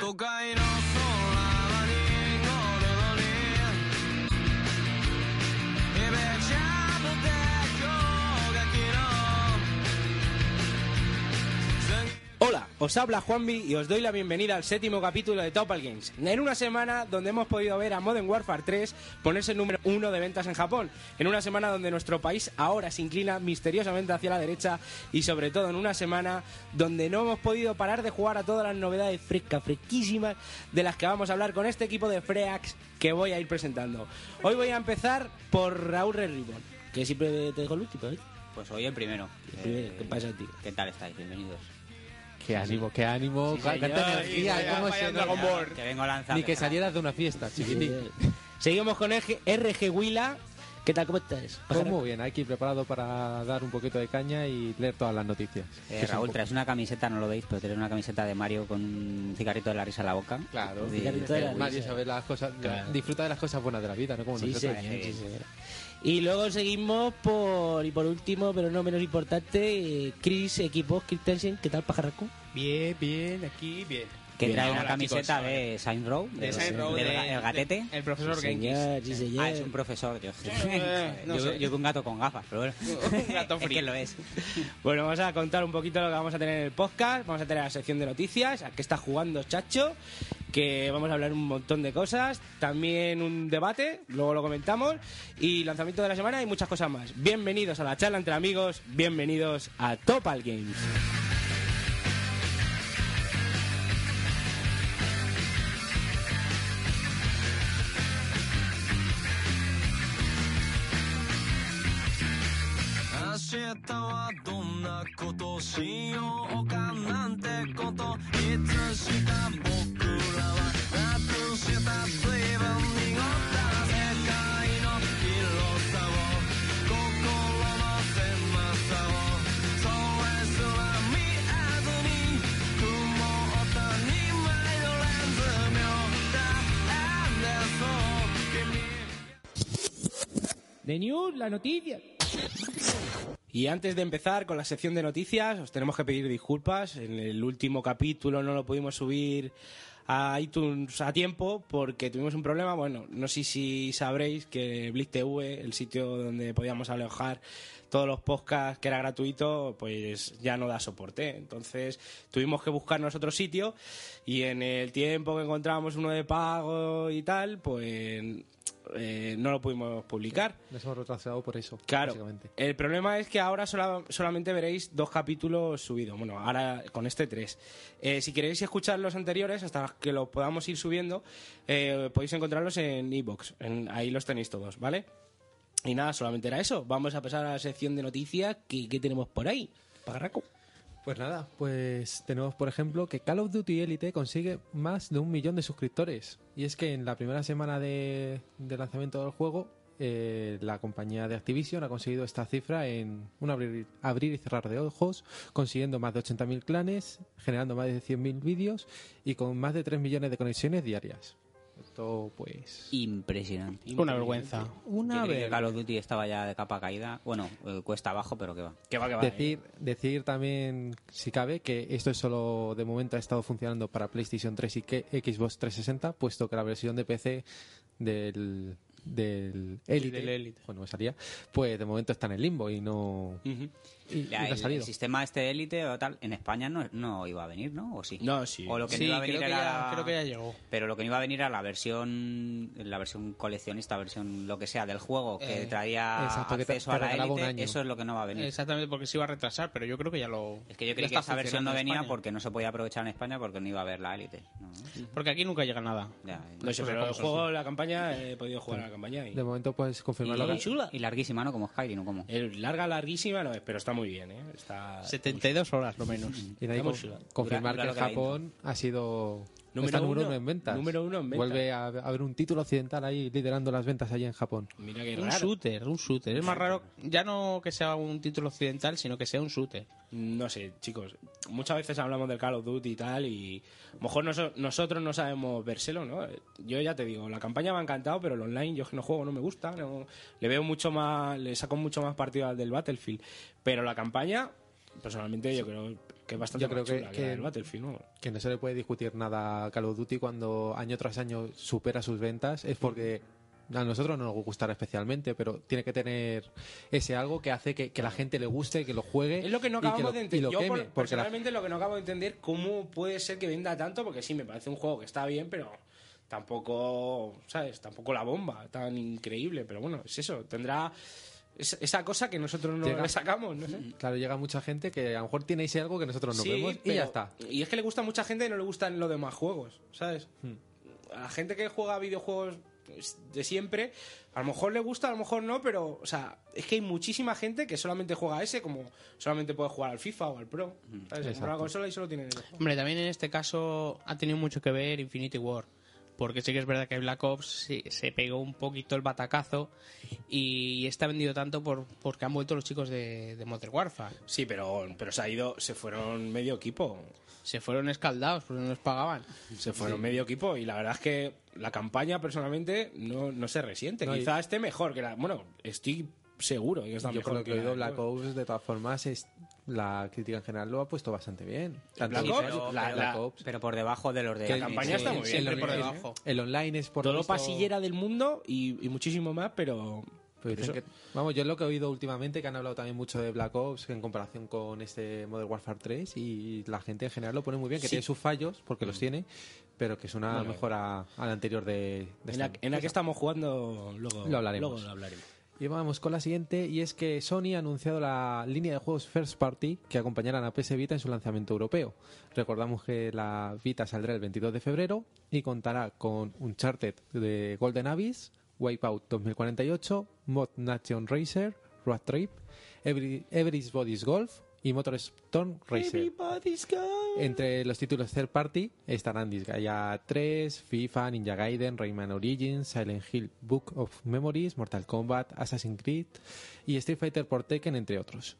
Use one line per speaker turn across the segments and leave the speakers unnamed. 都会の空はリンゴのにイベジャブで氷河期の
Hola, os habla Juanvi y os doy la bienvenida al séptimo capítulo de Topal Games. En una semana donde hemos podido ver a Modern Warfare 3 ponerse el número uno de ventas en Japón. En una semana donde nuestro país ahora se inclina misteriosamente hacia la derecha y sobre todo en una semana donde no hemos podido parar de jugar a todas las novedades frescas, fresquísimas de las que vamos a hablar con este equipo de Freax que voy a ir presentando. Hoy voy a empezar por Raúl Red Ribbon, que siempre te dejo el último, ¿eh?
Pues hoy el primero. Eh,
El primero, ¿qué pasa, tío?
¿Qué tal estáis? Bienvenidos.
Qué ánimo, qué ánimo.
Sí,
cuánta
señor.
energía, ¿eh?
Sí,
cómo
vaya
se
Dragon
nota.
Ball. Que vengo Eh, lanzando.
Ni que salieras de una fiesta, chiquitín.
Seguimos con RG RG Huila. ¿Qué tal? ¿Cómo estás?
Pues muy bien, aquí preparado para dar un poquito de caña y leer todas las noticias.
Eh,
Que son
Raúl,
po-
traes una camiseta, no lo veis, pero tienes una camiseta de Mario con un cigarrito de la risa en la boca.
Claro,
Sí,
Cigarrito de la
Mario
risa.
sabe las cosas,
Claro.
disfruta de las cosas buenas de la vida, ¿no? Como
Sí,
nosotros.
señor, sí, señor. Y luego seguimos por, y por último, pero no menos importante, eh, Chris Equipos, Christensen. ¿Qué tal, pajarraco?
Bien, bien, aquí, bien.
Que
Bien,
trae
ahora,
una camiseta
chicos,
de Saint Row.
de Saint Row,
del
de-
ga- el gatete.
de- el profesor
Sí,
Genki.
señor, sí, señor.
Ah, es un profesor, yo.
eh, no
yo,
sé.
yo que un gato con gafas, pero bueno.
Un gato
Es que
frío.
lo es.
Bueno, vamos a contar un poquito lo que vamos a tener en el podcast. Vamos a tener la sección de noticias, a qué está jugando Chacho, que vamos a hablar un montón de cosas. También un debate, luego lo comentamos. Y lanzamiento de la semana y muchas cosas más. Bienvenidos a la charla entre amigos, bienvenidos a Topal Games.
明日はどんなことしようかなんてこといつしか僕らはなくした随分濁った世界の広さを心の狭さをそれすら見えずに曇った二枚のレンズ妙だんでそう君
The News, la noticia. Y antes de empezar con la sección de noticias, os tenemos que pedir disculpas. En el último capítulo no lo pudimos subir a iTunes a tiempo porque tuvimos un problema. Bueno, no sé si sabréis que Blitz TV, el sitio donde podíamos alojar todos los podcasts que era gratuito, pues ya no da soporte. Entonces tuvimos que buscarnos otro sitio y en el tiempo que encontrábamos uno de pago y tal, pues eh, no lo pudimos publicar.
Nos hemos retrasado por eso.
Claro.
básicamente.
El problema es que ahora sola- solamente veréis dos capítulos subidos. Bueno, ahora con este tres. Eh, si queréis escuchar los anteriores, hasta que los podamos ir subiendo, eh, podéis encontrarlos en iBox. ahí los tenéis todos, ¿vale? Y nada, solamente era eso. Vamos a pasar a la sección de noticias. ¿Qué, qué tenemos por ahí? Pagarraco.
Pues nada, pues tenemos por ejemplo que Call of Duty Elite consigue más de un millón de suscriptores. Y es que en la primera semana de, de lanzamiento del juego, eh, la compañía de Activision ha conseguido esta cifra en un abrir, abrir y cerrar de ojos, consiguiendo más de 80.000 clanes, generando más de 100.000 vídeos y con más de 3 millones de conexiones diarias. Esto pues...
Impresionante.
Una vergüenza.
Una
Yo creí que
vez...
Call of Duty estaba ya de capa caída. Bueno, eh, cuesta abajo, pero que va.
Que va, que va.
Decir, decir también, si cabe, que esto es solo de momento ha estado funcionando para PlayStation 3 y que- Xbox 360, puesto que la versión de PC del del Elite,
del Elite.
bueno, me salía, pues de momento está en el limbo y no,
Ujú.
y- y no
La-
ha
el,
salido.
el sistema este de élite o tal, en España no, no iba a venir, ¿no? ¿O sí?
No, sí.
O lo que no
Sí,
iba a venir
creo que,
era
ya,
la-
creo que ya llegó.
Pero lo que no iba a venir era la versión, la versión coleccionista, versión lo que sea del juego que
Eh,
traía
exacto, que te-
acceso
te
a la
regalaba un
élite.
año.
Eso es lo que no va a venir.
Exactamente, porque se iba a retrasar, pero yo creo que ya lo.
Es que yo creí
ya
que
está
esa versión
funcionando
no
en
venía
España.
porque no se podía aprovechar en España porque no iba a haber la élite. ¿no?
Porque aquí nunca llega nada.
Ya, eh.
No sé, pero el juego, la campaña, he podido jugar a la campaña. Y...
De momento puedes confirmar
Y-
la
y- chula.
Y larguísima, ¿no? Como Skyrim, ¿no? Como...
Eh, Larga, larguísima no es, pero está muy bien, ¿eh? Está...
pues
72 horas, lo menos.
y de ahí
Está muy
con-
chula.
confirmar
Dura- dura
que
lo que la
Japón ha sido
Número
está número
uno.
uno en ventas.
Número uno en ventas.
Vuelve a a haber un título occidental ahí liderando las ventas allí en Japón.
Mira qué
Un
raro.
shooter, un shooter. Es más raro, ya no que sea un título occidental, sino que sea un shooter.
No sé, chicos, muchas veces hablamos del Call of Duty y tal, y a lo mejor noso- nosotros no sabemos vérselo, ¿no? Yo ya te digo, la campaña me ha encantado, pero el online yo es que no juego, no me gusta, no, le veo mucho más, le saco mucho más partido al del Battlefield, pero la campaña, personalmente yo creo, que es bastante
Yo creo
más chula
que-
que,
que-
la del Battlefield. ¿no?
que no se le puede discutir nada a Call of Duty cuando año tras año supera sus ventas es porque a nosotros no nos gustará especialmente, pero tiene que tener ese algo que hace que, que la gente le guste, que lo juegue.
Es lo que no
y que
acabamos
lo-
de
y
entender.
lo
Yo
queme,
por-
porque la-
personalmente lo que no acabo de entender cómo puede ser que venda tanto, porque sí, me parece un juego que está bien, pero tampoco, ¿sabes? Tampoco la bomba, tan increíble. Pero bueno, es eso, tendrá es- esa cosa que nosotros no
Llega-
le sacamos, no sé.
Claro, llega mucha gente que a lo mejor tiene ese algo que nosotros no
Sí,
vemos y
pero-
ya está.
Y es que le gusta a mucha gente y no le gustan los demás juegos, ¿sabes?
Hmm.
A la gente que juega videojuegos de siempre, a lo mejor le gusta, a lo mejor no, pero, o sea, es que hay muchísima gente que solamente juega a ese, como solamente puede jugar al FIFA o al Pro. ¿sabes? Se compra
Exacto.
la consola y solo tiene ese juego.
Hombre, también en este caso ha tenido mucho que ver Infinity War. Porque sí que es verdad que Black Ops sí- se pegó un poquito el batacazo y está vendido tanto por, porque han vuelto los chicos de, de Modern Warfare.
Sí, pero, pero se ha ido, se fueron medio equipo.
Se fueron escaldados porque no les pagaban.
Se fueron medio equipo y la verdad es que la campaña personalmente no, no se resiente.
No, y-
Quizá esté mejor que la. Bueno, estoy seguro que está
Yo por
mejor.
lo que he
la
oído,
de
Black
Call.
Ops, de todas formas, es, la crítica en general lo ha puesto bastante bien. Tanto
Black
el-
Ops,
pero,
la-
pero-
la-
Ops.
pero por debajo de los de...
que
la campaña está muy bien,
El,
siempre por
el-
debajo.
¿eh?
el online es por
todo
lo
lo
visto-
pasillera del mundo y, y muchísimo más, pero.
Pero dicen
eso-
que- vamos, yo es lo que he oído últimamente, que han hablado también mucho de Black Ops en comparación con este Modern Warfare 3 y la gente en general lo pone muy bien, que
Sí. Mm.
tiene sus fallos, porque los tiene, pero que es una
Bueno.
mejora a la anterior de, de
en, la,
esta-
en la que estamos jugando, luego
Lo hablaremos.
luego lo hablaremos.
Y vamos con la siguiente, y es que Sony ha anunciado la línea de juegos First Party que acompañarán a PS Vita en su lanzamiento europeo. Recordamos que la Vita saldrá el 22 de febrero y contará con Uncharted de Golden Abyss, Wipeout 2048, Mod Nation Racer, Road Trip, Every, Everybody's Golf y Motor Storm Racer. Entre los títulos third party estarán Disgaea 3, FIFA, Ninja Gaiden, Rayman Origins, Silent Hill Book of Memories, Mortal Kombat, Assassin's Creed y Street Fighter por Tekken, entre otros.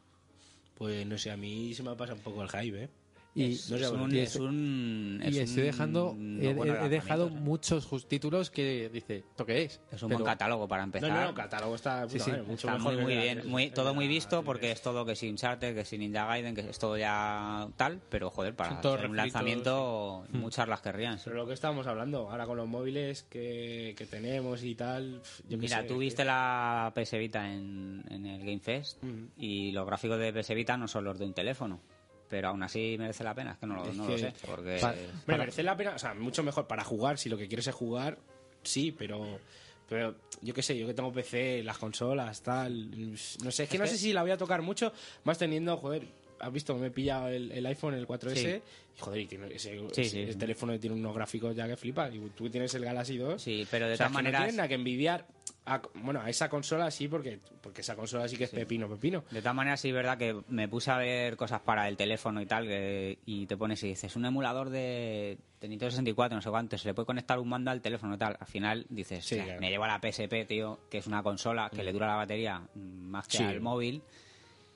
Pues no sé, a mí se me pasa un poco el hype, ¿eh?
Y,
Es, es un,
y
es
es-
un-
y
es
estoy
un-
dejando,
no,
he,
bueno,
he- he dejado
lanzamientos,
muchos jus- títulos que dice, ¿esto qué es?
¿eh? Es un
Pero-
buen catálogo para
No,
empezar.
no, no, catálogo está, de puta
sí,
madre, mucho
Está
mejor
muy,
que
muy
la-
bien, muy-
que
todo
la-
muy visto porque es todo que sin Uncharted, que sin Ninja Gaiden, que es todo ya tal, pero joder, para
Son todos
hacer un
refritos,
lanzamiento muchas las querrían. sí.
Pero lo que estábamos hablando ahora con los móviles que, que tenemos y tal. pf, Yo qué
Mira,
sé,
tú
que-
viste la PS Vita en, en el Game Fest
Mm.
y los gráficos de PS Vita no son los de un teléfono, pero aún así merece la pena, es que no, lo-
Es
no
que-
lo sé, porque...
Pa-
Hombre, merece la pena, o sea, mucho mejor para jugar, si lo que quieres es jugar, sí, pero pero yo qué sé, yo que tengo PC, las consolas, tal, no sé, es que no sé si la voy a tocar mucho, más teniendo, joder, has visto, me he pillado el, el iPhone, el 4S,
Sí.
y joder, y tiene ese,
Sí,
ese-
sí.
el teléfono tiene unos gráficos ya que flipas, y tú tienes el Galaxy 2,
Sí, pero de
o sea,
todas
que no
maneras...
tienes nada que envidiar, a, bueno, a esa consola sí, porque, porque esa consola sí que es pepino, pepino.
De todas maneras, sí es verdad que me puse a ver cosas para el teléfono y tal, que- y te pones y dices, un emulador de, de Nintendo 64, no sé cuánto, se le puede conectar un mando al teléfono y tal. Al final dices,
Sí,
"Nah,
claro.
me llevo a la PSP, tío, que es una consola que le dura la batería mm, más que
Sí.
al móvil.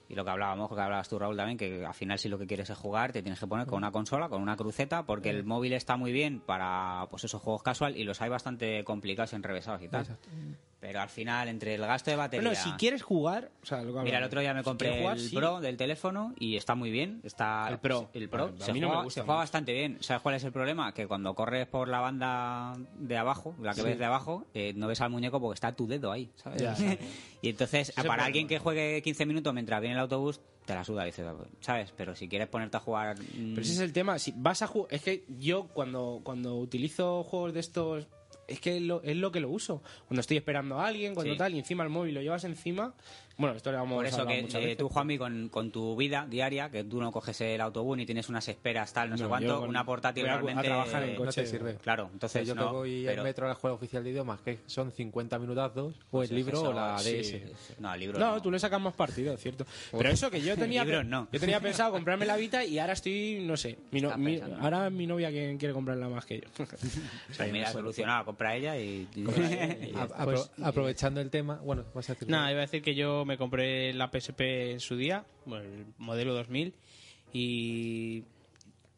Y lo que hablábamos, lo que hablabas tú, Raúl, también, que al final si lo que quieres es jugar, te tienes que poner con
Mm.
una consola, con una cruceta, porque el móvil está muy bien para pues esos juegos casual y los hay bastante complicados y enrevesados y tal.
Exacto.
Pero al final, entre el gasto de batería...
Bueno, si quieres jugar, o sea, lo que
Mira, el
hablamos,
otro día me
si quieres
compré
jugar,
el
sí.
Pro del teléfono y está muy bien. Está pues,
El Pro.
El Pro.
Vale, a
se
mí no me
juega,
gusta
se juega
mucho.
bastante bien. ¿Sabes cuál es el problema? Que cuando corres por la banda de abajo, la que ves de abajo, eh, no ves al muñeco porque está tu dedo ahí, ¿sabes?
Ya, ya, ya.
y entonces,
el
para
problema,
alguien que
¿no?
juegue 15 minutos mientras viene el autobús, te la suda, dices, ¿sabes? Pero si quieres ponerte a jugar... mm,
Pero ese es el tema. Si vas a ju- es que yo cuando, cuando utilizo juegos de estos, es que es lo, es lo que lo uso. Cuando estoy esperando a alguien, cuando
Sí.
tal, y encima el móvil lo llevas encima. Bueno, esto lo vamos
Por
a
eso
hablar
que
muchas
eh,
veces.
tú, Juanmi, con, con tu vida diaria, que tú no coges el autobús ni tienes unas esperas, tal, no, sé
No,
cuánto,
yo con-
una portátil
voy a- a
realmente...
trabajar en
eh,
no
coche.
te sirve.
Claro,
O sea,
entonces
yo
no,
que voy
pero-
al metro a la escuela oficial de idiomas, que son 50 minutazos, o el libro
Pues Eso,
o la
sí.
DS.
No, el libro
No, tú le sacas más partido, cierto. Pero eso que yo tenía
Libros no.
yo tenía pensado comprarme la Vita y ahora estoy, no sé, mi no-
Estás
mi-
pensando.
ahora mi novia quien quiere comprarla más que yo.
Pues mira, solucionado, compra ella y... y-
A- apro-
pues,
aprovechando el tema, bueno, vas a decir.
Nada, iba a decir que yo me compré la PSP en su día, bueno, el modelo 2000, y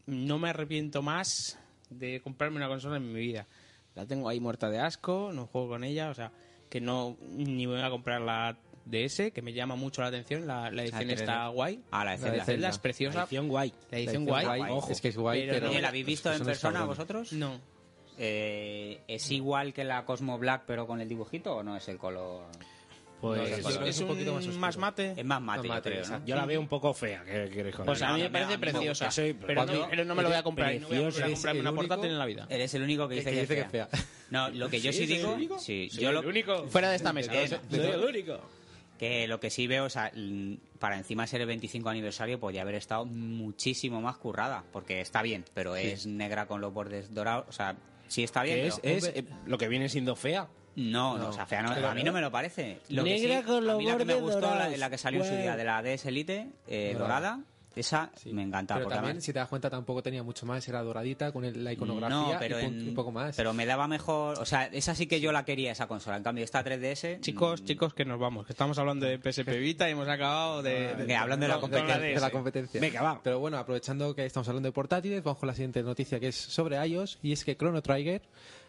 no me arrepiento más de comprarme una consola en mi vida. La tengo ahí muerta de asco, no juego con ella, o sea, que no, ni me voy a comprar la DS, que me llama mucho la atención. La, la edición
3D.
está guay.
Ah, la de
La de
Zelda.
Zelda es
La
preciosa.
edición guay.
La edición guay, ojo.
Es que es guay,
Pero
pero...
no-
Oye, ¿La habéis visto en
Son unos
persona
cabrones.
vosotros?
No.
Eh, ¿Es igual que la Cosmo Black pero con el dibujito o no es el color?
Pues
No sé
Es,
cuál
es
es.
un poquito más,
oscuro.
mate.
Es más mate,
Más mate,
yo creo, ¿no?
exacto.
yo la veo un poco fea. ¿qué quieres joder?
Pues a mí
a
me
mí
parece
me gusta.
preciosa.
Sí,
pero,
cuando-
no, pero no me lo voy a comprar. y No voy a,
Preciosa.
volver a comprarme
Es
una
el único-
portátil en la vida.
Eres el único que dice,
que dice
es
que es
No, lo que yo sí,
¿soy el
digo,
único?
sí,
Soy
yo
el
lo,
único.
Fuera de esta mesa.
Eh,
¿eh?
Soy el único.
que lo que sí veo, o sea, l- para encima ser el 25 aniversario podría haber estado muchísimo más currada, porque está bien, pero es negra con los bordes dorados, o sea, sí está bien,
Que es,
pero-
es, eh, lo que viene siendo fea.
No, no, o sea, fea no- a mí no me lo parece. Lo que
Negra
sí,
con
a mí
los
la que me
bordes
gustó, la,
dorados.
la que salió en su
Guau.
día, de la DS Elite, eh,
Dorada.
dorada, esa
Sí.
me encanta.
Pero
porque
también,
además-
si te das cuenta, tampoco tenía mucho más. Era doradita con el- la iconografía
No,
y, pun-
en-
y poco más.
Pero me daba mejor, o sea, esa sí que yo la quería, esa consola. En cambio, esta 3DS...
Chicos,
mm,
chicos, que nos vamos. Que estamos hablando de PSP Vita y hemos acabado de.
Que hablando de la
con- con
competencia,
de
DS.
la competencia.
Venga, va.
Pero bueno, aprovechando que estamos hablando de portátiles, vamos con la siguiente noticia que es sobre iOS y es que Chrono Trigger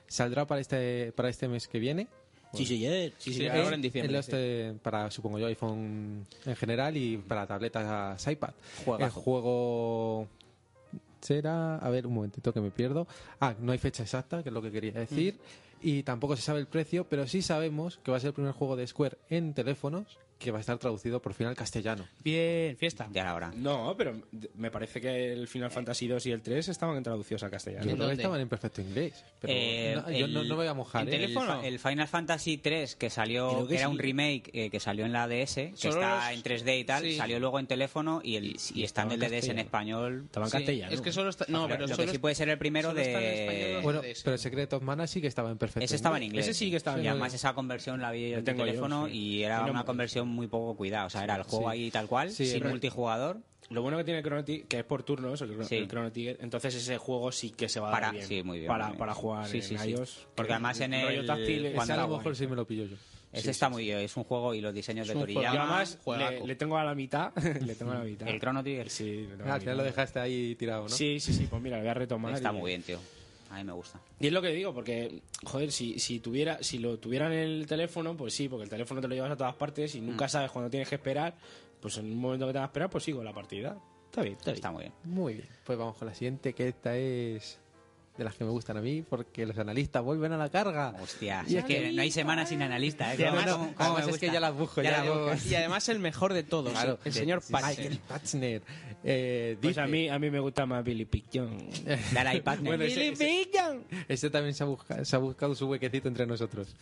saldrá para este para este mes que viene.
Sí, sí, eh, sí, sí.
Sí,
eh.
ahora en diciembre,
los, eh, para, supongo yo, iPhone en general y para tabletas ah, iPad. El juego será... A ver, un momentito que me pierdo. Ah, no hay fecha exacta, que es lo que quería decir. Y tampoco se sabe el precio, pero sí sabemos que va a ser el primer juego de Square en teléfonos que va a estar traducido por fin al castellano.
Bien, fiesta.
Ya la hora.
No, pero me parece que el
Eh.
Final Fantasy 2 y el 3 estaban traducidos al
Yo
castellano.
creo que
dónde?
estaban en perfecto inglés. Pero
Eh,
no, yo no,
el-
no me voy a mojar.
¿en
¿eh?
teléfono?
El Final Fantasy 3 que salió,
Creo
que,
que
era
sí.
un remake eh, que salió en la DS, que
Solo
está
los-
en 3D y tal,
sí.
salió luego en teléfono y, el, y, está en el
estaba en
DDS en
castellano.
español.
Estaban
Sí,
castellano.
Es que solo está. No, pero
lo
solo
que sí
es-
puede ser el primero
solo está en
de...
español.
Bueno,
DS.
pero Secret of Mana sí que estaba en perfecto
Ese estaba en inglés.
Ese sí que estaba en
Y
inglés.
además esa conversión la vi yo
Lo
en mi
tengo yo,
teléfono
sí.
y
Y
era
no
una
me-
conversión muy poco cuidada. O sea, era el juego
Sí.
ahí tal cual,
Sí,
sin
pero-
multijugador.
Lo bueno que tiene el Chrono Trigger, que es por turnos, el, Chrono-
Sí.
el Chrono Trigger, entonces ese juego sí que se va a
Para-
dar bien,
sí, muy bien,
para,
muy bien.
para jugar
Sí,
en
sí, sí.
iOS.
Porque además en
rollo
el-
táctil,
Eh, Ese
cuando
a
está
lo
guay.
mejor sí me lo pillo yo.
Ese está muy bien, es un juego y los diseños de
Es un
Toriyama.
juego.
Yo además
Juegaco.
le, le tengo a la mitad, le tengo a la mitad.
El Chrono Trigger.
Sí, le tengo a la
Ah, al final
mitad.
lo dejaste ahí tirado, ¿no?
Sí, sí, sí, pues mira, lo voy a retomar.
Está
y-
muy bien, tío. A mí me gusta.
Y es lo que digo, porque, joder, si, si, tuviera, si lo tuvieran en el teléfono, pues sí, porque el teléfono te lo llevas a todas partes y nunca sabes cuándo tienes que esperar, pues en un momento que te vas a esperar, pues sigo la partida. Está bien, está bien.
Está muy bien.
Muy bien. Pues vamos con la siguiente, que esta es de las que me gustan a mí, porque los analistas vuelven a la carga.
Hostia,
Y
es que no hay semana sin analista, ¿eh?
Ya,
Cómo-
no, no.
cómo- cómo
Además
me
es que
gusta.
ya las busco, ya
las
llevo-
buscas.
Y además el mejor de todos,
Claro.
el señor Patcher.
Michael Patchner. Eh,
Pues
dice-
a mí, a mí me gusta más Billy Pigeon.
Dale iPad.
Bueno,
nene.
ese- ese- Este también se ha, busca- se ha buscado su huequecito entre nosotros.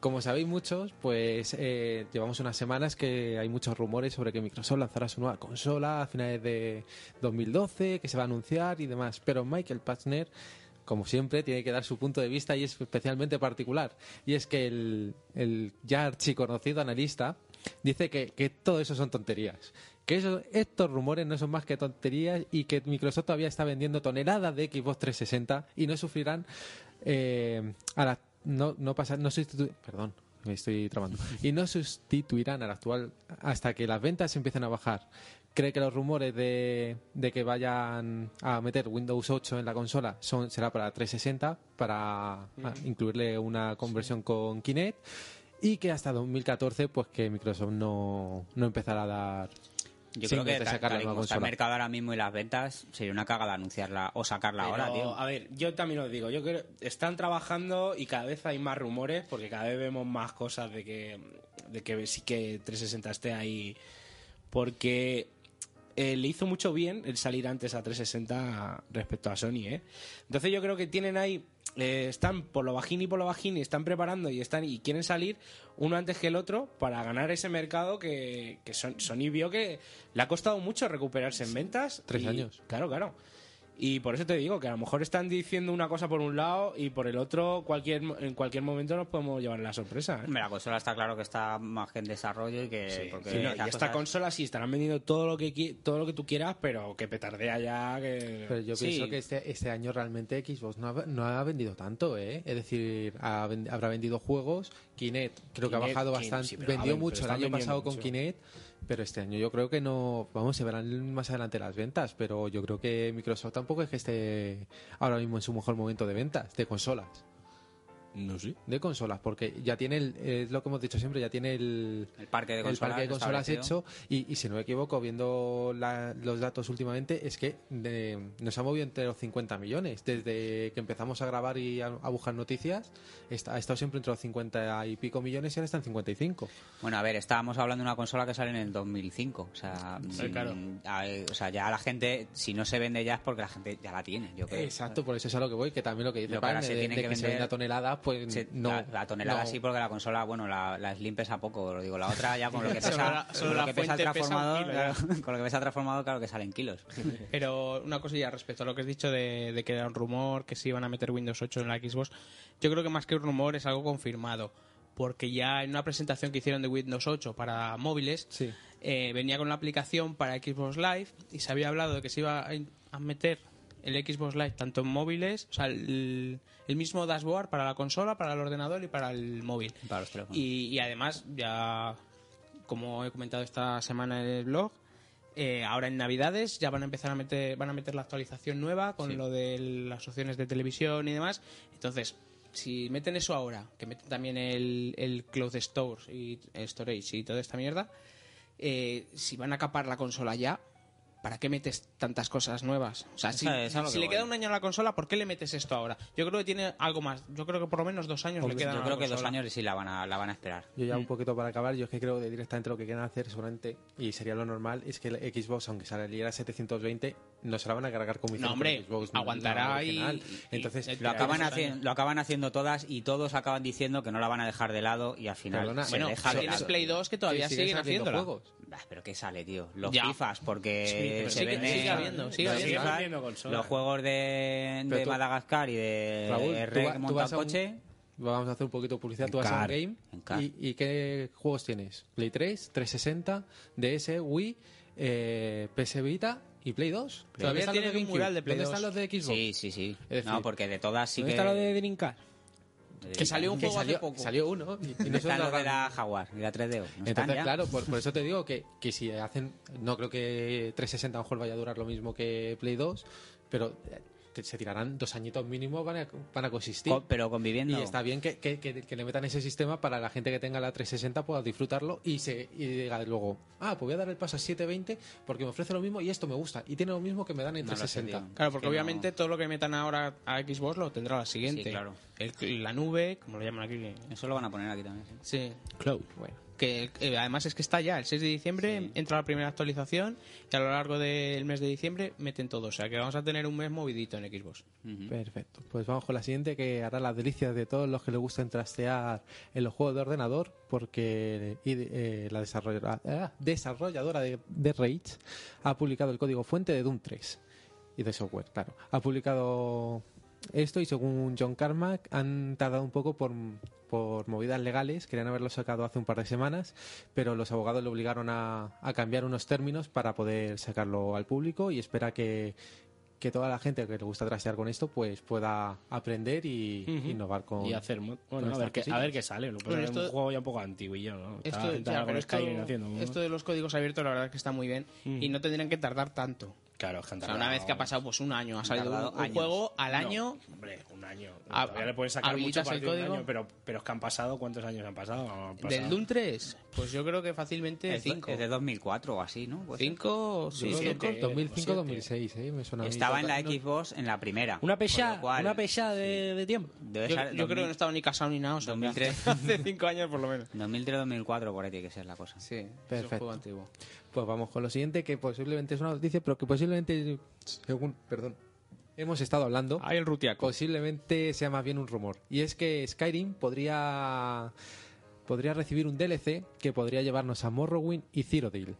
Como sabéis muchos, pues eh, llevamos unas semanas que hay muchos rumores sobre que Microsoft lanzará su nueva consola a finales de 2012, que se va a anunciar y demás. Pero Michael Patchner, como siempre, tiene que dar su punto de vista y es especialmente particular. Y es que el, el ya archiconocido analista dice que, que todo eso son tonterías. Que eso- estos rumores no son más que tonterías y que Microsoft todavía está vendiendo toneladas de Xbox 360 y no sufrirán eh, a la- no, no pasa- no sustitu- perdón, me estoy trabando. Y no sustituirán al actual hasta que las ventas empiecen a bajar. Cree que los rumores de, de que vayan a meter Windows 8 en la consola son, será para 360, para ah, incluirle una conversión con Kinect, y que hasta 2014 pues que Microsoft no, no empezará a dar...
Yo creo que
singles de
tal,
sacar la
tal y
nueva
como está el
consola.
mercado ahora mismo y las ventas, sería una cagada anunciarla o sacarla
Pero,
ahora, tío.
A ver, yo también os digo, yo creo están trabajando y cada vez hay más rumores porque cada vez vemos más cosas de que de que sí que 360 esté ahí porque eh, le hizo mucho bien el salir antes a 360 respecto a Sony, ¿eh? Entonces yo creo que tienen ahí eh, están por lo bajín y por lo bajín y están preparando y están y quieren salir uno antes que el otro para ganar ese mercado que, que Son- Sony vio que le ha costado mucho recuperarse en ventas.
Tres
y-
años.
Claro, claro. Y por eso te digo que a lo mejor están diciendo una cosa por un lado y por el otro cualquier en cualquier momento nos podemos llevar la sorpresa. ¿eh?
Hombre, la consola está claro que está más que en desarrollo y que...
Sí,
porque
sí, no, y
esas
esta
cosas-
consola sí estarán vendiendo todo lo que qui- todo lo que tú quieras, pero que petardea ya que
Pero yo
Sí.
pienso que este, este año realmente Xbox no ha, no ha vendido tanto, ¿eh? Es decir, ha ven- habrá vendido juegos. Kinect creo que ha
Kinect,
bajado
Kinect,
bastante.
sí, pero ha
vendió
ven-
mucho
pero
el
están
año
vendiendo
pasado con
mucho.
Kinect, pero este año yo creo que no. Vamos, se verán más adelante las ventas, pero yo creo que Microsoft tampoco es que esté ahora mismo en su mejor momento de ventas, de consolas.
No sé.
de consolas, porque ya tiene, el, es lo que hemos dicho siempre, ya tiene el,
El parque de
el
consolas.
parque de consolas
establecido.
hecho y, y si no me equivoco, viendo la- los datos últimamente, es que de- nos ha movido entre los 50 millones. Desde que empezamos a grabar y a, a buscar noticias, está- ha estado siempre entre los 50 y pico millones y ahora está en 55.
Bueno, a ver, estábamos hablando de una consola que sale en el 2005. O sea,
Sí,
mm,
claro.
hay- o sea, ya la gente, si no se vende ya es porque la gente ya la tiene, yo creo.
Exacto, por eso es a lo que voy, que también lo que dice
Lo que ahora
Palme,
se
de,
tiene
de
que
que, se
vender-
venda toneladas, pues
Sí,
no.
la, la tonelada
no.
sí, porque la consola, bueno, la, la Slim pesa poco, lo digo. La otra ya con lo que pesa,
Solo la-
con
solo
lo
la
que pesa el
fuente pesa un
transformador,
kilo ya.
claro, con lo que pesa el transformador, claro que salen kilos.
Pero una cosilla respecto a lo que has dicho de, de que era un rumor, que se iban a meter Windows 8 en la Xbox, yo creo que más que un rumor es algo confirmado. Porque ya en una presentación que hicieron de Windows 8 para móviles,
Sí.
eh, venía con la aplicación para Xbox Live y se había hablado de que se iba a in- a meter el Xbox Live tanto en móviles, o sea, el, el mismo dashboard para la consola, para el ordenador y para el móvil.
Para los teléfonos.
Y, y además, ya como he comentado esta semana en el blog, eh, ahora en Navidades ya van a empezar a meter, van a meter la actualización nueva con
Sí.
lo de las opciones de televisión y demás. Entonces, si meten eso ahora, que meten también el, el Cloud Store y el Storage y toda esta mierda, eh, si van a capar la consola ya, ¿para qué metes tantas cosas nuevas? O sea, si,
Esa- esa es lo
si
que
le
voy.
queda un año a la consola, ¿por qué le metes esto ahora? Yo creo que tiene algo más. Yo creo que por lo menos dos años le
yo
quedan. a la
creo que dos
consola.
años sí la van a, la van a esperar.
Yo
Mm.
ya un poquito para acabar, yo es que creo que directamente lo que quieren hacer seguramente, y sería lo normal, es que el Xbox, aunque saliera a 720, no se la van a cargar como hicieron
No, hombre,
con el Xbox
aguantará y-
original.
y-
Entonces,
y-
Lo acaban,
Dos
haciendo,
años.
lo acaban haciendo todas y todos acaban diciendo que no la van a dejar de lado y al final
Perdona,
se
Ah, Bueno,
deja de
tienes
lado.
Play 2 que todavía
sigue
siguen
saliendo
haciéndola.
juegos.
Bah, Ah, pero ¿qué sale, tío? Los
Ya.
FIFAs,
Sí,
porque
pero
se
sigue-
venden-
sigue habiendo, sigue
los
habiendo.
FIFAs,
Sigue habiendo consolas.
Los juegos de,
Pero
de
tú-
Madagascar y
Eh,
de
Raúl,
de
tú
Rec
va- tú
monta
vas a un-
coche.
Vamos a hacer un poquito de publicidad. Tú vas a
Car,
un game
en car.
y, y ¿qué juegos tienes? Play 3, 360, DS, Wii, eh, PS Vita y Play 2.
Todavía
¿Dónde están los
tienen un
GameCube?
mural de Play
¿Dónde
2?
están los de Xbox?
Sí, sí, sí.
Es
no,
decir,
porque de todas sí
¿Dónde
que.
está lo de Drinkas?
Que salió un
Que
juego
salió,
hace poco.
salió uno y, y no se
Está
lo
lo de
habrán-
la Jaguar y la 3DO. ¿No están
Entonces,
ya?
claro, por, por eso te digo que, que si hacen. No creo que 360 a lo mejor vaya a durar lo mismo que Play 2, pero eh, te- se tirarán dos añitos mínimos, van a, van a consistir.
Co- pero
y
conviviendo.
está bien que, que- que- que le metan ese sistema para la gente que tenga la 360 pueda disfrutarlo y se y diga luego, ah, pues voy a dar el paso a 720 porque me ofrece lo mismo y esto me gusta y tiene lo mismo que me dan en
No lo sé,
360.
tío.
Claro, porque
Es que no-
obviamente todo lo que metan ahora a Xbox lo tendrá la siguiente.
Sí, claro.
El- la nube, como lo llaman aquí. que-
Eso lo van a poner aquí también. sí.
Sí.
Cloud.
Bueno,
Que eh, además es que está ya, el 6 de diciembre entra la primera actualización y a lo largo del mes de diciembre meten todo. O sea que vamos a tener un mes movidito en Xbox.
perfecto. Pues vamos con la siguiente que hará las delicias de todos los que les gustan trastear en los juegos de ordenador porque y de- eh, la desarrolladora, ah, desarrolladora de, de Rage ha publicado el código fuente de Doom 3 y de software, claro. Ha publicado esto y según John Carmack han tardado un poco por, por movidas legales, querían haberlo sacado hace un par de semanas, pero los abogados le obligaron a, a cambiar unos términos para poder sacarlo al público y espera que, que toda la gente que le gusta trastear con esto pues pueda aprender y
Ujú.
innovar con...
Y hacer mod. Bueno, a
estas
ver, qué, a
cosillas.
ver qué sale. Lo que pasa
Bueno,
es que es
esto-
un juego ya un poco antiguillo, ¿no? Estaba
Esto,
sentado
ya,
con
pero esto,
Skyrim haciendo, ¿no?
esto de los códigos abiertos la verdad es que está muy bien y no tendrían que tardar tanto.
Claro, es que han
O sea, una
tardado-
vez que ha pasado pues un año, ha salido
tardado
un, un
años.
juego al
No,
año,
hombre, un año.
Ha-
Todavía le puedes sacar mucho
habilitas el
partido a un
código.
año, pero, pero es que han pasado, ¿cuántos años han pasado? Han pasado-
del Doom 3, pues yo creo que fácilmente
Es, do-
5.
es de 2004 o así, ¿no?
Pues
Puede ser.
5,
Yo creo
siete,
que con
siete.
2005-2006, ¿eh? me suena a mí.
Estaba en la
No-
Xbox en la primera.
Una
Con
pesada,
lo cual,
una pesada de, de tiempo.
debe
Yo,
ser
yo creo que no
2000,
estaba ni casado ni nada. O sea,
2003.
Hace cinco años por lo menos.
2003-2004 por ahí tiene que ser la cosa.
Sí,
Perfecto.
juego antiguo.
Pues vamos con lo siguiente, que posiblemente es una noticia, pero que posiblemente, según, perdón, hemos estado hablando,
Hay el rutiaco.
posiblemente sea más bien un rumor. Y es que Skyrim podría, podría recibir un DLC que podría llevarnos a Morrowind y Cyrodiil.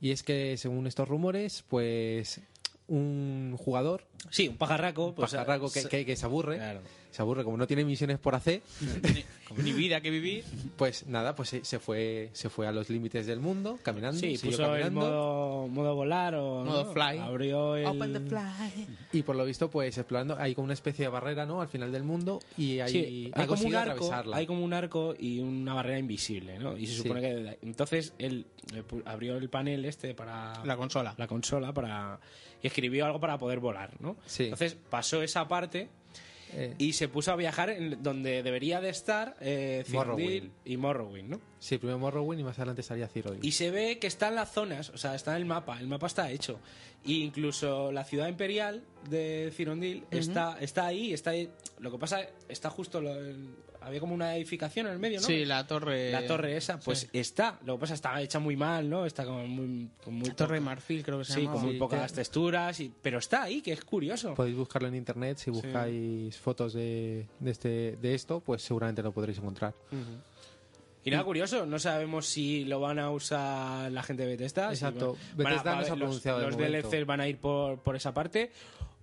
Y es que, según estos rumores, pues un jugador,
Sí, un pajarraco. pues,
pajarraco que-
se-
que, que se aburre,
Claro.
se aburre como no tiene misiones por hacer,
Ni vida que vivir.
pues nada, pues se, se fue, se fue a los límites del mundo, caminando,
Sí,
siguió
puso el
caminando.
modo, modo volar o...
Modo
¿no?
fly.
Abrió el...
Y por lo visto, pues explorando, hay como una especie de barrera, ¿no? Al final del mundo y hay,
Sí,
ha
hay como un
conseguido
arco,
atravesarla.
hay como un arco y una barrera invisible, ¿no? Y se
Sí.
supone que entonces él eh, pu- abrió el panel este para
La consola.
la consola para y escribió algo para poder volar, ¿no?
Sí.
Entonces pasó esa parte
Eh.
y se puso a viajar en donde debería de estar eh, Cyrodiil
Morrowind.
y Morrowind, ¿no?
Sí, primero Morrowind y más adelante salía Cyrodiil.
Y se ve que están las zonas, o sea, está en el mapa, el mapa está hecho. E incluso la ciudad imperial de Cirondil está, está ahí, está ahí. Lo que pasa, está justo, lo- el- había como una edificación en el medio, ¿no?
Sí, la torre.
La torre esa, pues
sí.
está. Lo que pasa, está hecha muy mal, ¿no? Está como muy, con muy
La torre
poca-
Marfil, creo que se
Sí,
llama. Pues
con muy pocas texturas, y- pero está ahí, que es curioso.
Podéis buscarlo en internet, si buscáis fotos de, de este, de esto, pues seguramente lo podréis encontrar.
Y nada, curioso, no sabemos si lo van a usar la gente de Bethesda. si
Exacto,
van-
Bethesda
van a-
no se ha
los-
pronunciado de
Los,
momento.
DLCs van a ir por, por esa parte.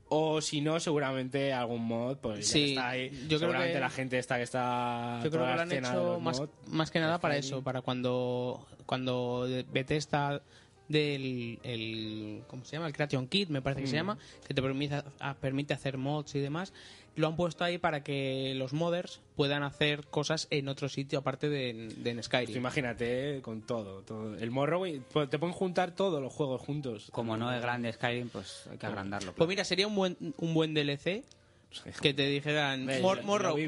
O si no, seguramente algún mod, pues ya
Sí,
está ahí.
yo creo
seguramente
que-
la gente esta que está.
Yo creo
toda
que
la
lo han
escena de
hecho
los pues
más,
mod.
más que nada para
Refining.
eso, para cuando, cuando Bethesda del el, ¿cómo se llama? el Creation Kit me parece que se
Mm.
llama que te permite, a- permite hacer mods y demás lo han puesto ahí para que los modders puedan hacer cosas en otro sitio aparte de, en- de en
Tú
Skyrim
imagínate con todo, todo. El Morrowind, pues te pueden juntar todos los juegos juntos.
Como no es grande Skyrim, pues hay que agrandarlo.
pues mira sería un buen un buen DLC que te dijeran
Eh,
Mor-
lo-
Morro-
lo vi-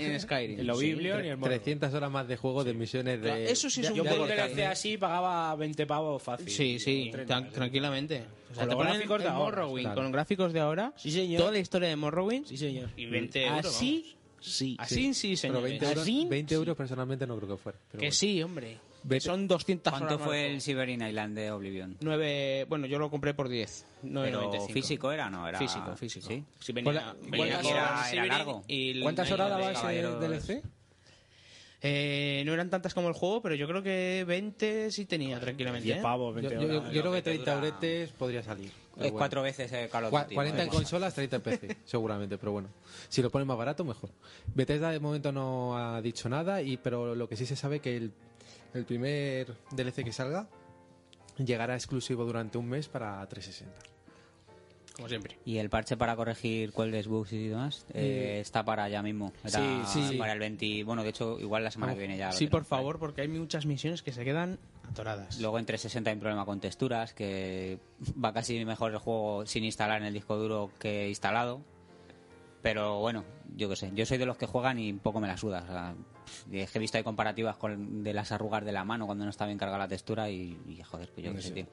en Skyrim
Lo
Sí,
biblio ni el Morrowind.
300 horas más de juego de misiones
Claro,
de...
eso sí es
de-
un
Yo
Ya
por un
por
DLC
Skyrim.
así pagaba 20 pavos fácil.
Sí, sí,
o 30,
tan- tranquilamente.
Con
O sea, te
los
ponen
gráficos de
el
ahora,
Morrowind,
claro.
con los gráficos de ahora,
Sí, señor.
toda la historia de Morrowind,
Sí, señor.
y 20 euros,
Así, sí.
así sí, señor. ¿Ah,
Pero 20 euros,
Así,
20 euros personalmente no creo que fuera. pero
Que
bueno.
sí, hombre.
Vete.
Son 200
¿Cuánto
horas
fue el
más.
Siberian Island de Oblivion?
9, bueno, yo lo compré por 10.
Pero
9.95.
físico era, ¿no? Era...
Físico, físico.
Sí.
Sí, venía,
Hola,
venía
¿cuántas
con
horas?
Siberia
Era largo.
y el-
¿Cuántas
y
horas
el-
daba ese
Caballeros-
DLC?
Eh, no eran tantas como el juego, pero yo creo que 20 sí tenía tranquilamente.
10
¿eh?
pavos,
Yo,
20
yo- yo
horas.
creo
Lo
que
que te
30
dura-
euretes podría salir. pero
Es
bueno.
cuatro veces el Call of
Cua-
Duty,
40 en
vamos.
consolas, 30 en PC, seguramente, pero bueno. Si lo ponen más barato, mejor. Bethesda de momento no ha dicho nada, y pero lo que sí se sabe que el, el primer DLC que salga llegará exclusivo durante un mes para 360.
Como siempre.
¿Y el parche para corregir cuelgues, bugs y demás? eh, está para ya mismo. Era
Sí, sí, sí.
Para el 20... Bueno, de hecho, igual la semana que viene ya... lo
Sí, por
tenemos ahí.
favor, porque hay muchas misiones que se quedan atoradas.
Luego entre 60 hay un problema con texturas, que va casi mejor el juego sin instalar en el disco duro que instalado. Pero bueno, yo qué sé, yo soy de los que juegan y un poco me la suda. o sea, pff, es que he visto hay comparativas con, de las arrugas de la mano cuando no está bien cargada la textura y, y, joder, pues yo qué sé, tío.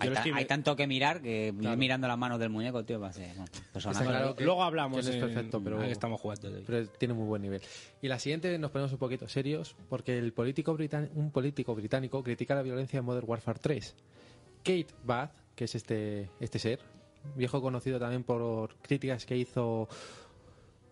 Hay,
es
ta-
que me-
hay tanto que mirar que ir mirando las manos del muñeco, tío, va a ser, bueno, personaje.
Está claro que-
Luego hablamos.
que no es
en-
perfecto, pero-
ahí estamos jugando. hoy.
Pero tiene muy buen nivel. Y la siguiente nos ponemos un poquito serios, porque el político britan- un político británico critica la violencia en Modern Warfare 3. Kate Bath, que es este, este ser, viejo conocido también por críticas que hizo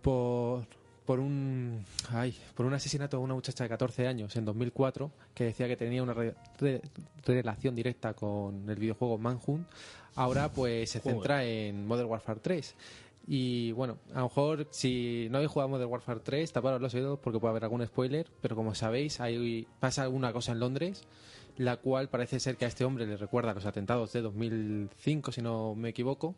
por, por un ay, por un asesinato de una muchacha de 14 años en 2004 que decía que tenía una re- re- relación directa con el videojuego Manhunt, ahora pues se centra en Modern Warfare 3. Y bueno, a lo mejor si no habéis jugado a Modern Warfare 3, taparos los oídos porque puede haber algún spoiler, pero como sabéis, hay, pasa alguna cosa en Londres, la cual parece ser que a este hombre le recuerda los atentados de 2005, si no me equivoco,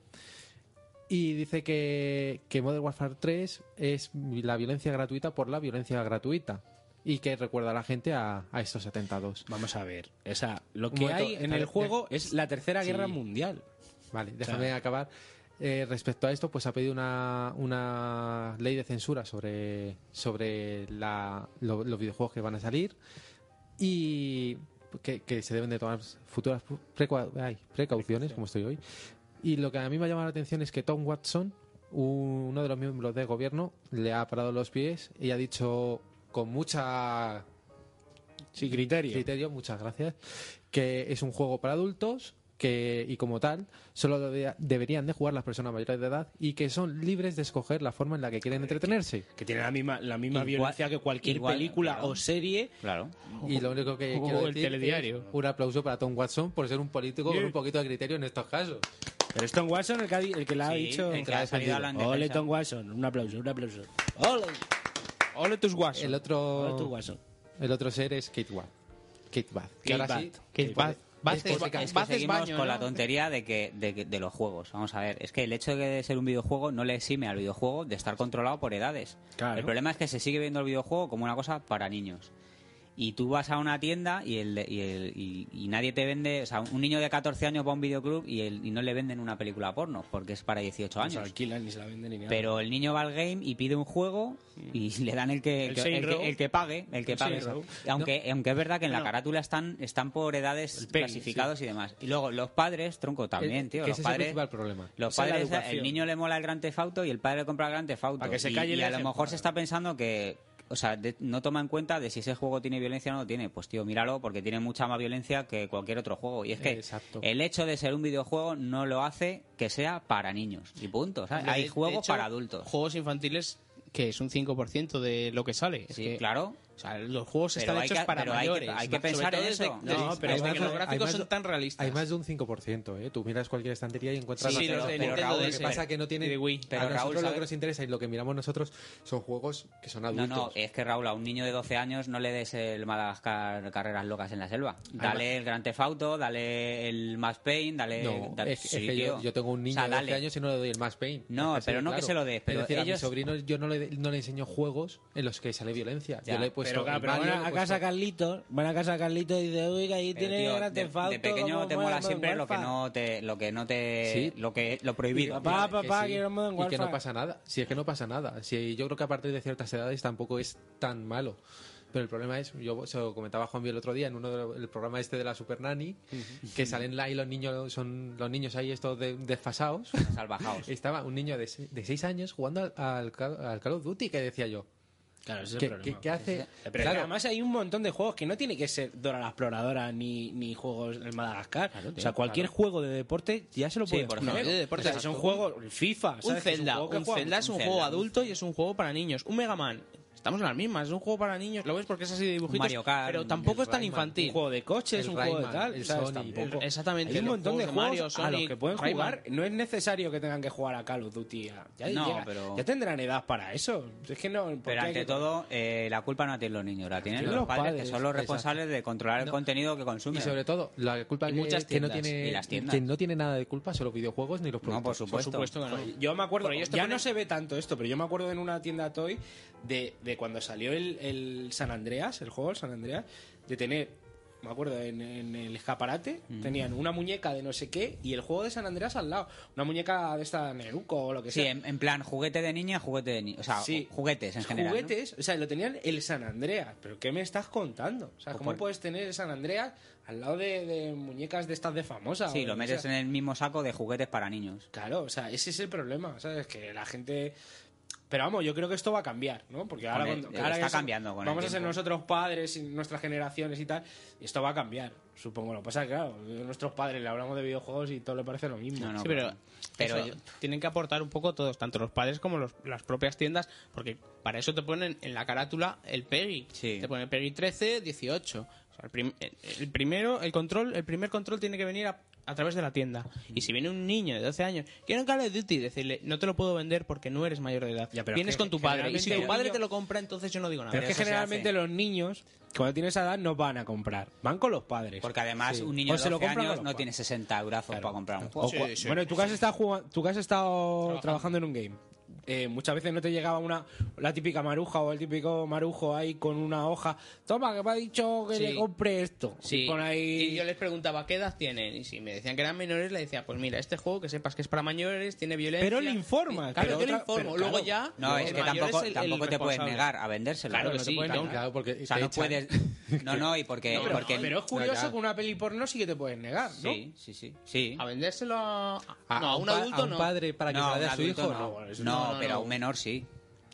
y dice que, que Modern Warfare 3 es la violencia gratuita por la violencia gratuita. Y que recuerda a la gente a, a estos atentados.
Vamos a ver. O sea, lo
Un
que
momento,
hay en
espera,
el
de-
juego es la Tercera
Sí.
Guerra Mundial.
Vale, déjame acabar. Eh, respecto a esto, pues ha pedido una, una ley de censura sobre, sobre la- lo- los videojuegos que van a salir y que, que se deben de tomar futuras pu- precau- ay, precauciones, como estoy hoy. Y lo que a mí me ha llamado la atención es que Tom Watson, un- uno de los miembros del gobierno, le ha parado los pies y ha dicho con mucha
Sí, criterio.
criterio, muchas gracias, que es un juego para adultos que y como tal solo debe- deberían de jugar las personas mayores de edad y que son libres de escoger la forma en la que quieren entretenerse.
Que tiene la misma, la misma
Igual-
violencia que cualquier
igual,
película
claro.
o serie.
Claro.
Y lo único que
o
quiero
el
decir
telediario.
es un aplauso para Tom Watson por ser un político con un poquito de criterio en estos casos.
Pero es Tom Watson el que, ha di- el que la ha
Sí,
dicho.
el que ha salido hablando en
Ole,
defensa.
Tom Watson. Un aplauso, un aplauso. Ole,
Ole tus guasos.
El
ole Tom
otro
Watson.
el otro ser es Kate Bath. Kate Bath. Que
Kate
ahora
Bath.
sí-
Que Baz- Baz
Es
es-
que-
Baz
es
Pues Es
es
que seguimos
baño,
con
¿no?
la tontería de que, de que- de los juegos. Vamos a ver, es que el hecho de ser un videojuego no le exime al videojuego de estar controlado por edades.
Claro.
El problema es que se sigue viendo el videojuego como una cosa para niños. y tú vas a una tienda y, el, y, el- y- y nadie te vende, o sea, un niño de 14 años va a un videoclub y, el- y no le venden una película porno porque es para 18
No se la
años.
Pues alquilan, ni se la venden, ni nada.
Pero el niño va al game y pide un juego y
Mm.
le dan el que,
El
el que, el
Saints Row.
que- el que pague, el que
El
pague.
Saints Row.
Aunque, aunque es verdad que en la
Bueno.
carátula están, están por edades
Penny,
clasificados y demás. Y luego los padres, tronco, también, tío.
que
Los
ese es el
padres,
principal problema.
los
Esa es la
padres, el
educación.
niño le mola el Gran Tefauto y el padre le compra el Gran Tefauto.
Para que se
y,
calle el
y a lo
ejemplo.
mejor se está pensando que, o sea, de- no toma en cuenta de si ese juego tiene violencia o no tiene. Pues tío, míralo porque tiene mucha más violencia que cualquier otro juego. Y es que
Exacto.
el hecho de ser un videojuego no lo hace que sea para niños. Y punto. ¿sabes?
Hombre,
Hay
de- de
juegos
hecho,
para adultos.
Juegos infantiles que es un 5% de lo que sale. Es
Sí,
que,
claro.
O sea, los juegos
Pero
están
hay
hechos
que-
para
pero hay que-
mayores.
hay que
sobre
pensar
todo
en
desde-
eso.
desde-
No,
desde
pero
que
hay más-
los
hay
gráficos
más-
son tan realistas.
Hay más de un 5%, ¿eh? Tú miras cualquier estantería y encuentras...
Sí, sí,
pero,
los de
pero,
Nintendo
Raúl, lo que
DS.
pasa que no
Y
tienen...
de Wii.
Pero
Pero,
a nosotros
Raúl,
lo
¿sabes?
que nos interesa y lo que miramos nosotros son juegos que son
No, eh,
adultos.
no, es que Raúl, a un niño de 12 años no le des el Madagascar carreras locas en la selva. Dale el Gran Tefauto, dale el Max Payne, dale.
No,
da-
es, es
sí,
que yo,
tío.
yo tengo un niño
O sea,
de 12
dale.
años y no le doy el más pain.
No,
Es así,
pero no que se lo des,
Es
pero
decir, a
ellos-
mis sobrinos yo no le, no le enseño juegos en los que sale violencia.
Ya,
yo le he puesto
Pero, claro,
el
pero
Mario,
van
le he
a casa
puesto-
Carlitos, van a casa Carlitos y dicen, uy, que ahí
pues, Pero,
tiene
Eh, tío,
Grand
de-
Theft Auto,
de, pequeño
cómo
te
mola
mola
Modern
siempre lo que
Warfare".
no te lo que no te
Sí.
lo que lo prohibido
Papá,
Que
papá,
sí,
quiero Modern
Y que
Warfare.
no pasa nada. Si es que no pasa nada. Si yo creo que a partir de ciertas edades tampoco es tan malo. Pero el problema es, yo se lo comentaba a Juanvi el otro día en uno del programa este de la Super Nanny, que salen ahí los niños, son los niños ahí estos de- desfasados.
salvajaos
Estaba un niño de 6 años jugando al, al Call al Call of Duty, que decía yo.
Claro, ese es el
¿Qué,
problema.
qué- qué hace?
Pero es que
Claro,
además hay un montón de juegos que no tiene que ser Dora la Exploradora ni, ni juegos del Madagascar. o sea, cualquier juego de deporte ya se lo
Sí,
puede
por
poner.
ejemplo.
No, de
deporte,
deporte, son
exacto.
juegos FIFA,
un
¿sabes? Que es
Zelda,
juego que
un
jugamos.
Zelda es un
un
juego
Zelda.
adulto y es un juego para niños. Un Mega Man, estamos en las mismas, es un juego para niños. Lo ves porque es así de dibujitos,
Mario Kart,
pero tampoco
el
es tan
Rayman,
Un
infantil.
juego de coches,
El
un juego de
Rayman,
tal,
el
¿sabes?
Sony,
Tampoco.
el- exactamente,
Hay un
los
montón de
juegos de
juegos
Mario,
a los
Sonic,
que pueden
Rayman.
jugar. No es necesario que tengan que jugar a Call of Duty. Ya, ya-
No,
ya-
pero-
ya tendrán edad para eso. Es que no. ¿por qué
pero
hay
ante
que-
todo eh, la culpa no la tienen los niños la tienen
Tienen los
los, padres, que
padres,
son los
exacto.
responsables de controlar el
No.
contenido que consumen
y sobre todo, la culpa
Y
que-
muchas
que, no
tiendas,
tiene,
y las tiendas.
que no tiene nada de culpa son los videojuegos ni los
no por
productos.
Por
supuesto,
supuesto que no.
Yo me acuerdo,
Pero ya
ya
esto pone-
no se ve tanto esto, pero yo me acuerdo en una tienda Toy de, de cuando salió el, el San Andreas, el juego del San Andreas, de tener, me acuerdo, en, en el escaparate
Mm.
tenían una muñeca de no sé qué y el juego de San Andreas al lado, una muñeca de esta Neruco o lo que
sí
sea.
en, en plan juguete de niña juguete de niño o sea
Sí.
juguetes en general ¿no?
Juguetes, o sea, lo tenían el San Andreas, pero ¿qué me estás contando? O sea,
Pues
¿cómo
por-
puedes tener el San Andreas al lado de, de muñecas de estas de famosas?
sí lo metes en el mismo saco de juguetes para niños
Claro, o sea, ese es el problema, ¿sabes? Que la gente... Pero vamos, yo creo que esto va a cambiar, ¿no? Porque ahora...
Con el-
cuando- ahora
eh, está
que son-
cambiando con el
Vamos a ser
tiempo.
nosotros padres y nuestras generaciones y tal. y esto va a cambiar, supongo. Lo que pasa es que, claro, a nuestros padres le hablamos de videojuegos y todo le parece lo mismo.
No, no.
Sí, pero,
Pero
eso,
yo-
tienen que aportar un poco todos, tanto los padres como los- las propias tiendas, porque para eso te ponen en la carátula el PEGI.
Sí.
Te ponen PEGI 13, 18. O sea, el, prim- el- el primero, el control, el primer control tiene que venir a, a través de la tienda. Y si viene un niño de 12 años, quiero un Call of Duty, decirle, no te lo puedo vender porque no eres mayor de edad.
Ya, pero
Vienes
es que
con tu padre. Y si
generalmente
tu padre
el niño-
te lo compra, entonces yo no digo nada.
Pero es que
eso se
generalmente
hace.
los niños, cuando tienen esa edad, no van a comprar. Van con los padres.
porque además
Sí.
un niño
O
de
se lo
12
compran o
años
lo
no
pagan.
tiene 60 eurazos para comprar un juego
O cua- bueno, y tú que has estado, jugando, tú que has estado
Trabajando.
trabajando. en un game, eh, muchas veces no te llegaba una la típica maruja o el típico marujo ahí con una hoja. Toma, que me ha dicho que
Sí.
le compre esto.
Sí.
Y pon
Y
ahí.
yo les preguntaba qué edad tienen. Y si me decían que eran menores, le decía, pues mira, este juego que sepas que es para mayores, tiene violencia.
Pero le informas,
Claro,
pero
yo le
otra-
informo.
pero
Luego
claro.
ya.
no
el
es que
mayor
tampoco,
es el-
tampoco
el
te puedes
responsable.
negar a vendérselo
Claro que
no te
sí,
pueden
claro.
Claro, porque
O sea,
te
no
echan-
puedes. No, no, y porque.
No,
Pero,
porque
pero es curioso
claro.
que una peli porno sí que te puedes negar, ¿no?
Sí, sí, sí. sí.
A vendérselo a, no, a un,
pa-
adulto
a un
no.
padre para que
No,
se la dé
un
a su
adulto
hijo,
no.
no.
bueno, eso
No,
no, no,
pero a
no.
un menor sí.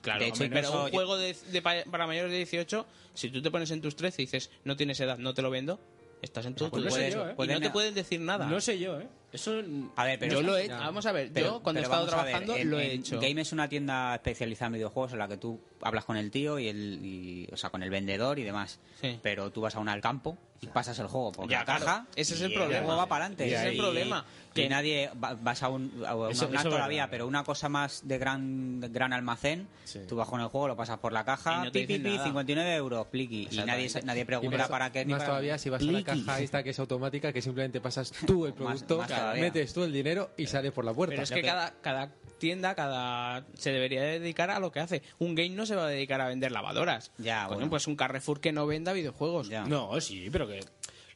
Claro,
de hecho,
hombre, pero
incluso
un
yo-
juego de, de pa- para mayores de 18, si tú te pones en tus 13 y dices, no tienes edad, no te lo vendo, estás en todo tu
Pues no sé
derecho.
yo, ¿eh?
Y no
Pueden-
te pueden decir nada.
No sé yo, ¿eh? Eso.
A ver, pero.
yo lo he Vamos a ver,
pero-
yo cuando he
pero
estado
vamos a ver,
trabajando
en-
lo he
en
hecho.
Game es una tienda especializada en videojuegos en la que tú hablas con el tío y el. y- o sea, con el vendedor y demás.
Sí.
Pero tú vas a una al campo y pasas el juego por
Ya,
la
claro.
caja.
Ese es el
y
problema.
El juego va para adelante.
Ese es el
Y-
problema. Que-
Que nadie. va- vas a un. A una,
Eso-
una
eso es
todavía,
verdad.
pero una cosa más de gran, de gran almacén.
Sí.
Tú vas con el juego, lo pasas por la caja.
Y no te
pi, pi,
dicen
pi,
nada.
59 euros, pliqui. Y nadie,
Exactamente.
nadie
Y
pregunta
más,
para qué. ni
más
para-
todavía si vas a la
Pliqui.
caja esta que es automática que simplemente pasas tú el
Más-
producto,
más todavía.
metes tú el dinero y sales por la puerta.
Pero es que cada, cada tienda, cada se debería dedicar a lo que hace. Un game no se va a dedicar a vender lavadoras.
Ya,
Coño,
bueno.
pues un Carrefour que no venda videojuegos.
Ya.
No, sí, pero que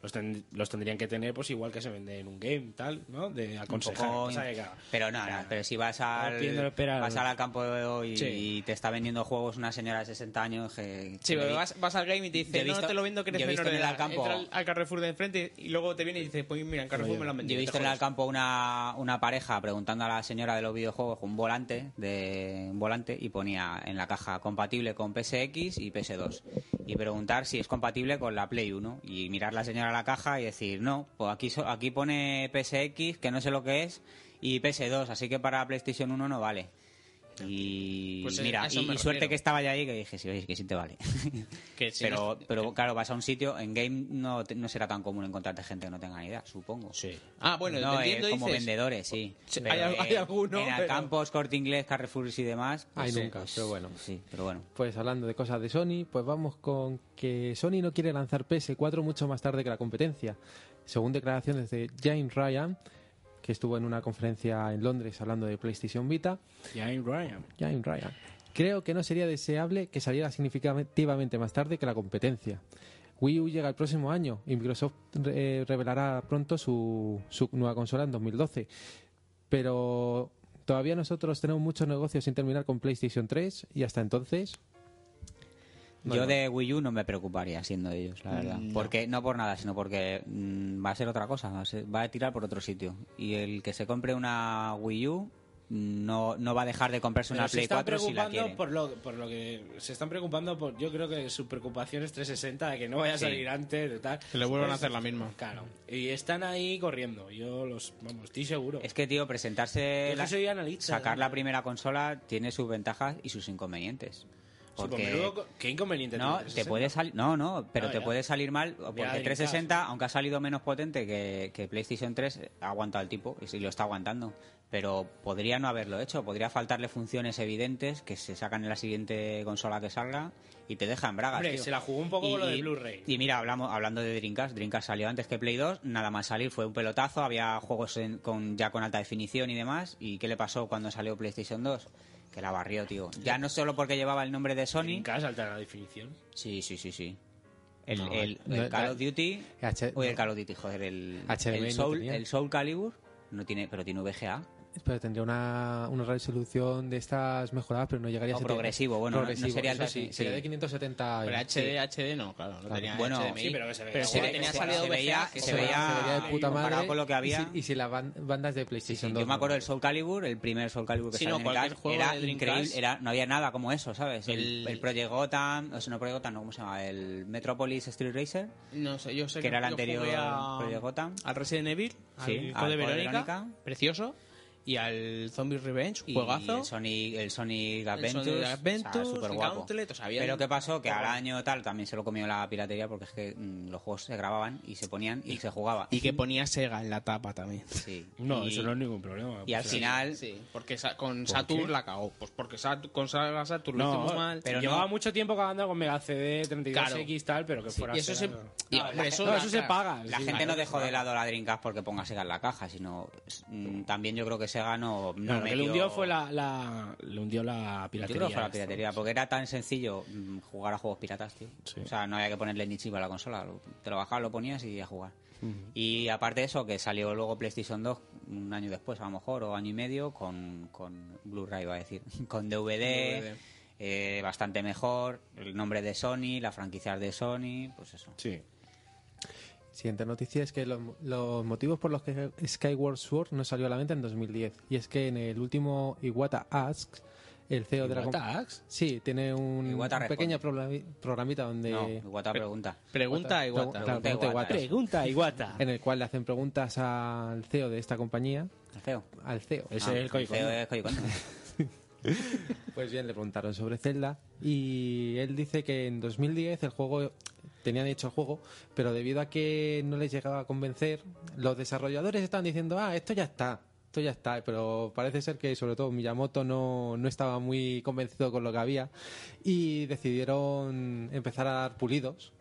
los, ten- los tendrían que tener pues igual que se vende en un game, tal, ¿no? De
Un
aconsejar.
poco-
cosa que, claro,
pero no, no,
claro.
pero si vas
pidiendo lo
al,
esperado.
vas al campo de hoy
Sí.
y te está vendiendo juegos una señora de 60 años que...
Sí,
que
pero
le-
vas, vas al game y te
yo
dice,
he visto-
no te lo vendo que eres
yo he visto
menor
en
de
el
edad.
Alcampo-
Entra al, al Carrefour de enfrente y luego te viene y dice, pues mira, en Carrefour me lo han
Yo he
vendido.
visto
te
en el
jodes.
campo una, una pareja preguntando a la señora de los videojuegos un volante de un volante y ponía en la caja compatible con PSX y PS2 y preguntar si es compatible con la Play 1 y mirar la señora a la caja y decir no, pues aquí so- aquí pone PSX que no sé lo que es y PS2 así que para PlayStation 1 no vale. Y
Pues, eh, a
mira,
eso
y,
me
y suerte
refiero.
que estaba ya ahí que dije, sí, oye, que sí te vale.
Que si no-
pero, pero claro, vas a un sitio, en game no, te- no será tan común encontrarte gente que no tenga ni idea, supongo.
Sí.
Ah, bueno,
No, eh,
vendiendo
como
dices,
vendedores, sí.
Sí,
Pero
hay-
en-
hay alguno,
En
pero-
Alcampos, Corte Inglés, Carrefour y demás. pues
Ay,
sí,
nunca,
pues
pero bueno.
Sí, pero bueno.
Pues hablando de cosas de Sony, pues vamos con que Sony no quiere lanzar PS4 mucho más tarde que la competencia. Según declaraciones de James Ryan, que estuvo en una conferencia en Londres hablando de PlayStation Vita,
Ya en Ryan.
James Ryan, creo que no sería deseable que saliera significativamente más tarde que la competencia. Wii U llega el próximo año y Microsoft eh, revelará pronto su, su nueva consola en 2012. Pero todavía nosotros tenemos muchos negocios sin terminar con PlayStation 3 y hasta entonces
Yo de Wii U no me preocuparía siendo ellos,
Mm,
la verdad. Porque, no por nada, sino porque mm, va a ser otra cosa, va a, ser- va a tirar por otro sitio. Y el que se compre una Wii U mm, no, no va a dejar de comprarse
Pero
una
se
Play
están
4 si la
preocupando
quiere.
por lo, por lo que se están preocupando por yo creo que su preocupación es 360 de que no vaya a
Sí.
salir antes de tal
Que le vuelvan a hacer la misma.
claro y están ahí corriendo yo los vamos estoy seguro
Es que, tío, presentarse...
Yo que soy analista. ¿eh?
Sacar la primera consola tiene sus ventajas y sus inconvenientes.
Sí, pues,
Porque...
menudo co- qué inconveniente
No,
tiene
te
360.
puede salir. No, no, pero
No,
te
Ah, ya.
puede salir mal porque
Ya,
360, aunque ha salido menos potente que, que PlayStation 3, ha aguantado el tipo y sí, lo está aguantando. Pero podría no haberlo hecho, podría faltarle funciones evidentes que se sacan en la siguiente consola que salga y te dejan bragas.
Hombre,
tío.
se la jugó un poco con lo de Blu-ray.
Y mira, hablamos, hablando de Dreamcast, Dreamcast salió antes que Play 2, nada más salir fue un pelotazo, había juegos en- con, ya con alta definición y demás. ¿Y qué le pasó cuando salió PlayStation 2? Que la barrió, tío. Ya no solo porque llevaba el nombre de Sony,
en casa alta la definición
Sí, sí, sí, sí. El,
No,
el-
no,
el
da-
Call of Duty.
H-
Uy, el
no.
Call of Duty, joder. El,
HDMI
el
no
Soul,
tenía.
el Soul Calibur no tiene, pero tiene VGA.
Pero tendría una, una resolución de estas mejoradas, pero no llegaría
O
a 70.
progresivo, bueno, no- no sería el
eso
de-
sí,
sí.
sería de 570.
Pero
euros.
HD, HD no, claro, no tenía
Bueno,
HDMI.
sí, pero que se veía
sí que
guay.
tenía
Se-
salida
se
VGA,
veía-
que
se
Se veía-
veía-
se veía de puta
comparado
madre.
con lo que había.
Y si, y si las ban- bandas de PlayStation 2.
yo me
no.
acuerdo del Soul Calibur, el primer Soul Calibur que
Sí,
salió
no,
en el
cualquier
GAC,
juego
era
de Dreamcast.
increíble, era- no había nada como eso, ¿sabes? El,
El-
el Project Gotham, o sea, no Project Gotham, no, ¿cómo se llama? El Metropolis Street Racer,
No sé, yo sé
que era el
yo
anterior
jugué
Project Gotham.
al Resident Evil,
Sí,
al Code
al Code
Verónica,
Verónica.
precioso, y al Zombies Revenge,
y
juegazo.
el Sonic, el Sonic
el
Adventures,
Sonic
o sea,
Adventures,
superguapo.
Gauntlet, o sea, había-
Pero ¿qué pasó? Que al
Bueno.
año tal también se lo comió la piratería porque es que mm, los juegos se grababan y se ponían y, se jugaba.
Y que ponía Sega en la tapa también.
Sí.
no
Y-
eso no es ningún problema
Y al
Pues,
final...
Sí, porque sa- con Saturn
qué?
la cagó. Pues porque Sat- con Sega Saturn lo
no
hicimos mal.
pero
pero
llevaba
no-
mucho tiempo cagando con Mega CD 32X tal pero que fuera
y eso se...
Sega, no.
y,
No,
hombre,
la-
eso,
No,
la-
eso se paga
La
sí.
gente no dejó de lado la Dreamcast porque ponga Sega en la caja, sino mm, también yo creo que Sega no, no
No, lo que le
metió-
hundió fue la, la- le hundió la
Yo
piratería
creo que fue la piratería, porque era tan sencillo mm, jugar a juegos piratas, tío.
Sí.
O sea, no había que ponerle ni chip a la consola. Lo- Te lo bajabas, lo ponías y a jugar. Y aparte de eso, que salió luego PlayStation 2 un año después, a lo mejor, o año y medio, con, con Blu-ray, va a decir, con DVD,
DVD.
eh, bastante mejor, el nombre de Sony, las franquicias de Sony, pues eso.
sí
Siguiente noticia es que los, los motivos por los que Skyward Sword no salió a la venta en 2010. Y es que en el último Iwata Asks, el CEO de la comp-
¿Iwata Asks?
Sí, tiene un,
Iwata
un
responde.
pequeño programi- programita donde...
No, igual te pregunta.
Iwata-
Pregunta igual.
claro, pregunta
Iwata.
Iwata.
pregunta Iguata
en el cual le hacen preguntas al CEO de esta compañía,
¿El CEO?
al E CEO.
Ese
Ah,
es el Koji
CEO
Kondo.
es Koji Kondo.
Pues bien, le preguntaron sobre Zelda y él dice que en 2010 el juego tenían hecho el juego, pero debido a que no les llegaba a convencer, los desarrolladores estaban diciendo, ah, esto ya está, esto ya está, pero parece ser que sobre todo Miyamoto no, no estaba muy convencido con lo que había y decidieron empezar a dar pulidos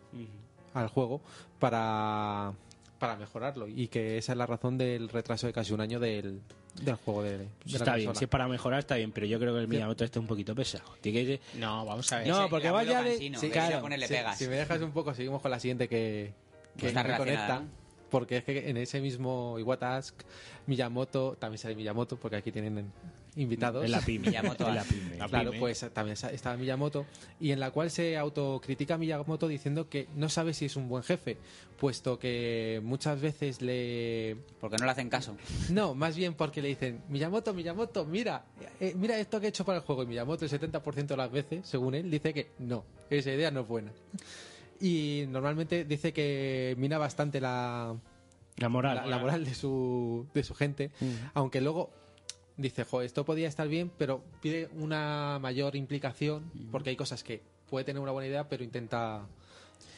al juego para para mejorarlo. Y que esa es la razón del retraso de casi un año del, del juego de, de
Sí,
la
Pues está bien,
consola.
si es para mejorar está bien, pero yo creo que el Miyamoto está un poquito pesado. Tiene que-
No, vamos a ver.
No,
Ese
porque
abuelo
vaya de-
cansino,
sí,
que
claro,
quiere ponerle
Si-
pegas.
Si me dejas un poco, seguimos con la siguiente que, que
está
me
relacionada,
conecta.
¿no?
Porque es que en ese mismo Iwata Ask, Miyamoto, también sale Miyamoto, porque aquí tienen invitados.
en la pyme.
Miyamoto
en la
hace.
pyme.
Claro,
pyme.
pues también sa- estaba Miyamoto, y en la cual se autocritica a Miyamoto diciendo que no sabe si es un buen jefe, puesto que muchas veces le...
Porque no le hacen caso.
No, más bien porque le dicen, Miyamoto, Miyamoto, mira, eh, mira esto que he hecho para el juego. Y Miyamoto el 70% de las veces, según él, dice que no, esa idea no es buena. Y normalmente dice que mina bastante la,
La moral.
la, la moral de su, de su gente.
Mm.
Aunque luego dice, jo, esto podía estar bien, pero pide una mayor implicación
Mm.
porque hay cosas que puede tener una buena idea, pero intenta.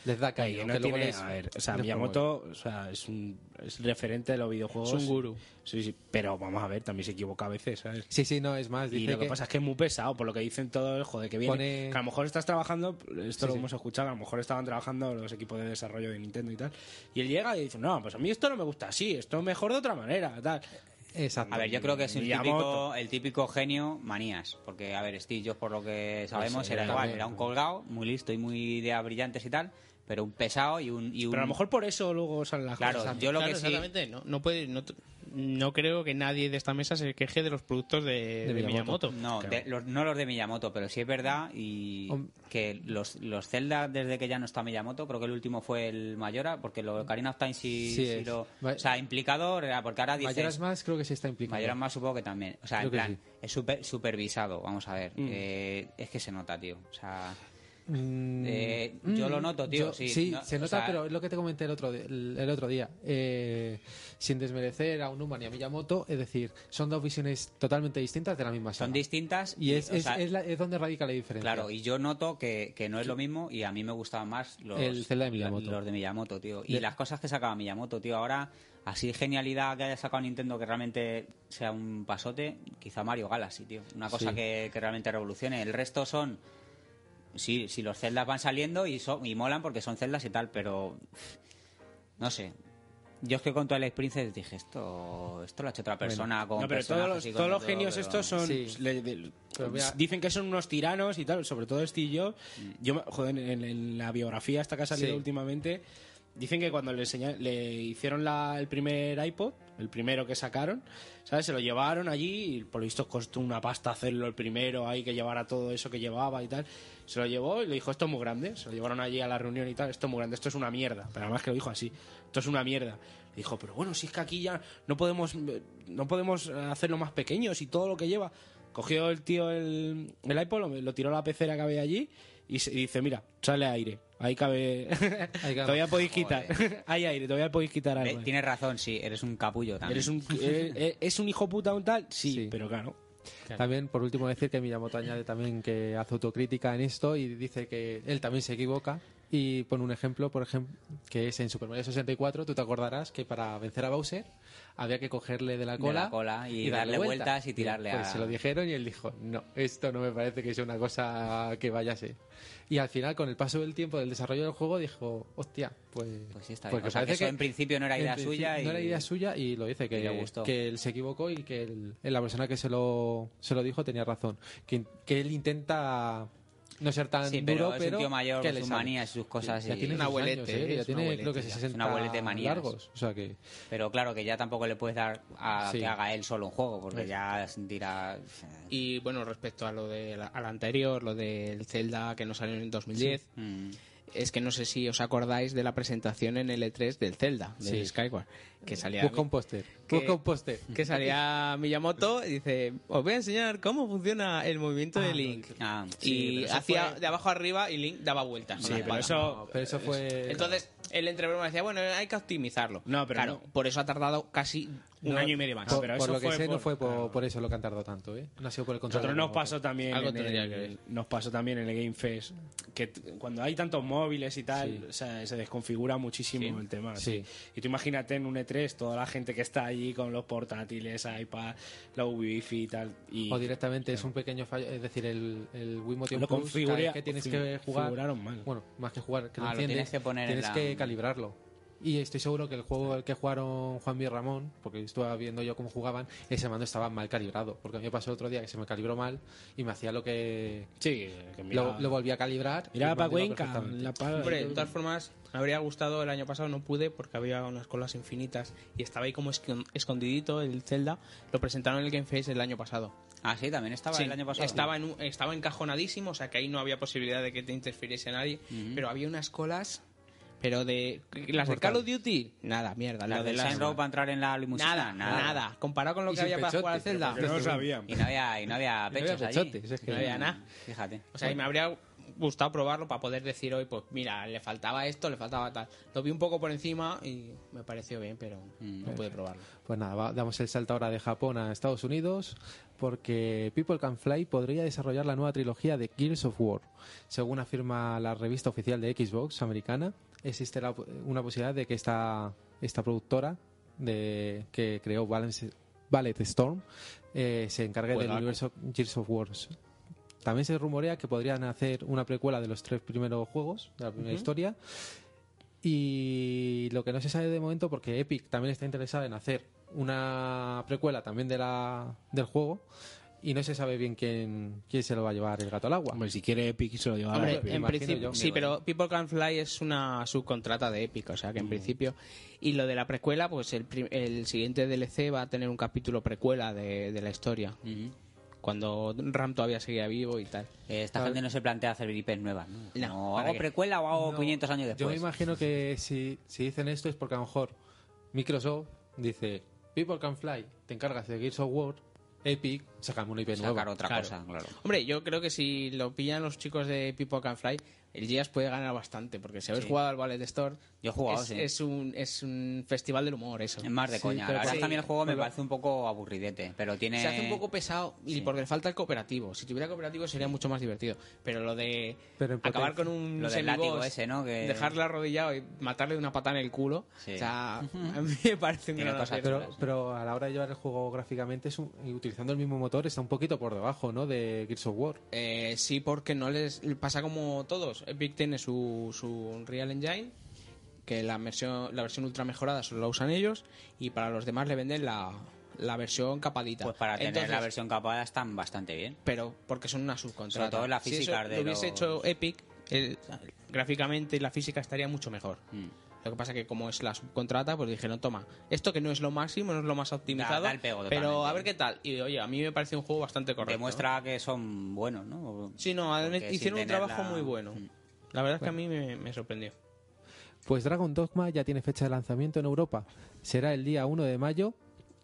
Les da
Ahí,
caído.
no
que luego
tiene-
les-
a ver, o sea,
les
Miyamoto o sea, es un es referente de los videojuegos.
Es un gurú.
Sí, sí, pero vamos a ver, también se equivoca a veces, ¿sabes?
Sí, sí, no, es más.
Y
Dice
lo que,
que-
pasa es que es muy pesado, por lo que dicen todos, joder, que viene.
Pone-
Que a lo mejor estás trabajando, esto
Sí,
lo
sí.
hemos escuchado, a lo mejor estaban trabajando los equipos de desarrollo de Nintendo y tal. Y él llega y dice, no, pues a mí esto no me gusta así, esto mejor de otra manera, tal.
Exacto.
A ver, yo creo que es el típico,
Miyamoto.
el típico genio manías. Porque, a ver, Steve Jobs, por lo que sabemos,
Pues sí,
era igual.
también.
Era un colgado, muy listo y muy ideas brillantes y tal, pero un pesado y un... y un-
Pero
Mm.
a lo mejor por eso luego salen las
Claro,
cosas.
yo lo
Claro,
que sí...
exactamente. No, no, puede, no, t- no creo que nadie de esta mesa se queje de los productos de, de
Miyamoto.
Miyamoto.
No,
Claro.
de- los, no los de Miyamoto, pero sí es verdad y
Hom-
que los, los Zelda, desde que ya no está Miyamoto, creo que el último fue el Mayora, porque lo de Karina of Time sí,
Sí
sí
es.
lo...
Ma-
O sea, implicado, era porque ahora dices...
Mayoras más creo que sí está implicado.
Mayoras más supongo que también. O sea,
Creo
en
que
plan,
sí.
es super- supervisado, vamos a
Mm.
ver. Eh, es que se nota, tío. O sea...
Mm,
Eh, yo lo noto, tío, sí, no,
se
o
nota,
sea-
pero es lo que te comenté el otro, di- el, el otro día. Eh, sin desmerecer a Unuma ni a Miyamoto, es decir, son dos visiones totalmente distintas de la misma saga.
son distintas
y es,
o
es-
sea,
es la- es donde radica la diferencia.
claro y yo noto que, que no es lo mismo y a mí me gustaban más los
El Zelda de Miyamoto.
los de Miyamoto tío y
De-
las cosas que sacaba Miyamoto tío ahora así genialidad que haya sacado Nintendo que realmente sea un pasote quizá Mario Galaxy tío una cosa
Sí.
que, que realmente revolucione el resto son sí sí los celdas van saliendo y son y molan porque son celdas y tal pero no sé yo es que con Twilight Princess dije esto esto lo ha hecho otra persona con
No, pero todos
personajes
los,
y con
todos los
todo,
genios
pero-
estos son.
Sí.
le- de-
Pero mira- Mm.
dicen que son unos tiranos y tal, sobre todo este y yo. Yo, me- joder, en, en la biografía esta que ha salido
Sí.
últimamente, dicen que cuando le, enseña- le hicieron la- el primer iPod, el primero que sacaron, ¿sabes? Se lo llevaron allí y por lo visto costó una pasta hacerlo el primero, hay que llevar a todo eso que llevaba y tal. Se lo llevó y le dijo, esto es muy grande. Se lo llevaron allí a la reunión y tal, esto es muy grande, esto es una mierda. Pero además que lo dijo así, esto es una mierda. Le dijo, pero bueno, si es que aquí ya no podemos, no podemos hacerlo más pequeño, si todo lo que lleva. Cogió el tío el, el iPod, lo, lo tiró a la pecera que había allí y, se, y dice, mira, sale aire. Ahí cabe...
Ahí cabe.
todavía podéis quitar. Hay aire, todavía podéis quitar
Ve,
algo. ahí.
Eh, Tienes razón, sí, eres un capullo también.
¿Eres un, eh, eh, ¿Es un hijo puta un tal? Sí,
Sí.
pero claro.
También, por último, decir que Miyamoto añade también que hace autocrítica en esto y dice que él también se equivoca. Y pone un ejemplo, por ejemplo, que es en Super Mario 64, tú te acordarás que para vencer a Bowser había que cogerle de la
De
cola,
la cola y darle vueltas y tirarle
Pues
a-
se lo dijeron y él dijo, no, esto no me parece que sea una cosa que vaya a ser. Y al final, con el paso del tiempo del desarrollo del juego, dijo, hostia, pues...
Pues sí, está bien.
porque
O sea, que
parece
eso en principio no era
en
idea
principio
suya y-
No era idea suya y lo dice,
y
que,
le gustó.
que él se equivocó y que él- la persona que se lo, se lo dijo tenía razón. Que, que él intenta no ser tan
Sí, pero
duro,
es un
pero...
tío mayor
que
con
le
sus
sale.
manías y sus cosas
Ya
y-
tiene
Un
sus
abuelete,
años, ¿eh?
es
Ya
un
tiene,
abuelete
creo que
ya. Es un
60
abuelete de manías.
largos. O sea que...
Pero claro, que ya tampoco le puedes dar a
Sí.
que haga él solo un juego, porque
Sí.
ya dirá...
Y bueno, respecto a lo de la- al anterior, lo del Zelda que nos salió en 2010,
Mm.
es que no sé si os acordáis de la presentación en el E3 del Zelda,
Sí.
del Skyward, que salía
Busca un póster.
que-
Busca un póster.
que salía Miyamoto y dice, os voy a enseñar cómo funciona el movimiento de Link.
Ah,
y
sí, pero eso
hacía
fue-
de abajo arriba y Link daba vueltas. con la
pero
espada.
eso...
No, pero eso eh, fue...
Entonces, él entre bromas decía, bueno, hay que optimizarlo.
No, pero
claro,
no.
por eso ha tardado casi un
No,
año y medio más.
no,
por,
pero
por
eso
lo que
fue
sé, no
por-
fue por,
claro.
por eso lo que han tardado tanto, ¿eh? No ha sido por el contrario.
Nosotros nos pasó también
Algo
en
tendría
el-
que ver.
nos pasó también en el Game Fest que t- cuando hay tantos móviles y tal
Sí.
o sea, se desconfigura muchísimo el tema
Sí.
sí. y tú imagínate en un E3 toda la gente que está allí con los portátiles iPad los wifi y tal y
O directamente es un pequeño fallo, es decir, el, el Wiimote
Lo
Plus, cada
configura-
vez que tienes
config-
que jugar,
configuraron mal.
bueno, más que jugar, que lo
Ah, lo
enciendes,
tienes que poner en
tienes
la-
que calibrarlo. Y estoy seguro que el juego el que jugaron Juan y Ramón, porque estuve viendo yo cómo jugaban, ese mando estaba mal calibrado. Porque a mí me pasó el otro día que se me calibró mal y me hacía lo que.
Sí, que mira-
Lo, lo volví a calibrar. y
Mira
el
pa'
mando iba
Cuenca.
perfectamente.
la pa-
Hombre, de todas formas, me habría gustado el año pasado, no pude porque había unas colas infinitas y estaba ahí como escon- escondidito el Zelda. Lo presentaron en el Game Face el año pasado.
Ah, sí, también estaba
Sí,
el año pasado.
Estaba, en un- estaba encajonadísimo, o sea que ahí no había posibilidad de que te interfiriese nadie. Pero había unas colas, pero de. Las de Call of Duty, nada, mierda.
Lo
las
del
Last
Saints Row
Man.
para entrar en la limusina.
Nada, nada, Comparado con lo
Y
que
sin
había para jugar al
pechotes,
Zelda.
Pero no lo sabían.
Y no había, y no había
Y no había
pechos allí.
pechotes, es que
No había nada.
Fíjate.
O sea, y me habría gustado probarlo para poder decir hoy, pues mira, le faltaba esto, le faltaba tal. Lo vi un poco por encima y me pareció bien, pero no pude probarlo.
Pues nada, va- damos el salto ahora de Japón a Estados Unidos porque People Can Fly podría desarrollar la nueva trilogía de Gears of War. Según afirma la revista oficial de Xbox americana, existe la- una posibilidad de que esta, esta productora de, que creó Balance- Ballet Storm eh, se encargue del universo Gears of War. También se rumorea que podrían hacer una precuela de los tres primeros juegos, de la primera historia, y lo que no se sabe de momento, porque Epic también está interesada en hacer una precuela también de la, del juego, y no se sabe bien quién, quién se lo va a llevar el gato al agua.
Hombre, si quiere Epic se lo lleva
Hombre,
a Epic.
en
imagino
principio.
yo.
Sí, pero People Can Fly es una subcontrata de Epic, o sea que en principio. Y lo de la precuela, pues el, prim- el siguiente DLC va a tener un capítulo precuela de, de la historia. Cuando Ram todavía seguía vivo y tal.
Eh, Esta gente no se plantea hacer VIPs nuevas, ¿no?
No,
Como,
¿para
¿Hago
qué?
precuela o hago 500 años
Yo
después?
me imagino que si, si dicen esto es porque a lo mejor Microsoft dice, People Can Fly, te encargas de Gears of War, Epic, sacamos una IP
Sacar
nueva.
otra
Claro.
cosa, claro.
Hombre, yo creo que si lo pillan los chicos de People Can Fly, el Gears puede ganar bastante, porque si habéis jugado al Ballet Store,
Yo he jugado,
es,
sí.
es un, es un festival del humor eso.
Es más de
Sí,
coña.
pero
La verdad
sí,
también el juego me
pero-
parece un poco aburridete, pero tiene...
Se hace un poco pesado y porque le falta el cooperativo. Si tuviera cooperativo sería mucho más divertido. Pero lo de
Pero en
acabar
potencia.
con un
Lo del
semiboss,
látigo ese, ¿no? Que-
dejarle arrodillado y matarle de una patada en el culo,
Sí.
o sea, a mí me parece un
Tiene
gran
cosas
acierto.
Pero, pero a la hora de llevar el juego gráficamente, es un- y utilizando el mismo motor, está un poquito por debajo ¿no? de Gears of War.
Eh, sí, porque no les pasa como todos. Epic tiene su, su Unreal Engine, que la versión, la versión ultra mejorada solo la usan ellos, y para los demás le venden la, la versión capadita.
Pues para tener la
Entonces,
versión capada están bastante bien.
pero porque son una subcontrata.
Sobre todo la
Si eso
física de
lo hubiese
los-
hecho Epic, el- gráficamente y la física estaría mucho mejor.
Mm.
Lo que pasa que como es la subcontrata, pues dijeron, toma, esto que no es lo máximo, no es lo más optimizado,
da el pego
pero
totalmente.
a ver qué tal. Y oye, a mí me parece un juego bastante correcto.
Demuestra que son buenos, ¿no?
Sí, no, han-
Porque sin Mm.
hicieron un
tener
trabajo
la-
muy bueno. La verdad es que a mí me, me sorprendió.
Pues Dragon Dogma ya tiene fecha de lanzamiento en Europa. Será el día 1 de mayo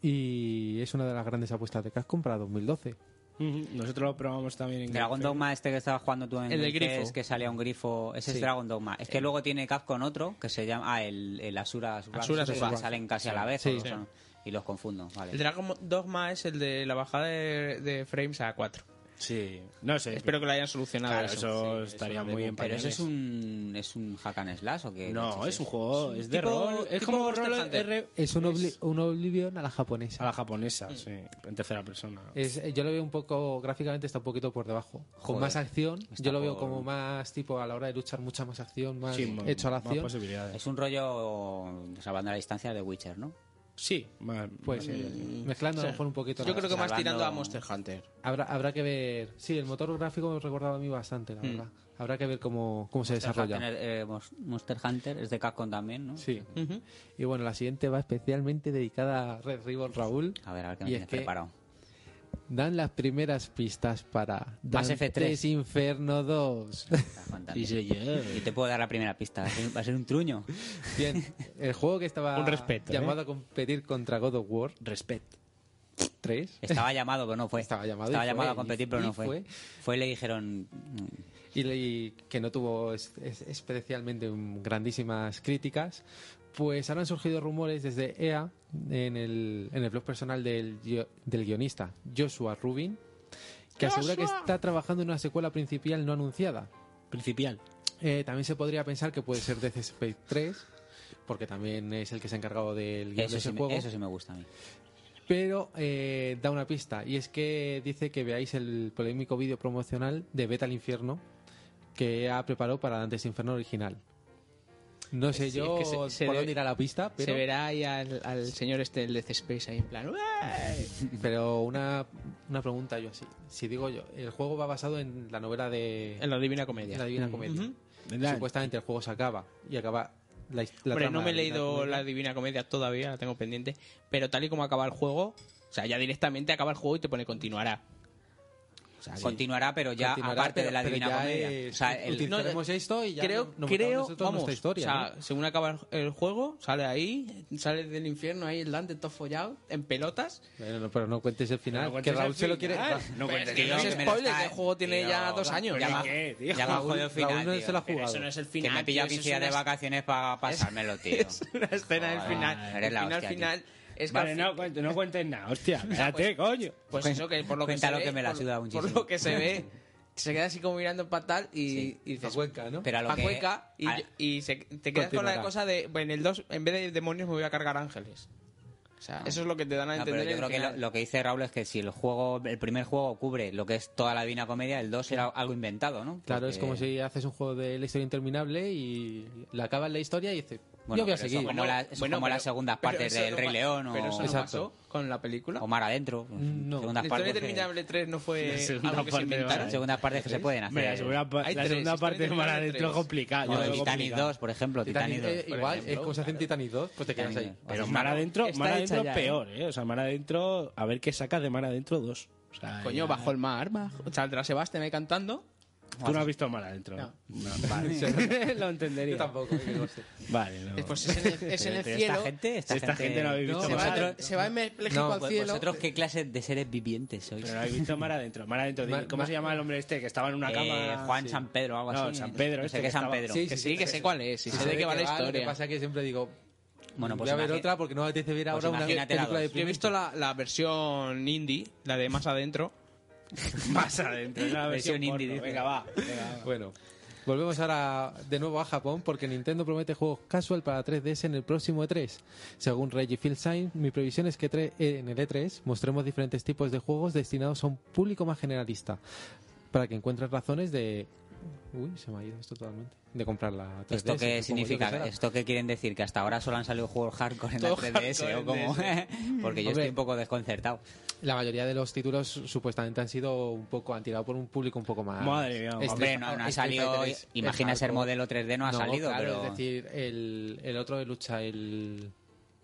y es una de las grandes apuestas de Capcom para 2012.
Ujú, Nosotros lo probamos también en
Dragon
Game
Dogma este que estabas jugando tú en
El del
que
grifo.
es que salía un grifo, ese es
Sí.
Dragon Dogma. Es que luego tiene Capcom otro que se llama ah el, el Asura
Asura Survival.
salen casi a la vez
Sí.
o no
Sí.
son- y los confundo, vale.
El Dragon Dogma es el de la bajada de, de frames a 4.
Fest. Sí, no sé.
Espero que lo hayan solucionado
claro,
eso.
eso
Sí,
estaría
es una
muy
demo.
en
Pero
pañales.
eso es un es un hack and slash o qué?
No,
leches
es un juego, es, de
tipo-
rol. Es
tipo
como
Monster
rol
Hunter.
R
Es un, obli- un Oblivion a la
a
japonesa.
la japonesa, sí, en tercera persona.
Es- eh, yo lo veo un poco, gráficamente está un poquito por debajo. Con
Joder.
más acción,
Está
yo lo veo
por-
como más tipo a la hora de luchar, mucha más acción, más
Sí,
hecho a la
más
acción.
posibilidades.
Es un rollo salvando la distancia de Witcher, ¿no?
Sí, más-
Pues
más-
eh, mezclándolo con un poquito.
Yo
la-
creo que más
Salvando-
tirando a Monster Hunter.
habrá, habrá que ver. Sí, el motor gráfico me recordaba a mí bastante,
Mm.
la verdad. Habrá que ver cómo, cómo se desarrolla.
Tener, eh, Mos- Monster Hunter es de Capcom también, ¿no?
Sí. Y bueno, la siguiente va especialmente dedicada a Red Ribbon Raúl.
A ver, a ver qué
Y
me
es
tienes
que
preparado.
Dan las primeras pistas para
Mass Effect
Dante's
3.
Inferno 2.
Estás contando. Yo te puedo dar la primera pista, va a ser, va a ser un truño.
Bien, el juego que estaba
Un respeto, ¿eh?
llamado a competir contra God of War
respet.
3
Estaba llamado, pero no fue.
Estaba llamado y
Estaba
fue,
llamado
y-
a competir, pero
y
no fue.
fue.
fue. y le dijeron. mm,
y, y que no tuvo es- es- especialmente mm, grandísimas críticas, pues ahora han surgido rumores desde EA en el, en el blog personal del, guio- del guionista Joshua Rubin que asegura que está trabajando en una secuela principal no anunciada.
Principial.
Eh, también se podría pensar que puede ser Death Space 3, porque también es el que se ha encargado del guion de
Eso
ese
sí, me,
juego.
eso sí me gusta a mí.
Pero eh, da una pista, y es que dice que veáis el polémico vídeo promocional de Beta al Infierno que ha preparado para Dante's Inferno original. No sé
Eh, Sí,
yo
es que se- se
por
debe-
dónde irá la pista, pero,
Se verá ahí al, al señor este, el de Space, ahí en plan... "Ué".
pero una, una pregunta yo así. Si digo yo, el juego va basado en la novela de
En la Divina Comedia.
La Divina Comedia.
Ujú.
¿Verdad?
Supuestamente el juego se acaba y acaba la, his- la
Hombre,
trama
no me he
de la Divina
leído
Comedia.
la Divina Comedia todavía, la tengo pendiente. Pero tal y como acaba el juego, o sea, ya directamente acaba el juego y te pone continuará. O sea, que-
Continuará, pero ya
Continuará,
aparte de
pero-
la
pero
Divina
ya
Comedia.
es-
o sea, el-
util- utilizaremos
eh,
esto y ya
creo,
nos- nos
creo,
montamos nosotros
vamos,
nuestra historia,
o sea, según acaba el el juego, sale ahí, sale del infierno ahí el Dante todo follado, en pelotas.
Bueno, no, pero no cuentes el final,
No cuentes
que Raúl
el
se lo quiere.
final.
Ra-
No
Pero
cuentes
es que
el
no es
final.
me lo
spoiler,
está-
que el juego tiene
tío,
ya dos
Ya,
años. Ya
me
va.
ha-
¿Qué, tío?
ya me ha
Raúl-
jodido el final.
Raúl no
tío.
se la ha
Pero eso
jugado.
no es el
que
final.
me he pillado
tío, eso
15
es
días de
una-
vacaciones para pasármelo, tío.
Es una escena del
Joder,
final.
eres
El
la
final
hostia, tío.
final es que
Vale,
al
no, cuentes, no cuentes nada, hostia. Espérate, coño.
Pues
Cuen-
eso que por lo que
cuéntalo
se
que
ve,
me la
por-
suda
por,
muchísimo.
lo que se ve, se queda así como mirando para tal y,
Sí.
y dices,
Cuenca, ¿no?
Pero a lo
pa'
que-
cueca y,
a-
y se- te quedas con la
Continuará.
cosa de, bueno, en el 2, en vez de demonios me voy a cargar ángeles. O sea, eso es lo que te dan a
Ah. No,
entender.
pero yo
en
creo
el
que lo,
final.
lo que dice Raúl es que si el juego, el primer juego cubre lo que es toda la Divina Comedia, el 2 era algo inventado, ¿no?
Claro, es
Porque-
como si haces un juego de la historia interminable y la acabas la historia y dices,
Bueno,
yo voy a
pero eso
seguir.
como la- eso como las segundas
pero
partes
eso
del
no
Rey
pa-
León o-
Pero eso no
Exacto.
pasó con la película.
O mar adentro. pues,
No.
Segundas
La historia
partes. que-
interminable 3 no fue
segunda
algo que se
parte de
inventaron.
Vale.
Segundas partes que se pueden
Hombre, la
hacer.
segunda, pa-
Hay
la
tres,
segunda
estoy
parte de
terminando
Mar
de
adentro es
tres.
complicada.
Como en Titanic 2, por ejemplo. Titanic
Titanic, eh,
2.
igual,
ejemplo.
es como se hace en Titanic 2, pues te quedas ahí.
Pero
Pues
mar
no,
adentro,
está
mar
hecha
adentro
ya, ¿eh?
peor, ¿eh? O sea, mar adentro, a ver qué sacas de mar adentro 2. O sea, ya-
Coño, bajo el mar, bajo- saldrá Sebastián ahí cantando.
Tú no has visto mar adentro. No. Vale. Lo entendería.
Yo tampoco, eh, que no sé.
Vale, no.
Pues es en el, es en el
Pero
cielo.
Esta gente, esta,
Si esta gente no habéis
No,
visto
se,
mar
va,
adentro.
se va en México
No,
al
Vos-
cielo.
pues ¿Vosotros qué clase de seres vivientes sois?
Pero no habéis visto mar adentro. Mar adentro. dime,
Mar-
¿Cómo se llama el hombre este que estaba en una
Eh,
cama?
Juan
Sí.
San Pedro o algo
No,
así.
San Pedro,
No
este
sé qué
que
San
estaba-
Pedro.
que sí, que sé cuál es, y
Sí,
sé de qué va la
Lo que
historia.
pasa es que siempre digo, "Mm,
Bueno, pues
voy a ver
imagi-
otra porque no me apetece ver
pues
ahora una
imagínate la
película de
dos.
Yo he visto la, la versión indie, la de más adentro.
Más adentro. es una versión
Versión indie,
porno.
dice.
Venga, va. venga, va.
Bueno, volvemos ahora de nuevo a Japón porque Nintendo promete juegos casual para 3DS en el próximo E3. Según Reggie Fieldsign, mi previsión es que tre- eh, en el E3 mostremos diferentes tipos de juegos destinados a un público más generalista para que encuentres razones de... Uy, se me ha ido esto totalmente. De comprar la 3DS.
¿Esto
supongo yo
qué significa?
será.
¿Esto qué quieren decir? ¿Que hasta ahora solo han salido juegos hardcore en la
Todo
3DS o
hardcore en
cómo? Porque yo estoy
Hombre.
un poco desconcertado.
La mayoría de los títulos supuestamente han sido un poco, han tirado por un público un poco más...
Madre mía,
Este-
Hombre, no, no ha
Street
salido.
Fighter es-
Imagina
es
ser
hardcore.
modelo 3D, no ha salido,
claro,
pero.
Es decir, el, el otro de lucha, el...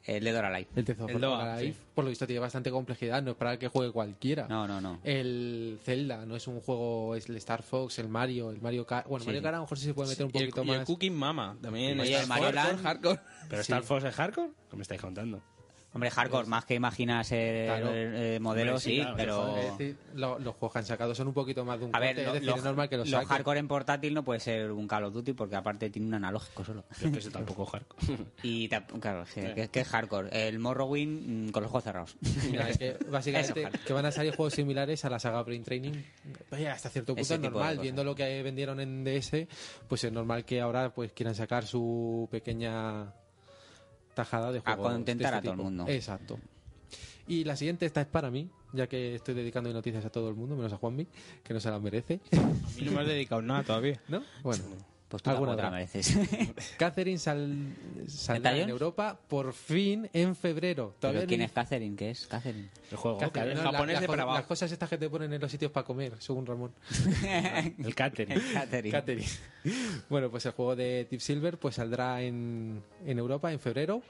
El de Dora Light.
El Tezo
El Doha, sí.
por lo visto tiene bastante complejidad, no es para que juegue cualquiera.
No, no, no.
El Zelda no es un juego, es el Star Fox, el Mario, el Mario Kart. Bueno,
Sí.
Mario Kart a lo mejor sí se puede meter un
Y el,
poquito
y el
más.
Cooking Mama también.
Oye,
está
el Mario
hardcore,
Land.
hardcore.
¿Pero Star Fox es hardcore? ¿Qué me estáis contando?
Hombre, hardcore, más que imagina ser
Claro.
eh, modelo,
Hombre, sí,
sí,
claro,
Es
pero.
decir, lo- los juegos que han sacado son un poquito más de un
A ver,
corte,
lo-
es decir,
lo-
es normal que los
lo
saquen.
hardcore en portátil no puede ser un Call of Duty porque aparte tiene un analógico solo.
Yo que eso tampoco es hardcore.
Y ta- claro, sí, que, que es hardcore. El Morrowind mm, con los ojos cerrados.
Mira, es que básicamente que van a salir juegos similares a la saga Brain Training. Vaya, hasta cierto punto
Ese
es
tipo de
normal.
cosas.
Viendo lo que vendieron en DS, pues es normal que ahora pues quieran sacar su pequeña tajada de juegos. de
contentar
este
a todo el
tipo.
mundo.
Exacto. Y la siguiente esta es para mí, ya que estoy dedicando noticias a todo el mundo, menos a Juanmi, que no se las merece.
A mí no me has dedicado nada todavía.
¿No? Bueno.
Pues tú tampoco
Alguna
te la
habrá.
mereces.
Catherine sal- saldrá
¿Detallón?
en Europa por fin en febrero. Todavía
Pero ¿Quién
ni-
es Catherine? ¿Qué es Catherine?
El juego,
Catherine,
el
no, la-
japonés
las cosas-
depravado.
Las cosas estas que te ponen en los sitios para comer, según Ramón.
el catering.
Catherine.
Catherine. Bueno, pues el juego de Deep Silver pues saldrá en, en Europa en febrero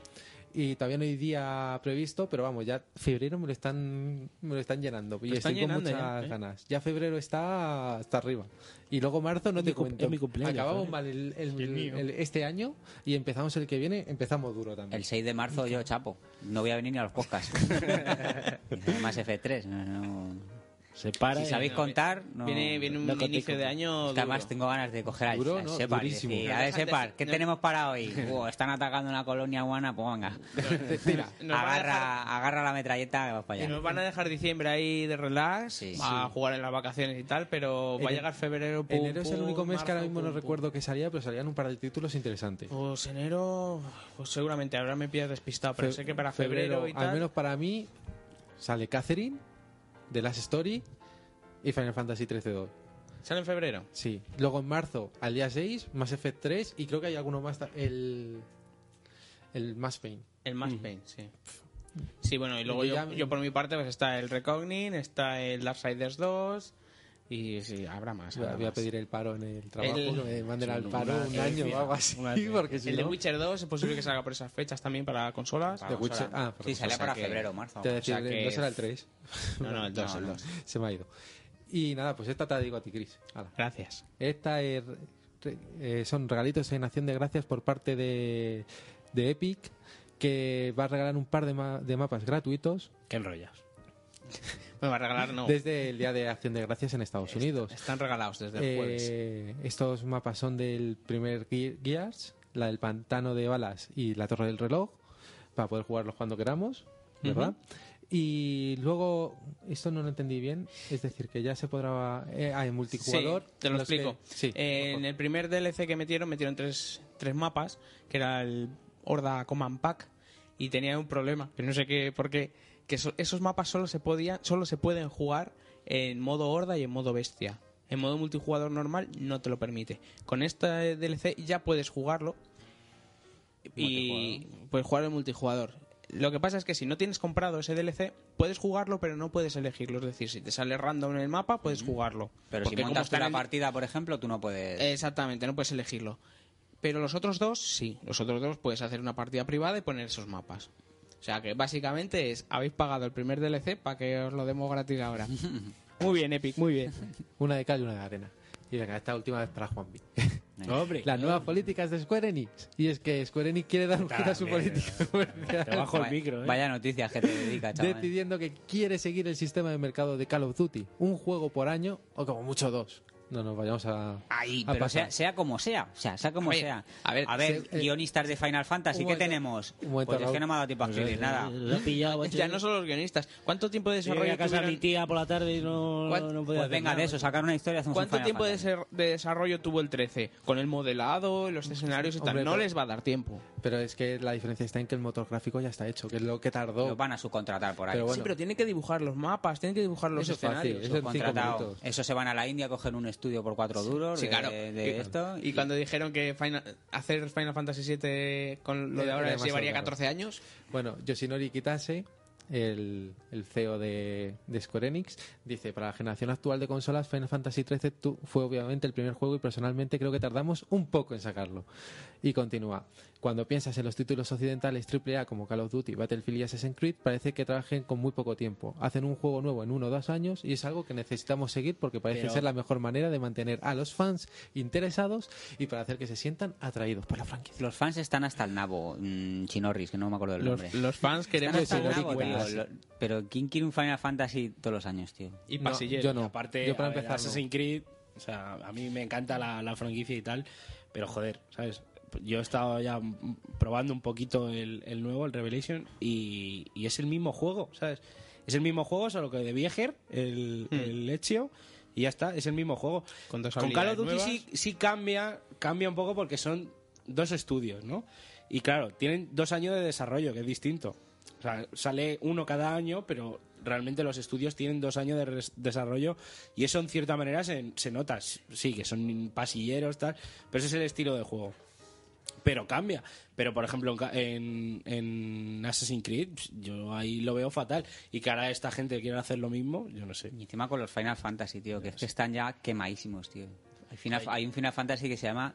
y todavía no hay día previsto, pero vamos, ya febrero me lo están me lo están llenando y
Lo están
estoy con
llenando
muchas
ya, ¿eh?
ganas. Ya febrero está hasta arriba y luego marzo no
Es
te
mi cum-
cuento.
es mi cumpleaños,
Acabamos
joder.
mal el, el-
Y el mío.
el- este año y empezamos el que viene, empezamos duro también.
El 6 de marzo yo chapo. No voy a venir ni a los podcasts. Además F3. no, no.
Se para.
Si
y-
sabéis contar... No,
Viene, viene un
no contigo.
inicio de año.
Es que Además
duro.
tengo ganas de coger al,
Duro,
al
¿no?
Separ y
Durísimo.
decir,
No,
a ver,
déjate-
Separ, ¿qué
no.
tenemos para hoy? Buah, están atacando una colonia guana, pues venga.
Mira,
Nos van a
agarra,
dejar-
agarra la metralleta que vas para
Y
allá.
nos van a dejar diciembre ahí de relax,
Sí.
a jugar en las vacaciones y tal, pero va a
Ene-
llegar febrero. pum,
enero es el
pum,
único mes que ahora
marzo,
mismo no
pum, pum.
recuerdo que salía, pero salían un par de títulos interesantes.
Pues enero, pues seguramente ahora me pillas despistado, pero
Fe-
sé que para febrero, y tal.
Al menos para mí sale Catherine, The Last Story y Final Fantasy 13 2.
¿Sale en febrero?
Sí. Luego en marzo, al día 6, Mass Effect 3 y creo que hay alguno más. ta- El. El Mass Pain.
El Mass Pain, sí. Sí, bueno, y luego
Y
yo,
ya-
yo por mi parte pues está el Recognin, está el Darksiders 2. Y sí, habrá más.
Voy a-
habrá
Voy a
más.
pedir el paro en el trabajo,
El-
que me manden al
una-
paro un
una
año o
desvía,
algo así.
una desvía.
Porque si
El de
no,
Witcher 2 es posible que salga por esas fechas también para consolas.
The Witcher- ah, perdón.
sí, salía
O sea
para
que-
febrero o marzo.
te
o
decía,
sea que-
no será el 3.
No, no, el 2,
No,
el
no.
2.
Se me ha ido. Y nada, pues esta te la digo a ti, Chris. Hala.
Gracias.
Esta es- re- eh, son regalitos en acción de gracias por parte de, de Epic, que va a regalar un par de, ma- de mapas gratuitos
Qué enrollas.
Me va a regalar, no.
desde el día de acción de gracias en Estados Unidos.
Están regalados desde el jueves.
Eh, estos mapas son del primer Ge- Gears, la del pantano de balas y la torre del reloj, para poder jugarlos cuando queramos, ¿verdad? Y luego, esto no lo entendí bien, es decir, que ya se podrá... eh, ah, en multijugador...
Sí, te lo
los que-
explico.
sí,
Eh, en el primer DLC que metieron, metieron tres, tres mapas, que era el Horda Command Pack, y tenía un problema, que no sé qué, por qué, que so- esos mapas solo se, podían, solo se pueden jugar en modo Horda y en modo Bestia. En modo multijugador normal no te lo permite. Con esta eh, DLC ya puedes jugarlo y puedes jugar en multijugador. Lo que pasa es que si no tienes comprado ese DLC, puedes jugarlo, pero no puedes elegirlo. Es decir, si te sale random en el mapa, puedes jugarlo.
Pero si
Porque como
montas tú
están
la
en- Eh,
partida, por ejemplo, tú no puedes...
Exactamente, no puedes elegirlo. Pero los otros dos, sí. Los otros dos puedes hacer una partida privada y poner esos mapas. O sea que básicamente es, habéis pagado el primer DLC para que os lo demos gratis ahora. muy bien, Epic, muy bien.
Una de cal y una de arena. Y venga, esta última vez para Juan B.
Hombre,
Las nuevas políticas de Square Enix. Y es que Square Enix quiere dar un giro a su
También,
política comercial,
te bajo el
Vaya-
micro, ¿eh?
Vaya noticias que te dedica, chaval.
decidiendo que quiere seguir el sistema de mercado de Call of Duty. Un juego por año o como mucho dos. No nos vayamos a...
Ahí,
a
pero
pasar.
sea, sea como sea, o sea, sea como
A ver,
sea.
a ver,
se- eh,
guionistas de Final Fantasy,
un
¿qué
momento,
tenemos?
un momento,
pues es
Raúl.
que no me ha dado tiempo a escribir nada.
Lo he pillado,
ya no solo los guionistas. ¿Cuánto tiempo de
Llegué
desarrollo
a casa de mi
tuvieron-
tía por la tarde y no,
¿Cuál-
no podía
Pues
hacer
venga,
nada.
de eso, sacar una historia, hacemos un
¿Cuánto
Final
tiempo de,
Fantasy.
ser- de desarrollo tuvo el 13? Con el modelado, los escenarios y tal.
Hombre,
no
pero-
les va a dar tiempo.
Pero es que la diferencia está en que el motor gráfico ya está hecho, que es lo que tardó.
Lo van a subcontratar por ahí.
Pero bueno,
Sí, pero tienen que dibujar los mapas, tienen que dibujar los
Eso es fácil,
escenarios.
eso es en cinco
Contratado.
minutos.
Eso se van a la India, cogen un estudio por cuatro duros
Sí,
de,
claro.
de
y,
esto.
y cuando dijeron que Final- hacer Final Fantasy VII con lo de
Era
ahora les
demasiado
llevaría
caro.
14 años,
Bueno, Yoshinori Kitase, el, el CEO de, de Square Enix, dice, para la generación actual de consolas, Final Fantasy XIII tu- fue obviamente el primer juego y personalmente creo que tardamos un poco en sacarlo. Y continúa, cuando piensas en los títulos occidentales AAA como Call of Duty, Battlefield y Assassin's Creed, parece que trabajen con muy poco tiempo. Hacen un juego nuevo en uno o dos años y es algo que necesitamos seguir porque parece
Pero-
ser la mejor manera de mantener a los fans interesados y para hacer que se sientan atraídos por la franquicia.
Los fans están hasta el nabo, mm, Chinorris, que no me acuerdo del nombre.
los, los fans
Están
queremos
hasta el
juegos
nabo, tío.
buenos
Lo- Pero ¿quién quiere un Final Fantasy todos los años, tío?
y
No,
pasilleros.
yo no.
Aparte,
yo para
a ver,
empezar no.
Assassin's Creed, o sea, a mí me encanta la, la franquicia y tal, pero joder, ¿sabes? Yo he estado ya mm, probando un poquito el, el nuevo, el Revelation, y, y es el mismo juego, ¿sabes? Es el mismo juego, solo que de Vieger, el, el Ezio, y ya está, es el mismo juego.
Con dos
Con Call of
habilidades
Duty
nuevas.
sí, sí cambia, cambia un poco porque son dos estudios, ¿no? Y claro, tienen dos años de desarrollo, que es distinto. O sea, sale uno cada año, pero realmente los estudios tienen dos años de res- desarrollo y eso en cierta manera se, se nota. Sí, que son pasilleros, tal, pero ese es el estilo de juego. Pero cambia. Pero, por ejemplo, en ca- en, en Assassin's Creed, yo ahí lo veo fatal. Y que ahora esta gente quiere hacer lo mismo, yo no sé.
Y encima con los Final Fantasy, tío, que es que están ya quemadísimos, tío. Hay, Final- hay un Final Fantasy que se llama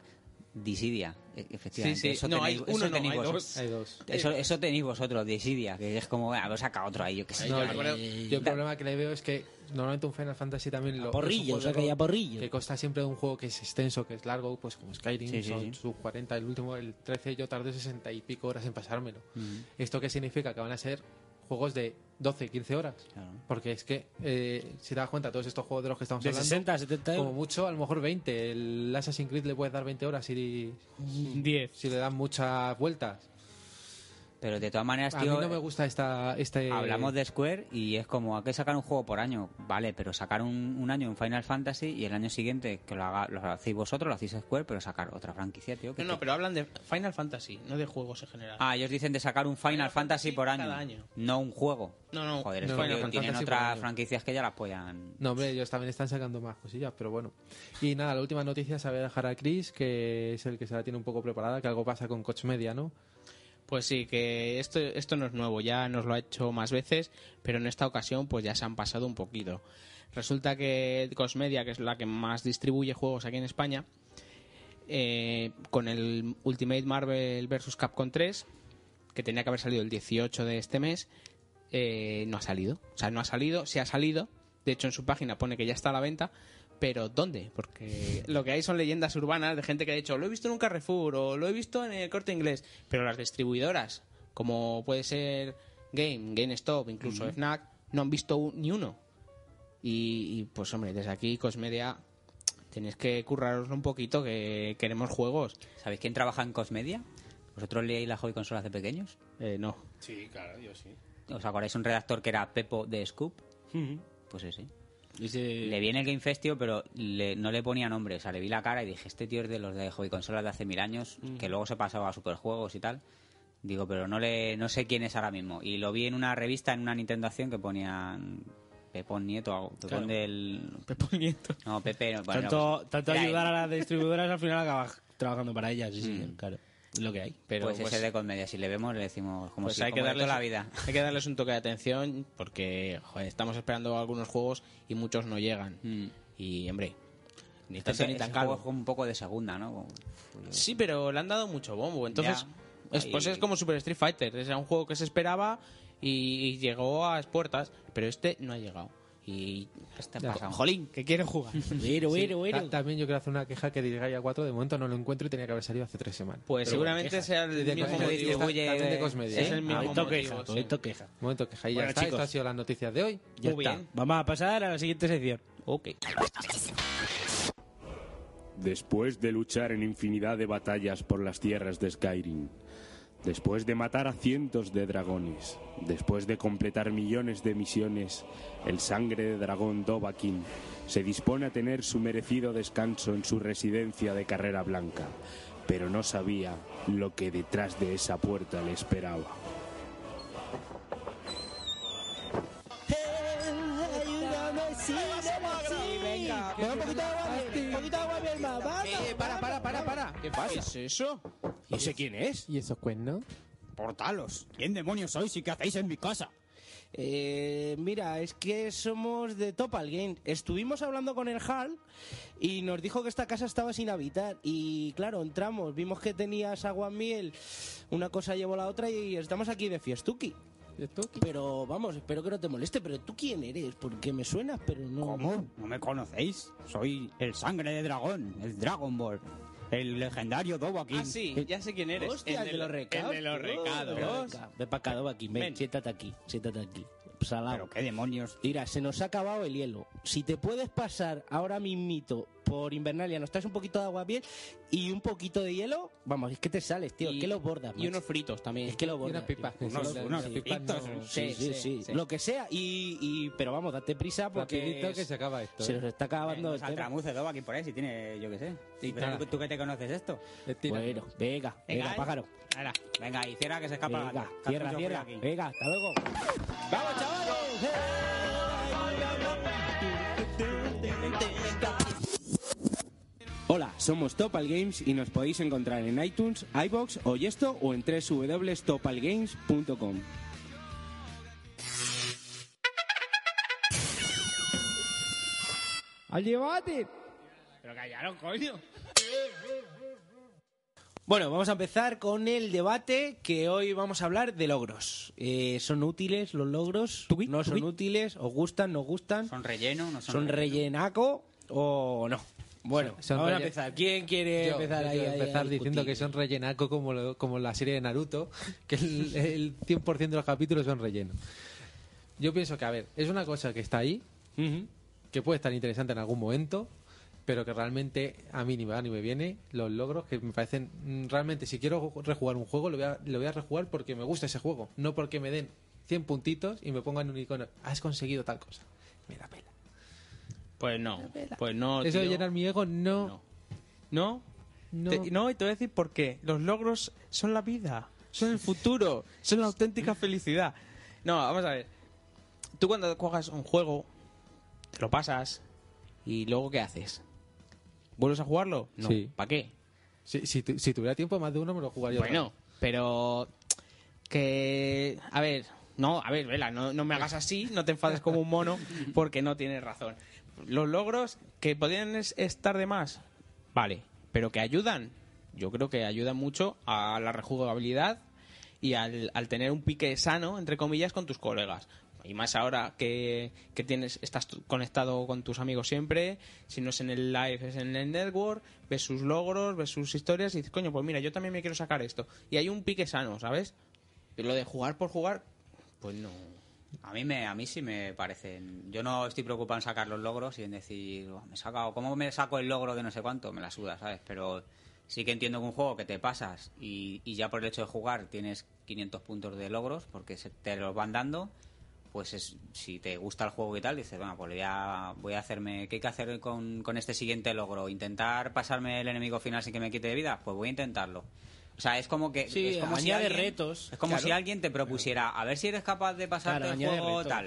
Disidia, e- efectivamente.
Sí, sí.
Eso
No,
tenéis,
hay uno,
eso
no,
tenéis
hay
vos-
dos.
Hay dos.
Eso, eso tenéis vosotros, Disidia, que es como, bueno, pues saca otro ahí, yo qué sé.
No,
Yo
yo,
recuerdo-
yo el problema que le veo es que normalmente un Final Fantasy también lo.
porrillo,
es un juego de
saca ya
rol
porrillo.
Que consta siempre de un juego que es extenso, que es largo, pues como Skyrim,
Sí, sí,
son
sí.
sus 40, el último, el 13, yo tardé 60 y pico horas en pasármelo.
Mm.
¿Esto qué significa? Que van a ser juegos de 12, 15 horas.
Claro.
Porque es que, eh, si te das cuenta, todos estos juegos de los que estamos
De ¿eh?
hablando.
60 a 70
como
euros.
mucho, a lo mejor 20. El Assassin's Creed le puedes dar 20 horas si,
10.
si le dan muchas vueltas.
Pero de todas maneras,
A mí
tío, eh,
no me gusta esta, este...
hablamos de Square y es como, ¿a qué sacar un juego por año? Vale, pero sacar un, un año en Final Fantasy y el año siguiente que lo, haga, lo hacéis vosotros, lo hacéis Square, pero sacar otra franquicia, tío. que
No, no,
te-
pero hablan de Final Fantasy, no de juegos en general.
Ah, ellos dicen de sacar un Final,
Final
Fantasy,
Fantasy
por año.
cada año.
No un juego.
No, no,
Joder, es
no,
que
Final
tío, tienen
Fantasy por
otras
año.
franquicias que ya las apoyan.
No, hombre, ellos también están sacando más cosillas, pero bueno. Y nada, la última noticia se va a dejar a Chris, que es el que se la tiene un poco preparada, que algo pasa con Coach Media, ¿no?
Pues sí, que esto, esto no es nuevo, ya nos lo ha hecho más veces, pero en esta ocasión pues ya se han pasado un poquito. Resulta que Cosmedia, que es la que más distribuye juegos aquí en España, eh, con el Ultimate Marvel vs. Capcom 3, que tenía que haber salido el 18 de este mes, eh, no ha salido. O sea, no ha salido, se ha salido. De hecho, en su página pone que ya está a la venta. Pero ¿dónde? Porque lo que hay son leyendas urbanas de gente que ha dicho, lo he visto en un Carrefour o lo he visto en el corte inglés. Pero las distribuidoras, como puede ser Game, GameStop, incluso Fnac, no han visto un- ni uno. Y, y, pues hombre, desde aquí, Cosmedia, tenéis que curraroslo un poquito, que queremos juegos.
¿Sabéis quién trabaja en Cosmedia? ¿Vosotros leíais las hobby consolas de pequeños?
Eh, no.
Sí, claro, yo sí.
¿Os acordáis un redactor que era Pepo de Scoop? Pues ese. Le viene el Game Fest, tío, pero le- no le ponía nombre. O sea, le vi la cara y dije, este tío es de los de hobby consolas de hace mil años, que luego se pasaba a superjuegos y tal. Digo, pero no le no sé quién es ahora mismo. Y lo vi en una revista, en una Nintendo Acción, que ponían Pepón Nieto, algo, Pepón
Claro.
del...
Pepo Nieto.
No, Pepe... No, bueno,
Tanto,
pues-
tanto
era
ayudar
él.
a las distribuidoras al final acabas trabajando para ellas, sí, sí, claro. Es lo que hay.
Pero
pues, ese de Cosmedia, si le vemos, le decimos como
Pues
si
hay que
como de
darles-
toda la vida.
Hay que darles un toque de atención porque joder, estamos esperando algunos juegos y muchos no llegan. Y, hombre, ni tanto
Entonces,
ni tan
ese juego
calvo.
Este es como un poco de segunda, ¿no? Como-
Sí, pero le han dado mucho bombo. Entonces,
Ya.
es, pues
Ahí-
es como Super Street Fighter. Es un juego que se esperaba y, y llegó a las puertas, pero este no ha llegado. Y
Este
Ya,
pasa un-
jolín, que quiero jugar.
Pero, pero,
Ta-
pero.
también yo quiero hacer una queja que diga ya 4 de momento no lo encuentro y tenía que haber salido hace tres semanas.
Pues
Pero
seguramente
bueno, queja.
sea el
De
mismo
Cosmedia,
motivo.
está-
Distribuye-
también de Cosmedia.
Es
¿eh?
el mismo
Ah, esto
motivo,
queja, todo
sí.
esto queja.
Momento queja. Y ya
Bueno,
está,
chicos.
esto ha sido las noticias de hoy.
Ya
Muy
está.
bien.
Vamos a pasar a la siguiente sección.
Ok.
Después de luchar en infinidad de batallas por las tierras de Skyrim, después de matar a cientos de dragones, después de completar millones de misiones, el sangre de dragón Dovahkiin se dispone a tener su merecido descanso en su residencia de Carrera Blanca, pero no sabía lo que detrás de esa puerta le esperaba.
Eh, para, para, para, para. ¿Qué pasa? ¿Qué es eso?
No sé quién es.
¿Y esos cuernos?
Portalos. ¿Quién demonios sois y qué hacéis en mi casa?
Eh, mira, es que somos de Topal Game. Estuvimos hablando con el Hal y nos dijo que esta casa estaba sin habitar. Y claro, entramos, vimos que tenías agua miel, una cosa llevó la otra y estamos aquí de fiestuki. Pero vamos, espero que no te moleste, pero ¿tú quién eres? Porque me suenas, pero no...
¿Cómo? ¿No me conocéis? Soy el sangre de dragón, el Dragon Ball, el legendario Dovahkiin.
Ah, sí, ya sé quién eres.
Hostia,
El
el de los recados.
El de los
tío.
recados.
Ven para acá, Dova, aquí, ven,
Ven.
siéntate aquí, siéntate aquí. Pues Salado.
Pero qué demonios.
Mira, se nos ha acabado el hielo. Si te puedes pasar ahora mismito por Invernalia, nos traes un poquito de agua bien y un poquito de hielo, vamos, es que te sales, tío, es
Y-
que lo bordas,
Y
macho.
unos fritos también.
es que lo
Y
bordas.
unas pipas.
tío.
Unos-
Sí,
unos
las pipas
pipitos.
no-
Sí, sí, sí,
sí.
lo que sea y, y- pero vamos, date prisa porque
Rapidito que
es-
se acaba esto.
se nos
¿eh?
está acabando
Venga,
el tema.
Saltramuce, Dovahkiin por ahí, si tiene, yo qué sé.
Sí,
Pero
claro.
¿Tú que te conoces esto?
Estira.
Bueno, venga, venga,
eh.
pájaro.
Ala, venga, y cierra que se escapa la
Venga,
gata. Que hace
cierra,
mucho
cierra.
frío aquí.
Venga, hasta luego.
Hola, somos Topal Games y nos podéis encontrar en iTunes, iBox o Yesto o en www.topalgames.com.
¡Al debate!
Pero callaron, coño.
Bueno, vamos a empezar con el debate que hoy vamos a hablar de logros. Eh, ¿Son útiles los logros? ¿No son útiles? ¿Os gustan? ¿No os gustan?
¿Son relleno? ¿No son,
¿Son
relleno?
rellenaco o no? Bueno,
Son- son
vamos a
relle-
empezar. ¿Quién quiere
Yo,
empezar
yo
ahí?
quiero
ahí,
empezar
a
diciendo que
discutir?
son rellenaco como, lo- como la serie de Naruto, que el, el 100% de los capítulos son relleno. Yo pienso que, a ver, es una cosa que está ahí,
Ujú.
que puede estar interesante en algún momento, pero que realmente a mí ni me va ni me viene los logros que me parecen mm, realmente si quiero rejugar un juego lo voy a, lo voy a rejugar porque me gusta ese juego no porque me den 100 puntitos y me pongan un icono has conseguido tal cosa me da pela
Pues no, pues no.
eso de
tío.
llenar mi ego no
No. ¿No?
no,
Te- no, y te voy a decir por qué. Los logros son la vida, son el futuro, son la auténtica felicidad. No, vamos a ver. Tú cuando cojas un juego, te lo pasas y luego ¿qué haces? ¿Vuelves a jugarlo? No.
Sí.
¿Para qué?
Si, si tu- si tuviera tiempo más de uno me lo jugaría otra
Bueno, pero que a ver, no, a ver, vela, no, no me hagas así, no te enfades como un mono, porque no tienes razón. Los logros que podrían es- estar de más, vale, pero que ayudan, yo creo que ayudan mucho a la rejugabilidad y al, al tener un pique sano, entre comillas, con tus colegas. Y más ahora que, que tienes, estás tú conectado con tus amigos siempre, si no es en el live, es en el network, ves sus logros, ves sus historias y dices, coño, pues mira, yo también me quiero sacar esto. Y hay un pique sano, ¿sabes? Y lo de jugar por jugar, pues no.
A mí, me, a mí sí me parecen. Yo no estoy preocupado en sacar los logros y en decir, "Buah, me he sacado, ¿cómo me saco el logro de no sé cuánto? Me la suda, ¿sabes? Pero sí que entiendo que un juego que te pasas y, y ya por el hecho de jugar tienes 500 puntos de logros porque se te los van dando, pues es- si te gusta el juego y tal, dices, bueno, pues voy a, voy a hacerme. ¿Qué hay que hacer con, con este siguiente logro? ¿Intentar pasarme el enemigo final sin que me quite de vida? Pues voy a intentarlo. O sea, es como que.
Sí,
es como si
añade
alguien-
retos,
Es como
claro.
si alguien te propusiera, a ver si eres capaz de pasar
Claro,
el
añade
juego
retos.
tal.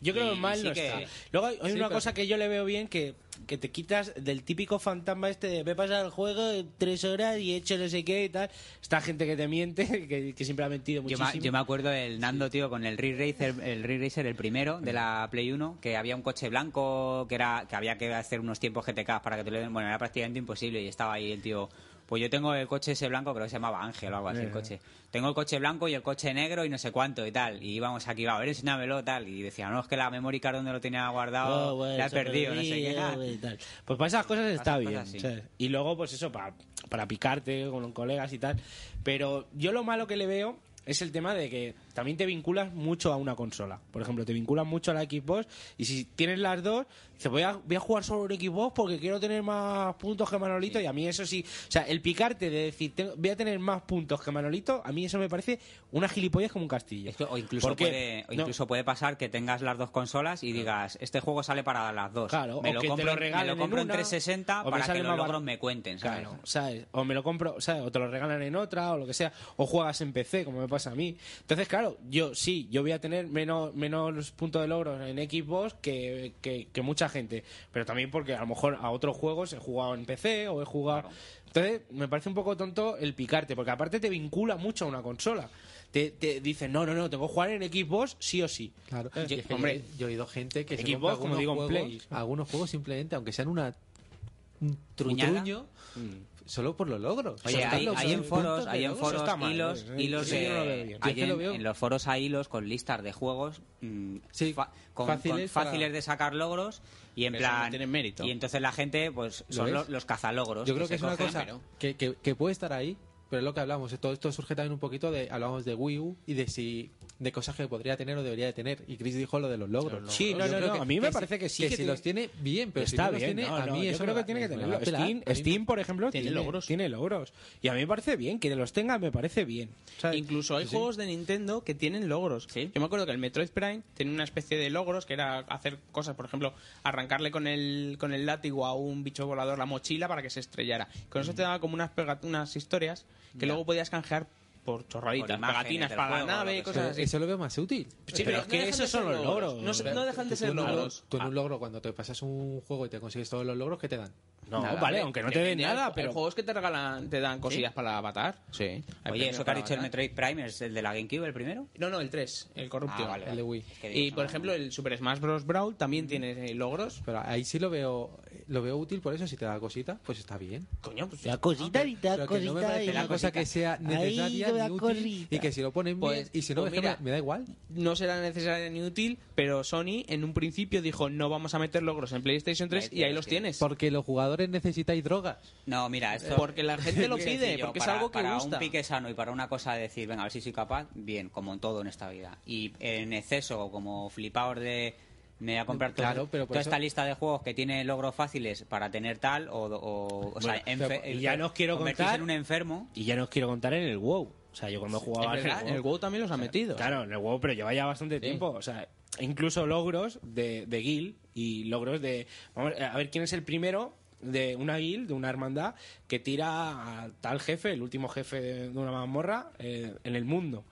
Yo creo
Y
que mal
sí
no
que-
está. Luego hay, hay
Sí,
una
pero-
cosa que yo le veo bien que, que te quitas del típico fantasma este de me he pasado el juego en tres horas y he hecho no sé qué y tal. Esta gente que te miente, que, que siempre ha mentido
Yo
muchísimo.
me, yo me acuerdo del Nando, tío, con el Ridge Racer, el Ridge Racer, el primero
Mm.
de la Play 1, que había un coche blanco, que era que había que hacer unos tiempos GTK para que te lo den. Bueno, era prácticamente imposible y estaba ahí el tío. Pues yo tengo el coche ese blanco, creo que se llamaba Ángel o algo así,
Eh.
el coche. Tengo el coche blanco y el coche negro y no sé cuánto y tal. Y íbamos aquí, va, a ver, enséñamelo, tal. Y decía, no, es que la memory card donde lo tenía guardado
Oh, bueno,
la he
eso me
perdido, no sé
perdí,
qué.
eh, bueno, y tal. Pues para esas cosas está
esas
bien.
cosas sí.
¿sabes? Y luego, pues eso, para, para picarte con los colegas y tal. Pero yo lo malo que le veo es el tema de que también te vinculas mucho a una consola. Por ejemplo, te vinculas mucho a la Xbox y si tienes las dos, dices, voy a, voy a jugar solo en Xbox porque quiero tener más puntos que Manolito y a mí eso sí... O sea, el picarte de decir, "Tengo- voy a tener más puntos que Manolito, a mí eso me parece una gilipollas como un castillo.
Es que- o incluso,
Porque-
puede, o
no.
incluso puede pasar que tengas las dos consolas y digas, este juego sale para las dos.
Claro,
me
o
lo
que te
compro,
lo
en- me
regalen en
compro en
una,
360
o me
para
sale
que los
más bar-
logros me cuenten, ¿sabes?
Claro, ¿sabes? O me lo compro, ¿sabes? O te lo regalan en otra, o lo que sea. O juegas en PC, como me pasa a mí. Entonces, claro, yo sí, yo voy a tener menos, menos puntos de logros en Xbox que, que, que mucha gente. Pero también porque a lo mejor a otros juegos he jugado en PC o he jugado. Entonces, me parece un poco tonto el picarte, porque aparte te vincula mucho a una consola. Te, te dicen, no, no, no, tengo que jugar en Xbox sí o sí.
Claro.
Eh,
Y es que
hombre,
yo, yo he oído gente que se
Xbox,
compra
como
algunos
digo, en
juegos,
Play.
algunos juegos simplemente, aunque sean una un
Puñada.
truño, solo por los logros.
Oye,
Solo por
hay,
los
hay en
puntos
foros,
de
hay en
logros.
foros
Eso está mal,
hilos,
¿eh?
hilos
Sí,
de-
yo no lo veo bien.
Yo
hay
es que lo
en,
veo.
en los foros hay hilos con listas de juegos mm,
Sí,
con,
fáciles
con fáciles
para-
de sacar logros y en
Pero eso no
plan
tiene mérito.
y entonces la gente pues
¿Lo
son
ves?
los, los cazalogros.
Yo creo que es
se
una
cogen,
cosa
pero-
que, que- que puede estar ahí, pero es lo que hablamos. Todo esto surge también un poquito de. Hablamos de Wii U y de si de cosas que podría tener o debería de tener. Y Chris dijo lo de los logros.
Sí, no,
Yo
no,
creo
no, a mí me
si-
parece que sí
Que,
que
si
tiene-
los tiene, bien, pero si no los tiene,
no,
a
no,
mí
yo
eso
creo
me
que tiene que
me
tenerlo.
va a pelar. A
Steam,
mí me-
Steam, por ejemplo,
Tiene
tiene,
logros.
tiene logros. Y a mí me parece bien, que los tenga me parece bien. ¿sabes?
Incluso hay juegos de Nintendo que tienen logros.
Sí.
Yo me acuerdo que el Metroid Prime tenía una especie de logros que era hacer cosas, por ejemplo, arrancarle con el, con el látigo a un bicho volador la mochila para que se estrellara. Con eso te daba como unas, pega- unas historias que luego podías canjear por chorraditas,
Por imágenes
pegatinas
del
para
juego,
la
lo
nave y
que
cosas
Pero
así.
Eso lo veo más útil.
Sí, pero
es que
no dejan de
esos
ser
son los logros.
No, se- no dejan de
Tú
ser
en un logro-
logros.
Tú en un logro, cuando te pasas un juego y te consigues todos los logros, que te dan?
No,
Nada,
vale,
hombre,
aunque no
que
te den
tenía-
nada,
hay
pero...
juegos que te regalan, te dan cosillas para avatar. Sí. Hay
Oye,
premios
eso que ha
para
dicho el
avatar.
Metroid Prime es el de la GameCube el primero?
No, no, el 3, el corrupto.
Ah, vale,
El de Wii.
Es que digo,
Y por
no,
ejemplo, el Super Smash Bros. Brawl también tiene eh, logros.
Pero ahí sí lo veo, lo veo útil por eso. Si te da cosita, pues está bien.
Coño, pues
La cosita y
Pero que no me parece una cosa que sea necesaria ni útil y que si lo ponen
Pues-
bien y si no,
pues
es que me-
mira.
me da igual.
no será necesaria ni útil, pero Sony en un principio dijo no vamos a meter logros en PlayStation 3
Ahí
y ahí
los
los tienes.
Porque los jugadores necesitáis drogas.
No, mira, esto
Porque la gente lo
es
pide,
sencillo.
porque es
Para-
algo que
para
gusta.
un pique sano y para una cosa de decir, venga, a ver si soy capaz, bien, como en todo en esta vida. Y en exceso, como flipados de me voy a comprar toda-
Claro, pero por
toda
eso-
esta lista de juegos que tiene logros fáciles para tener tal o, o, o sea,
Bueno,
enfe-
y ya no os quiero
convertirse
contar-
en un enfermo.
Y ya no os quiero contar en el WoW. O sea, yo cuando jugaba
Es
en el
verdad,
WoW-
el WoW también los ha metido.
Claro, en el WoW, pero lleva ya bastante tiempo. O sea, incluso logros de, de guild y logros de. Vamos a ver quién es el primero de una guild, de una hermandad, que tira a tal jefe, el último jefe de, de una mazmorra, eh, en el mundo.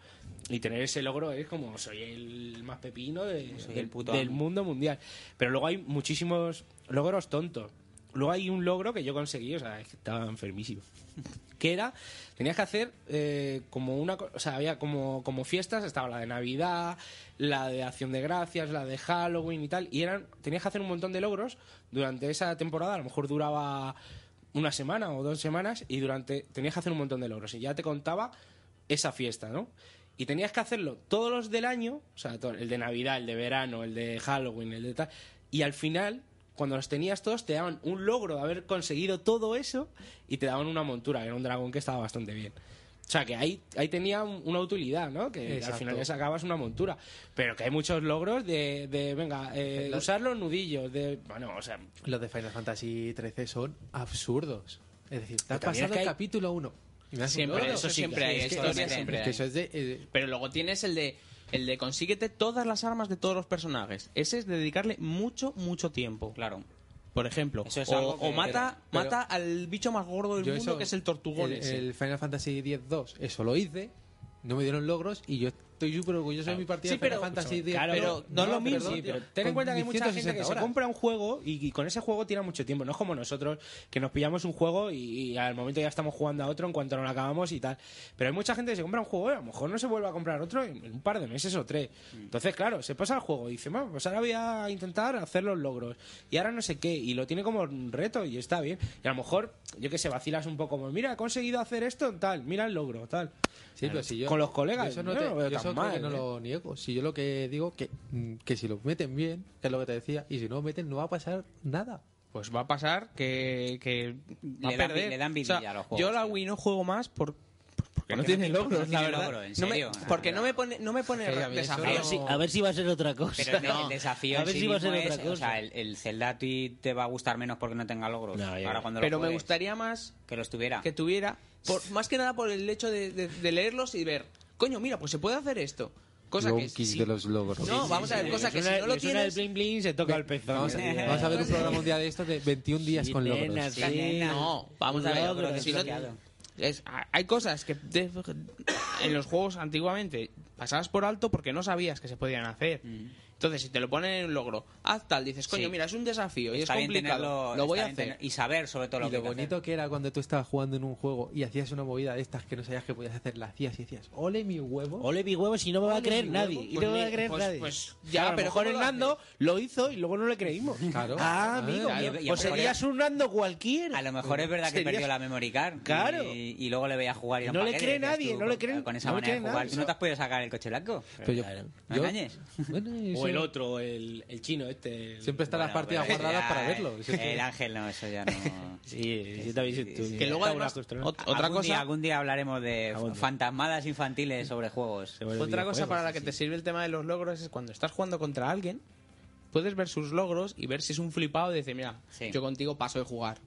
Y tener ese logro es como soy el más pepino de-
Soy
del,
el puto
del
amo.
mundo mundial. Pero luego hay muchísimos logros tontos. Luego hay un logro que yo conseguí, o sea, es que estaba enfermísimo que era tenías que hacer eh, como una co- o sea había como como fiestas estaba la de navidad la de acción de gracias la de halloween y tal y eran tenías que hacer un montón de logros durante esa temporada a lo mejor duraba una semana o dos semanas y durante tenías que hacer un montón de logros y ya te contaba esa fiesta no y tenías que hacerlo todos los del año o sea todo- el de navidad el de verano el de halloween el de tal y al final cuando los tenías todos te daban un logro de haber conseguido todo eso y te daban una montura, que era un dragón que estaba bastante bien. O sea, que ahí, ahí tenía un- una utilidad, ¿no? Que
Exacto.
al final le sacabas una montura. Pero que hay muchos logros de, de, venga, eh,
Las-
usar los nudillos, de... Bueno, o sea...
Los de Final Fantasy XIII son absurdos. Es decir, te has
también es
pasado
que
el
hay-
capítulo 1.
Siempre, eso siempre hay,
es que,
historia
es que-
siempre
es que
hay.
eso es de... eh,
Pero luego tienes el de el de consíguete todas las armas de todos los personajes. Ese es de dedicarle mucho, mucho tiempo.
Claro.
Por ejemplo.
Eso es
o,
algo que-
o mata,
pero-
mata al bicho más gordo del
yo
mundo
eso-
que es el tortugón
el,
ese.
el Final Fantasy X-2, eso lo hice, no me dieron logros y yo estoy súper orgulloso de mi partida
Sí,
de Final
pero-
Fantasy X-2.
Claro,
pero no es lo mismo,
perdón,
sí,
tío,
pero
Ten en
con
cuenta que hay mucha gente
160
que se
horas.
compra un juego y, y con ese juego tira mucho tiempo. No es como nosotros, que nos pillamos un juego y, y al momento ya estamos jugando a otro en cuanto nos lo acabamos y tal. Pero hay mucha gente que se compra un juego y a lo mejor no se vuelve a comprar otro en, en un par de meses o tres.
Mm.
Entonces, claro, se pasa al juego y dice, "Bueno, pues ahora voy a intentar hacer los logros. Y ahora no sé qué. Y lo tiene como un reto y está bien. Y a lo mejor, yo que sé, vacilas un poco. como, Mira, he conseguido hacer esto en tal. Mira el logro, tal.
Sí, pero si yo-
Con los colegas,
yo Eso no,
yo
te-
no lo veo
yo eso
tan
creo
mal,
que no
¿eh?
lo niego. Si yo lo que digo que mm, que si lo meten bien, que es lo que te decía, y si no lo meten no va a pasar nada.
Pues va a pasar que, que
Le
va a
dan-
perder.
le dan
O sea,
vidilla a los juegos,
Yo la
tío.
Wii no juego más por, porque no tiene logros, la
tiene
verdad.
logro, en
No me-
serio.
porque no me pone, no me pone
Es que a mí eso
desafío.
Pero
A ver, si, a ver si va a ser otra cosa.
Pero el- el desafío
A
en
ver
sí
si va a ser
mismo
otra
es-
cosa.
o sea, el, el Zelda a ti te va a gustar menos porque no tenga logros.
No, ya,
Ahora
ya.
cuando lo
Pero me
juegues,
gustaría más
que los tuviera.
que tuviera, por- más que nada por el hecho de, de- de leerlos y ver, coño, mira, pues se puede hacer esto. Cosa que sí-
logros.
No, vamos a ver, cosa que si no lo
Le suena el
tienes...
bling bling, se toca el pezón.
Vamos a, vamos a ver un programa un día de estos de 21 días
Sí,
con logros.
nena, sí.
No, vamos a ver,
Logro
pero que si no-
desbloqueado.
es- ha- hay cosas que de- en los juegos antiguamente pasabas por alto porque no sabías que se podían hacer. Entonces, si te lo ponen en un logro, haz tal, dices, coño,
Mm. Sí.
mira, es un desafío y
Está
es
bien
complicado,
tenerlo-
lo voy
está
a
bien
hacer.
tener- y saber sobre todo lo
Y
que hay
lo
que
bonito
hacer.
que era cuando tú estabas jugando en un juego y hacías una movida de estas que no sabías que podías hacer, la hacías y decías, ole mi huevo.
Ole mi huevo, si no me va a
Ole,
creer
mi
nadie.
huevo,
y no me va a
pues,
creer
pues-
nadie.
pues
Ya,
ya,
pero
pero
mejor
¿cómo
el
lo
Nando
haces?
lo hizo y luego no le creímos.
Claro.
Ah, amigo.
claro.
mío.
Y a- y a
o
lo mejor
serías
era-
un Nando cualquiera.
A lo mejor es verdad que
Serías-
perdió la memory card.
Claro.
Y, y luego le veía jugar y era un
No le
paquete,
cree
decías
nadie, no le
con-
creen-
Con esa
no le
manera de
cree
jugar.
nadie.
¿Tú no te has podido sacar el coche blanco?
Pero yo-
No
yo-
engañes.
Bueno,
O
eso-
el otro, el, el chino este. el-
Siempre está las
Bueno,
partidas
pero
guardadas
ya, eh,
para verlo. Es que-
El ángel, no, eso ya no.
Sí, sí, también sí, tú-
Que luego
Tauro
además,
Astro, ¿no?
ot- otra
algún Día,
cosa,
algún día hablaremos de
Algún día.
fantasmadas infantiles sobre juegos.
Se vuelve
otra cosa
videojuego,
para la
sí,
que
sí.
te sirve el tema de los logros es cuando estás jugando contra alguien, puedes ver sus logros y ver si es un flipado y decir, mira,
Sí.
yo contigo paso de jugar.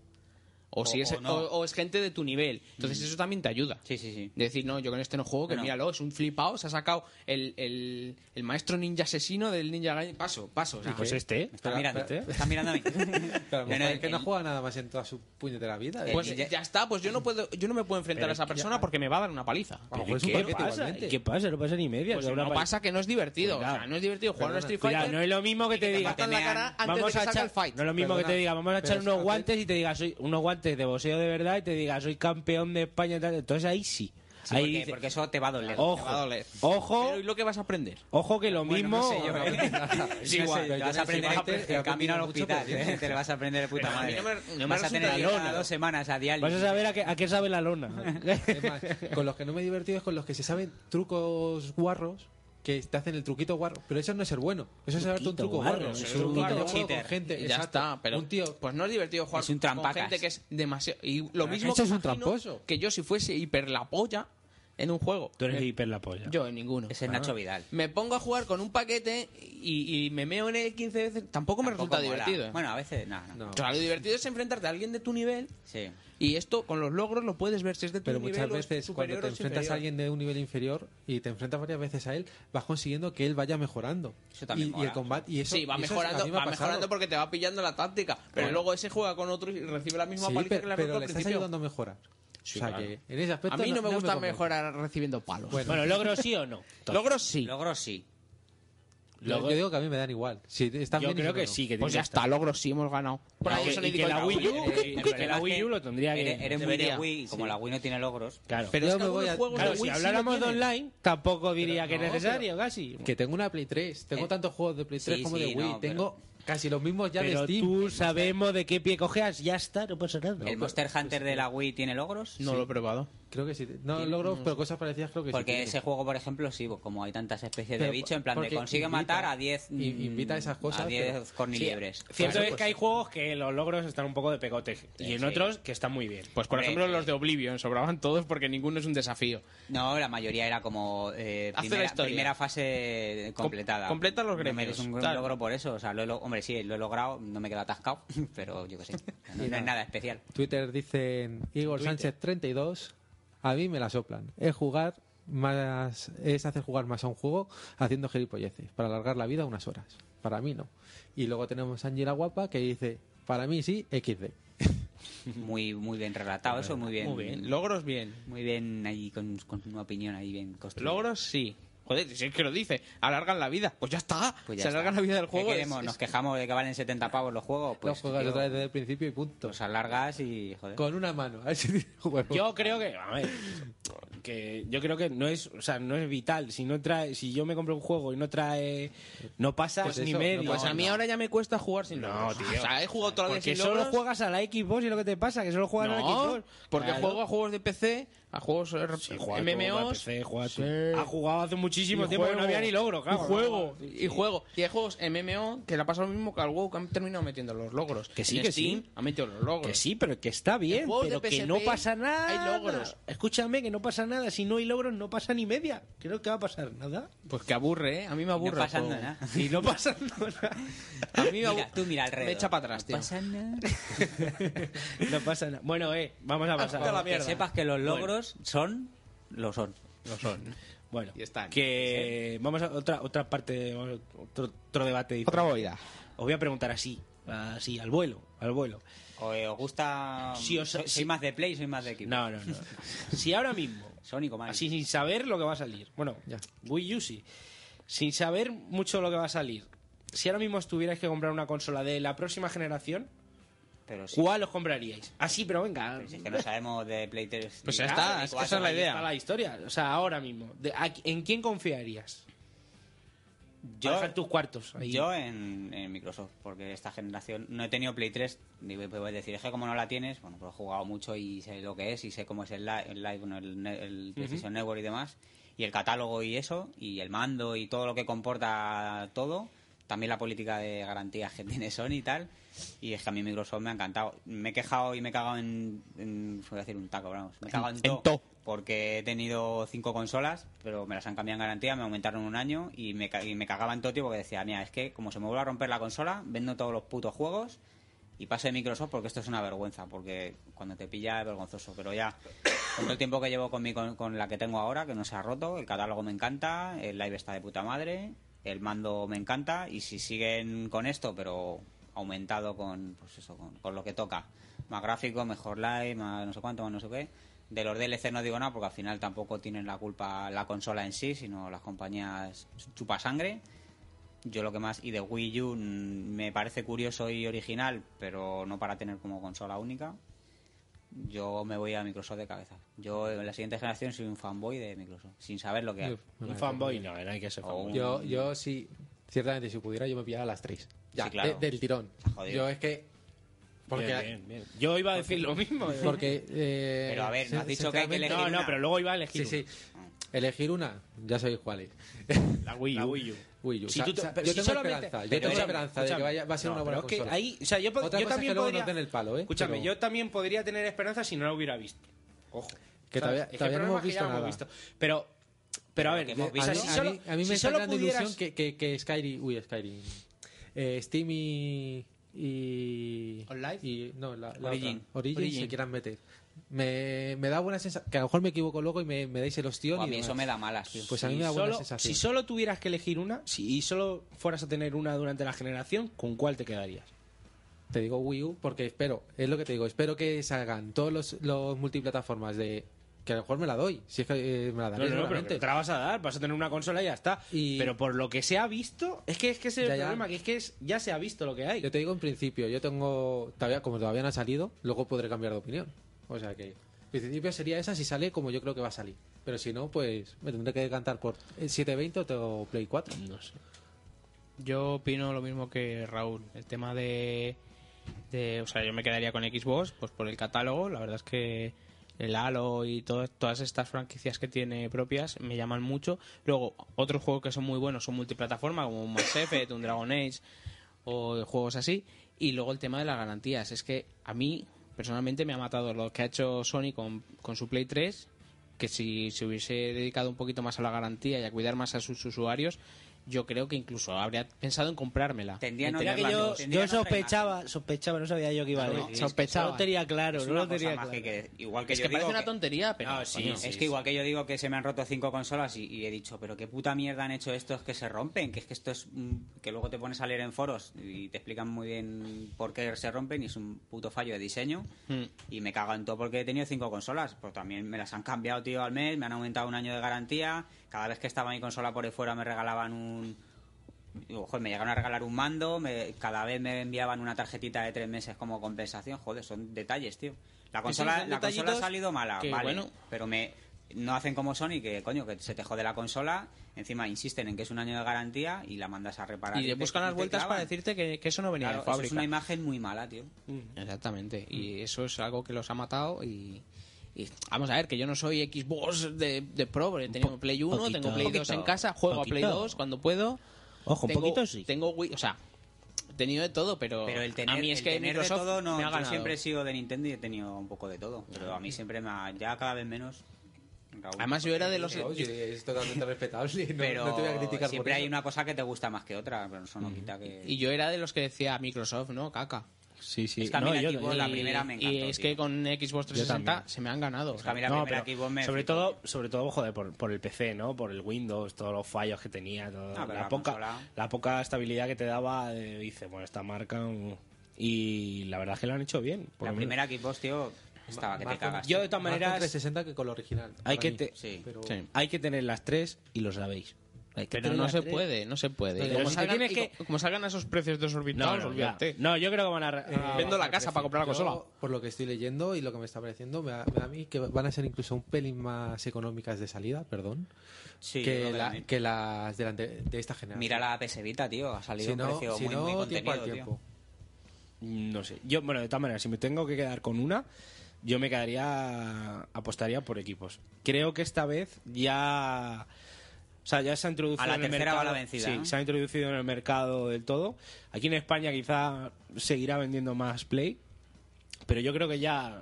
O,
O-
si es,
o no. Mm.
o- o es gente de tu nivel. Entonces eso también te ayuda.
Sí, sí, sí.
Decir, no, yo con este no juego, que
No.
míralo, es un flipado, se ha sacado el, el, el maestro ninja asesino del ninja Gaiden. Paso, paso. o sea,
Pues este.
Me está mirando,
espera. pues,
me está mirando a mí.
Claro,
No, no,
mujer que no
el- Eh.
juega nada más en toda su puñetera vida.
pues
el-
ya, está, pues yo no puedo, yo no me puedo enfrentar a esa persona porque me va a dar una paliza.
A lo
¿Pero
mejor es un
qué
paquete
pasa?
igualmente.
¿Qué pasa? No pasa ni media.
Pues
que habrá
no
pa-
pasa que no es divertido.
Cuidado.
o sea, no es divertido jugar a un
Perdona.
Street
Pues Cuidado,
Fighter.
no es lo mismo que
y
te
te
diga.
matan la cara antes
Vamos
de
a
que salga
echar,
el fight.
no es lo mismo que
Perdona,
te diga, vamos a
pero
echar
es
unos
que-
guantes y te diga, soy unos guantes de boxeo de verdad y te diga, soy campeón de España y tal. Entonces ahí sí.
Sí,
ahí
porque,
dice,
porque eso te va a doler.
ojo,
va a doler.
ojo,
Pero ¿y lo que vas a aprender?
ojo que lo
Bueno,
mismo.
no sé yo, ¿eh?
Sí,
No sé,
igual,
te
pero yo
vas
en
a
el
este,
aprender
Street Fighter he
el camino al
aprendido mucho,
hospital.
pero-
¿eh? Te lo vas a aprender de puta
Pero a mí
madre.
no me- no me
vas a tener que
resulta la
ir cada
lona.
dos semanas a diálisis.
Vas a saber a qué, a qué sabe la lona.
Es más, con los que no me he divertido es con los que se saben trucos guarros que te hacen el truquito guarro. Pero eso no es ser bueno. Eso es saberte un
Truquito
truco
guarro,
guarro.
eso
Es
es
un
un
truco
guarro.
guarro con
Cheater.
gente.
Y ya
exacto.
está, pero
Un tío
pues no es divertido jugar
Es un
con
trampacas.
gente que es demasiado y lo mismo
eso
que
es un
imagino
tramposo.
que yo si fuese hiper la polla en un juego.
Tú eres
Me-
hiper la polla.
Yo, en ninguno.
Ese es Nacho Vidal.
Me pongo a jugar con un paquete y, y me meo en él 15 veces. Tampoco me
Tampoco
resulta
mola.
divertido.
Bueno, a veces, no, no.
No.
O sea, lo divertido es enfrentarte a alguien de tu nivel
Sí.
y esto con los logros lo puedes ver si es de tu
Pero
nivel
muchas
o es
veces cuando
superior
te
o es
enfrentas a
inferior.
alguien de un nivel inferior y te enfrentas varias veces a él, vas consiguiendo que él vaya mejorando.
Eso también
y, y
mola.
el combate y eso
sí, va
y eso es- a
mejorando,
mí me ha
va
pasado.
mejorando porque te va pillando la táctica. Pero luego ese juega con otro y recibe la misma
Sí,
paliza
pero,
que le ha
pero
roto al
le estás
principio.
ayudando a mejorar. o
Sí,
sea
claro.
que en ese aspecto
A mí no me gusta
convence.
mejorar recibiendo palos.
Bueno,
Bueno, logro sí o no.
logros sí.
Logros sí.
yo-
Logro-
yo digo que a mí me dan igual. Si estás
Yo
bien y
creo
si no,
que
no.
sí, que
Pues ya
tiene
está, logros sí hemos ganado. Por
que
ahí
estar.
eso
Y
le
que
digo
la
yo,
Wii U,
eh,
eh,
eh,
que la Wii U lo tendría
Eres,
que...
eres muy de
Debería,
Wii, como la Wii no tiene logros.
Claro.
Pero
Yo
es que
me voy
algunos
a-
juegos
Claro,
de
si
Wii sí lo
habláramos de
tienen.
online, tampoco diría
Pero
que es
no,
necesario, casi.
Que tengo una Play 3, tengo
Eh,
tantos juegos de Play
sí,
3 como de
sí,
Wii,
no,
tengo casi los mismos ya
Pero
de Steam.
tú sabemos de qué pie cojeas, ya está, no pasa nada.
¿El Monster Hunter de la Wii tiene logros?
No lo he probado.
Creo que sí. No logros, pero cosas parecidas creo que sí.
Porque
tiene.
ese juego, por ejemplo, sí, pues como hay tantas especies de
Pero
bicho, en plan de
porque
consigue
invita-
matar a 10 mm,
i- invita a esas cosas,
a 10 corniliebres.
Cierto
Claro,
es
pues.
que hay juegos que los logros están un poco de pegote y en
sí.
otros que están muy bien.
Pues por
Hombre,
ejemplo
eh.
los de Oblivion sobraban todos porque ninguno es un desafío.
No, la mayoría era como eh,
Hace la
primera,
historia.
primera fase completada.
completa los
No me des
gremios,
un
tal.
logro por eso. O sea, lo he lo- hombre, sí, lo he logrado, no me quedo atascado, pero yo qué sé. No, no es nada especial.
Twitter dicen Igor Sánchez 32. A mí me la soplan. Es jugar más es hacer jugar más a un juego haciendo gilipolleces para alargar la vida unas horas. Para mí no. Y luego tenemos a Angela Guapa que dice, para mí sí, XD.
Muy, muy bien relatado, eso muy bien.
Muy bien. Logros bien.
Muy bien ahí con, con una opinión ahí bien construida.
Logros sí. Joder, si es que lo dice, alargan la vida. Pues ya está.
Pues ya
Se
está.
alargan la vida del
¿Qué
juego. es-
queremos?
es-
Nos quejamos de que valen 70 pavos los juegos. Pues, eh.
Los juegas
tío,
otra vez desde el principio y punto.
los alargas y joder.
Con una mano. A ver si tiene huevo.
Yo creo que, a ver, que yo creo que no es, o sea, no es vital. Si no trae, si yo me compro un juego y no trae, no pasas
Pues eso,
ni
no
medio.
Pues a mí ahora ya me cuesta jugar sin
No,
logros.
tío.
O sea, he jugado toda la vez
Porque
sin
solo
logros.
juegas a la Xbox y lo que te pasa, que solo juegas a la
No,
Xbox.
porque
Claro.
juego a juegos de PC, a juegos R-
Sí, juega tú, juega
MMOs.
PC, juega tú.
Sí.
Ha jugado hace muchísimo
y
tiempo que
juego,
no había ni logro, claro.
Y juego, y juego. Y hay juegos MMO que le pasa lo mismo que al WoW que han terminado metiendo los logros.
Que sí,
En
que
Steam
sí.
Han metido los logros.
Que sí, pero que está bien,
juegos
pero
de
que
PSP
no pasa
hay
nada.
logros.
Escúchame, que no pasa nada. Si no hay logros, no pasa ni media. Creo que va a pasar nada.
Pues que aburre, ¿eh? A mí me
no
aburre. el
pasando
juego.
nada.
Y no pasa nada.
A mí me
Mira,
aburre.
tú mira alrededor.
Me echa para atrás,
No
tío.
pasa nada.
no pasa nada. Bueno, eh, vamos a pasar.
Hasta Ah, la
Que
mierda.
sepas que los logros son, lo son.
Lo son.
Bueno,
Y están.
que vamos a otra otra parte, vamos a otro, otro debate. diferente.
Otra boida.
Os voy a preguntar así, así al vuelo, al vuelo.
O eh, os gusta.
Si os-
soy,
si-
soy más de play, soy más de equipo.
No, no,
pues.
no. si ahora mismo,
Sonic o Mario.
así sin saber lo que va a salir, bueno,
Ya.
Wii U sí, sin saber mucho lo que va a salir. Si ahora mismo tuvierais que comprar una consola de la próxima generación,
Pero sí. Pues
¿cuál os compraríais? Así, pero venga.
Pero si es que no sabemos de Play 3.
Pues ya
ni-
está,
ni
es que
cuatro.
esa es la
Ahí
idea.
está la historia. O sea, ahora mismo. De- ¿a- ¿En quién confiarías? Yo,
Yo-
dejar tus cuartos. ahí.
Yo en, en Microsoft, porque esta generación no he tenido Play 3. Digo, pues voy a decir, es que como no la tienes, bueno, pues he jugado mucho y sé lo que es, y sé cómo es el, li- el Live, bueno, el, ne- el PlayStation Network y demás, y el catálogo y eso, y el mando y todo lo que comporta todo, también la política de garantías que tiene Sony y tal. Y es que a mí Microsoft me ha encantado. Me he quejado y me he cagado en. en- voy a decir un taco, vamos. Me he cagado en,
En
todo
todo.
porque he tenido cinco consolas, pero me las han cambiado en garantía, me aumentaron un año y me, ca- y me cagaba en todo tío, porque decía, mira, es que como se me vuelve a romper la consola, vendo todos los putos juegos y paso de Microsoft porque esto es una vergüenza, porque cuando te pilla es vergonzoso, pero ya con todo el tiempo que llevo con, mi, con, con la que tengo ahora, que no se ha roto, el catálogo me encanta, el live está de puta madre, el mando me encanta y si siguen con esto, pero aumentado con, pues eso, con, con lo que toca, más gráfico, mejor live, más no sé cuánto, más no sé qué. De los DLC no digo nada porque al final tampoco tienen la culpa la consola en sí, sino las compañías chupa sangre. Yo lo que más. Y de Wii U mm, me parece curioso y original, pero no para tener como consola única. Yo me voy a Microsoft de cabeza. Yo en la siguiente generación soy un fanboy de Microsoft, sin saber lo que hay.
Un fanboy, Oh. no, no hay que ser
O
fanboy.
un-
Yo, yo sí, ciertamente si pudiera yo me pillara las tres. Ya,
Sí, claro.
de- del tirón.
jodido.
Yo es que... Porque,
Bien, bien, bien. Yo iba a decir lo mismo. eh.
porque eh,
Pero a ver, no has
sin-
dicho que hay que
sinceramente-
elegir
no, no,
una.
pero luego iba a elegir
Sí, sí.
una.
Elegir una, ya sabéis cuál es.
la Wii U.
La Wii U. Wii U.
Si
O sea,
tú te-
o sea,
pero
yo
si
tengo
solamente-
esperanza.
pero
Yo tengo
escúchame,
esperanza de que
escúchame.
vaya, va a ser
No,
una
pero
buena
es que
consola.
ahí- o sea, yo, pod-
Otra
yo
cosa es
también
que luego
podría-
nos den el palo, ¿eh?
Escúchame,
Pero-
yo también podría tener esperanza si no la hubiera visto. Ojo.
Que
¿sabes?
todavía-
Es que el
todavía no
problema
hemos
es que ya
visto
lo
nada.
Pero, pero a ver,
que hemos
o
a,
visto-
sea,
mí,
si
a
solo-
mí- a mí
si
me está
solo
creando
pudieras-
ilusión que, que, que Skyrim... Uy, Skyrim. Eh, Steam y... y
Online?
y- no, la, la
Origin.
otra. Origin,
Origin.
se quieran meter. Me, me da buena sensación... Que a lo mejor me equivoco luego y me, me dais el ostión
O a
y
mí
demás.
eso me da malas, tío.
Pues a mí
Si
me da buena
solo-
sensación.
si solo tuvieras que elegir una, si y solo fueras a tener una durante la generación, ¿con cuál te quedarías?
Te digo Wii U porque espero, es lo que te digo, espero que salgan todos los, los multiplataformas de... Que a lo mejor me la doy, si es que eh, me la
No, no,
daré
no, pero
seguramente.
te la vas a dar, vas a tener una consola y ya está.
Y-
Pero por lo que se ha visto, es que es que ese es el
Ya, ya.
problema, que es que es- ya se ha visto lo que hay.
Yo te digo en principio, yo tengo... Todavía, como todavía no ha salido, luego podré cambiar de opinión. O sea que... En principio sería esa si sale como yo creo que va a salir. Pero si no, pues me tendré que decantar por el 720 o tengo Play 4.
No sé.
Yo opino lo mismo que Raúl. El tema de, de- O sea, yo me quedaría con Xbox, pues por el catálogo. La verdad es que el Halo y todo- todas estas franquicias que tiene propias me llaman mucho. Luego, otros juegos que son muy buenos son multiplataforma, como un Mass Effect, un Dragon Age o juegos así. Y luego el tema de las garantías. Es que a mí, personalmente, me ha matado lo que ha hecho Sony con, con su Play 3. Que si se hubiese dedicado un poquito más a la garantía y a cuidar más a sus usuarios, yo creo que incluso habría pensado en comprármela.
Tendría
En
no
tener-
Mira que
Tenerla,
yo,
no,
yo
tendría otra
sospechaba, sospechaba, no sabía yo que iba a
Claro,
decir.
sospechaba.
No lo tenía claro,
Es
no
una
lo
cosa
tenía
más
claro.
que, que- igual que
Es
yo
que
digo
parece una
que-
tontería, pero.
No, sí,
coño,
es que igual que yo digo que se me han roto cinco consolas y, y he dicho, pero qué puta mierda han hecho estos que se rompen, que es que esto es mm, que luego te pones a leer en foros y te explican muy bien por qué se rompen y es un puto fallo de diseño
Mm.
y me cago en todo porque he tenido cinco consolas, pues también me las han cambiado tío al mes, me han aumentado un año de garantía, cada vez que estaba mi consola por ahí fuera me regalaban un digo, joder, me llegaron a regalar un mando, me- cada vez me enviaban una tarjetita de tres meses como compensación, joder, son detalles, tío. La consola,
son
la consola ha
detallitos
salido mala,
que,
vale,
bueno.
pero me no hacen como Sony que coño que se te jode la consola, encima insisten en que es un año de garantía y la mandas a reparar
Y le
te-
buscan las
te
vueltas
clavan.
para decirte que, que eso no venía
Claro,
de
eso
fábrica.
es
Mm.
una imagen muy mala, tío.
Exactamente. Y eso es algo que los ha matado y... y vamos a ver, que yo no soy Xbox de, de pro, he tenido Play 1,
poquito.
tengo Play 2 en casa, juego a Play
Poquito.
2 cuando puedo.
Ojo, un
tengo,
poquito sí.
Tengo Wii, o sea, he tenido de todo, pero,
Pero el tener,
a mí es
el
que
tener de
Microsoft
todo, no,
me ha
yo
ganado.
siempre he sido de Nintendo y he tenido un poco de todo. Pero a mí siempre me ha, ya cada vez menos. Raúl,
Además, yo era de los...
No,
yo-
oye, es totalmente respetable, no,
pero
no te voy a criticar por
siempre hay
eso.
una cosa que te gusta más que otra, pero eso no quita que...
y yo era de los que decía Microsoft, ¿no? Caca.
Sí, sí.
es que a mí
No,
la
yo-
Xbox, la
Y-
primera me encantó,
Y es
tío.
que con Xbox 360 se me han ganado.
que a mí la
no,
primera
pero
Xbox me
sobre
flipó,
todo,
tío.
sobre todo, joder, por, por el PC, ¿no? Por el Windows, todos los fallos que tenía, todo-
Ah, pero
la,
la
poca,
consola.
la poca estabilidad que te daba, eh, dice, bueno, esta marca... mm, Y la verdad es que lo han hecho bien. por
La
lo menos.
primera Xbox, tío, estaba que te
Más con-
cagas.
Yo
tío.
de todas
más con
maneras
360 que con lo original.
hay
para
que,
mí.
te-
Sí.
Pero
Sí.
hay que tener las tres y lo sabéis. Hay que
Pero
tener
no
las
se
tres.
puede, no se puede.
Pero
Y como,
si te
salgan,
tienes
y
que-
co- como salgan a esos precios
No,
desorbitados,
no, ya.
olvídate.
No, yo creo que van a... eh, a-
Vendo la casa para comprar la
Yo,
consola.
por lo que estoy leyendo y lo que me está pareciendo, me da, me da a mí que van a ser incluso un pelín más económicas de salida, perdón,
Sí, yo creo
que,
que
la-
también.
que las de, la ante- de esta generación.
Mira la PS Vita, tío, ha salido
si
un
no,
precio
si
muy,
no,
muy
tiempo al
contenido,
tiempo.
No sé. Yo, bueno, de todas maneras, si me tengo que quedar con una, yo me quedaría. Apostaría por equipos. Creo que esta vez ya. O sea, ya se ha introducido
A la
en el
tercera va
mercado.
la vencida,
sí,
¿no?
se ha introducido en el mercado del todo. Aquí en España quizá seguirá vendiendo más Play, pero yo creo que ya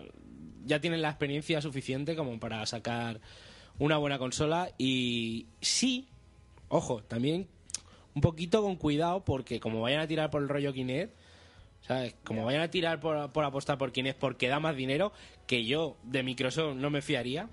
ya tienen la experiencia suficiente como para sacar una buena consola y sí, ojo, también un poquito con cuidado porque como vayan a tirar por el rollo Kinect, ¿sabes? Como vayan a tirar por, por apostar por Kinect porque da más dinero, que yo de Microsoft no me fiaría.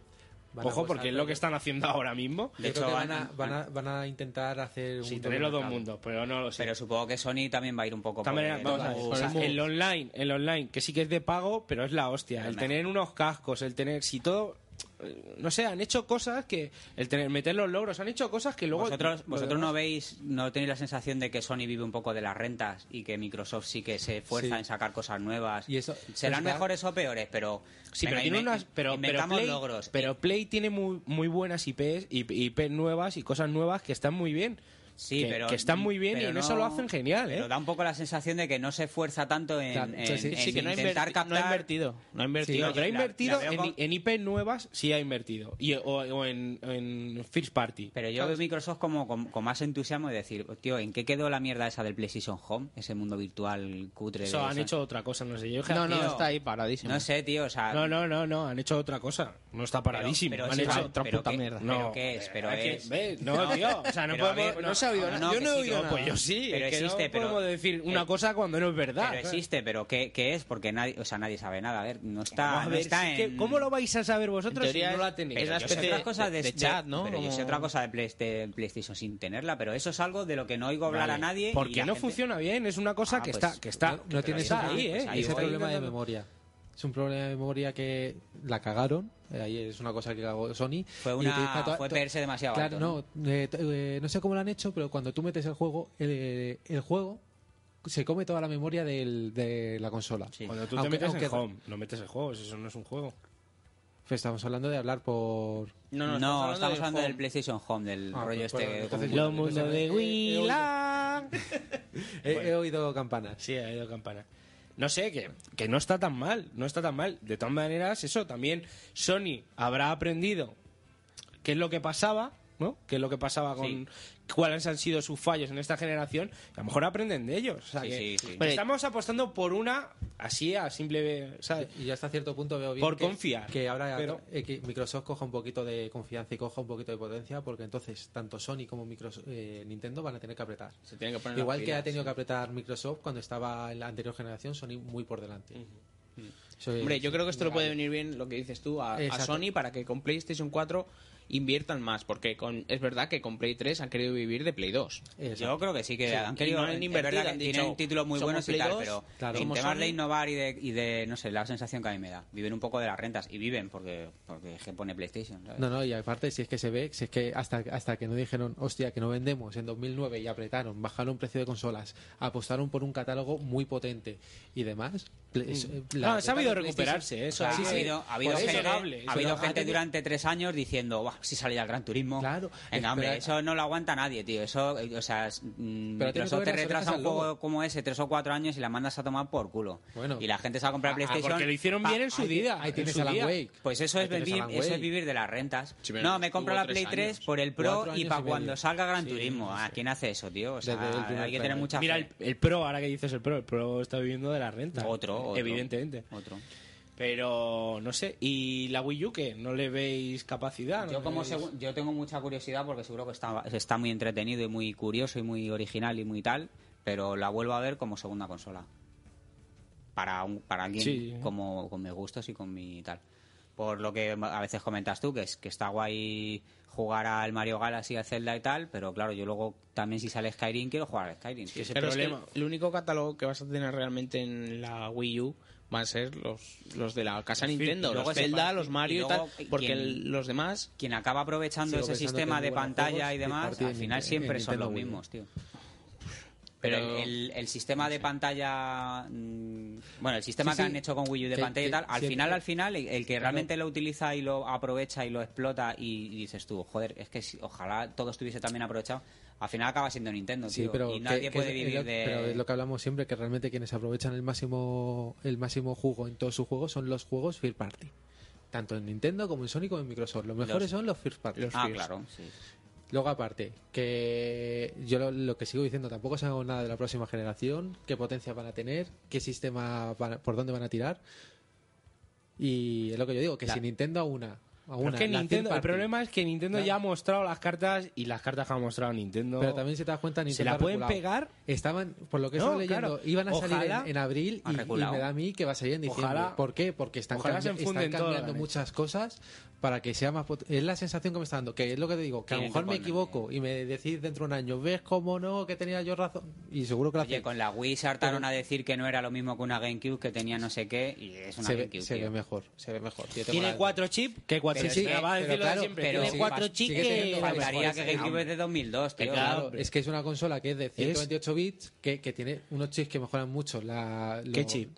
Van a
Ojo,
apostar
pues
porque es lo
por-
que están haciendo ahora mismo.
Yo
De
creo
hecho,
que van a,
han-
van, a, van a intentar hacer un.
Sí,
doble
tener los dos
mercado.
mundos, pero no lo sé.
Pero supongo que Sony también va a ir un poco
De todas
por
maneras,
el-
vamos a
vamos,
ver, o sea,
por el
el online, el online, que sí que es de pago, pero es la hostia.
Pero
El
mejor.
tener unos cascos, el tener, si todo, eh, no sé, han hecho cosas que, el tener, meter los logros, han hecho cosas que luego.
vosotros,
lo
vosotros
demás-
no veis, no tenéis la sensación de que Sony vive un poco de las rentas y que Microsoft sí que se esfuerza
Sí.
en sacar cosas nuevas.
Y eso-
Serán
es verdad.
mejores o peores, pero
Sí,
venga,
pero tiene
inven-
unas, pero, pero
inventamos
Play,
logros.
pero Play tiene muy, muy buenas IPs, y- y IPs nuevas y cosas nuevas que están muy bien.
Sí,
que,
pero-
que están muy bien
pero
y en eso
no-
lo hacen genial, ¿eh?
Pero da un poco la sensación de que no se esfuerza tanto en,
Claro,
en-
sí, sí.
en
Sí, que no ha
intentar
inverti- no ha
captar.
invertido. No ha
Sí,
invertido.
no, pero ha
la- la
invertido
veo
en,
con-
en IP nuevas, sí ha invertido. Y, o, o en, en First Party.
Pero yo veo Microsoft como con, con más entusiasmo de decir, tío, ¿en qué quedó la mierda esa del PlayStation Home? Ese mundo virtual cutre. de
Eso han
esa-
hecho otra cosa, no sé. Yo dije,
No, no,
tío,
está ahí paradísimo.
No sé, tío, o sea...
No, no, no, no, han hecho otra cosa. No está paradísimo.
pero
han
sí,
hecho
pero-
otra
pero
puta
qué-
mierda.
pero
No,
qué es, pero
a ver,
es-
ve, No,
no,
tío, o sea, no
pero a
podemos-
ver,
no
no,
se ha oído
no,
nada.
no,
Yo
que
no he
sí,
oído
que
nada.
no.
Pues yo sí,
Pero
es que no
existe, pero-
podemos decir una
eh,
cosa cuando no es verdad.
Pero
¿sabes?
existe, pero ¿qué, qué es? Porque nadie, o sea, nadie sabe nada. A ver, no está,
A
no
ver,
está
sí que-
en...
¿Cómo lo vais a saber vosotros
en teoría
si no
es-
la tenéis?
es
Pero
una
yo sé
especie
otra
de-
cosa
de-
de, este,
de chat, ¿no?
Pero yo sé
Como-
otra cosa de Play- de PlayStation sin tenerla, pero eso es algo de lo que no oigo hablar a nadie. y
Porque
la
no
gente-
funciona bien, es una cosa
Ah,
que
pues,
está... Que está
No- no tiene
está
sentido.
ahí, ¿eh?
Pues ahí
ese
voy.
problema de memoria. Es un problema de memoria que la cagaron. eh, Ahí es una cosa que cagó Sony.
Fue
y
una-
utiliza toda-
fue
to-
verse demasiado
Claro,
alto,
no. eh, t- eh, no sé cómo lo han hecho, pero cuando tú metes el juego, el, el juego se come toda la memoria del- de la consola.
Sí.
Cuando tú te
Aunque-
metes
aunque-
en Home, no metes el juego, eso no es un juego.
Pues Estamos hablando de hablar por.
No,
no,
estamos, hablando, del,
Home.
PlayStation Home, del
Ah,
rollo
pues,
este...
bueno,
como-
entonces yo- entonces eh,
eh,
he- he oído-
Huila.
He, he oído campanas.
Sí, ha ido campana. No sé, que, que no está tan mal, no está tan mal. De todas maneras, eso también Sony habrá aprendido qué es lo que pasaba, ¿no? Qué es lo que pasaba con
Sí.
cuáles han sido sus fallos en esta generación. A lo mejor aprenden de ellos. O sea,
Sí,
que
sí, sí.
que Estamos apostando por una así a simple, ¿sabes?
Y yo hasta cierto punto veo bien
Por
que,
confiar,
que ahora
pero-
eh, que Microsoft coja un poquito de confianza y coja un poquito de potencia, porque entonces tanto Sony como Microsoft, eh, Nintendo van a tener que apretar.
Se tiene que poner
Igual
las
que ha
pilas.
tenido que apretar Microsoft cuando estaba en la anterior generación, Sony muy por delante. Mm. Eso es-
Hombre, yo creo que esto le puede
vale.
venir bien, lo que dices tú, a, a
Exacto.
Sony para que con PlayStation 4 inviertan más, porque con, es verdad que con Play 3 han querido vivir de Play 2.
Exacto.
Yo creo que sí que
Sí,
han
y
querido
no han
es
invertido,
verdad que
han
tienen
dicho,
títulos muy
somos
buenos y
Play
tal,
2,
pero
claro.
en
somos
temas de
Sony.
innovar y de, y de, no sé, la sensación que a mí me da. Viven un poco de las rentas y viven porque porque se pone PlayStation, ¿sabes?
No, no, y aparte, si es que se ve, si es que hasta, hasta que no dijeron, hostia, que no vendemos en 2009 y apretaron, bajaron precio de consolas, apostaron por un catálogo muy potente y demás. ple- es- la
Ah, se ha
venta
habido
de
recuperarse,
PlayStation-
eso.
O sea,
hay
ha
que-
habido, ha habido
por eso,
gente, ha
cable, eso,
habido
¿no?
gente
Ah,
durante tres años diciendo, "Buah, si sale ya el Gran Turismo.
Claro,
Venga, hombre,
espera-
eso no lo aguanta nadie, tío. Eso, eh, o sea, es, mm,
Pero tiene que
Microsoft
ver
te
las
retrasa
orejas
un
al
juego
lobo.
como ese tres o cuatro años y la mandas a tomar por culo.
Bueno.
y la gente se va a comprar
Ah,
PlayStation.
porque lo hicieron
pa-
bien en su
ahí-
día.
Ahí
en
tienes
su
a Alan
día.
Wake.
Pues eso
Ahí
es,
tienes
vivir,
Alan
eso
Wake.
es vivir de las rentas.
Sí, pero
no, me compro
tuvo
la
tres
Play 3
años.
por el
Cuatro
Pro y
años y
para
medio.
cuando salga Gran
Sí,
Turismo.
sí,
¿A
sí.
quién hace eso, tío? O
Desde el
sea,
primer
hay que
Play.
tener mucha
Mira,
fe.
el, el Pro, ahora que dices el Pro, el Pro está viviendo de la renta.
Otro, otro.
Evidentemente.
Otro.
Pero no sé, ¿y la Wii U que ¿No le veis capacidad? ¿No
Yo,
le
como
veis-
segu- yo tengo mucha curiosidad porque seguro que está, está muy entretenido y muy curioso y muy original y muy tal, pero la vuelvo a ver como segunda consola. Para, un- para alguien
Sí.
como con mis gustos y con mi tal. Por lo que a veces comentas tú, que, es, que está guay jugar al Mario Galaxy, al Zelda y tal, pero claro, yo luego también si sale Skyrim quiero jugar al Skyrim. tío.
ese
Pero es que
problema.
el único catálogo que vas a tener realmente en la Wii U van a ser los, los de la casa Nintendo,
luego
los
ese
Zelda,
par-
los
y
Mario y,
luego,
tal, porque
¿quién-
el- los demás...
Quien acaba aprovechando
Sigo
ese
pensando
sistema
que
de
es muy buenos
pantalla
juegos
y
de
demás,
parte de
al final
Nintendo-
siempre
de
son los
Nintendo Wii.
mismos, tío. Pero
Pero-
el, el sistema de pantalla. mm, Bueno, el sistema
Sí,
que
sí.
han hecho con Wii U de
Que-
pantalla y
que
tal, al
siempre-
final, al final, el, el que realmente lo utiliza y lo aprovecha y lo explota y, y dices tú, joder, es que si- ojalá todo estuviese también aprovechado, al final acaba siendo Nintendo,
Sí,
tío,
pero
y
que-
nadie
que
puede
es
vivir
lo-
de.
Pero es lo que hablamos siempre, que realmente quienes aprovechan el máximo el máximo jugo en todos sus juegos son los juegos first party. Tanto en Nintendo como en Sony como en Microsoft. Los mejores son los first party.
los
ah,
Gears.
claro, sí.
Luego aparte, que yo lo, lo que sigo diciendo, tampoco sabemos nada de la próxima generación, qué potencia van a tener, qué sistema, van a- por dónde van a tirar. Y es lo que yo digo, que si Nintendo a una... A
Pero
una
es que
la
Nintendo-
third
el
party,
problema es que Nintendo
Claro.
ya ha mostrado las cartas y las cartas que ha mostrado Nintendo.
Pero también se te das cuenta, Nintendo
se la
ha
pueden
reculado.
pegar.
Estaban, por lo que
No,
estoy leyendo,
claro.
iban a salir
Ojalá-
en, en abril y,
han
y
reculado.
me da a mí que va a salir en diciembre.
Ojalá-
¿Por qué? Porque están,
ojalá se
cambi-
enfunden
están
todas
cambiando
las
muchas cosas para que sea más pot- Es la sensación que me está dando, que es lo que te digo, que a lo
Tienen
mejor
que
me
poner-
equivoco y me decís dentro de un año, ¿ves cómo no? Que tenía yo razón. Y seguro que la
Oye, con la Wii saltaron a decir que no era lo mismo que una GameCube, que tenía no sé qué, y es una
se, ve,
GameCube.
se
tío.
ve mejor, se ve mejor. Yo tengo
¿Tiene
la-
cuatro chips? ¿Qué cuatro chips?
Pero sí,
Venga, va a
pero
decir lo de
claro,
siempre.
pero
Tiene
sí,
cuatro
sigue teniendo
chiques.
la
Faltaría que
mejor,
GameCube es de 2002, tío.
Eh, claro,
Claro, es que es una consola que es de 128 bits, que, que tiene unos chips que mejoran mucho la... lo-
¿Qué chip?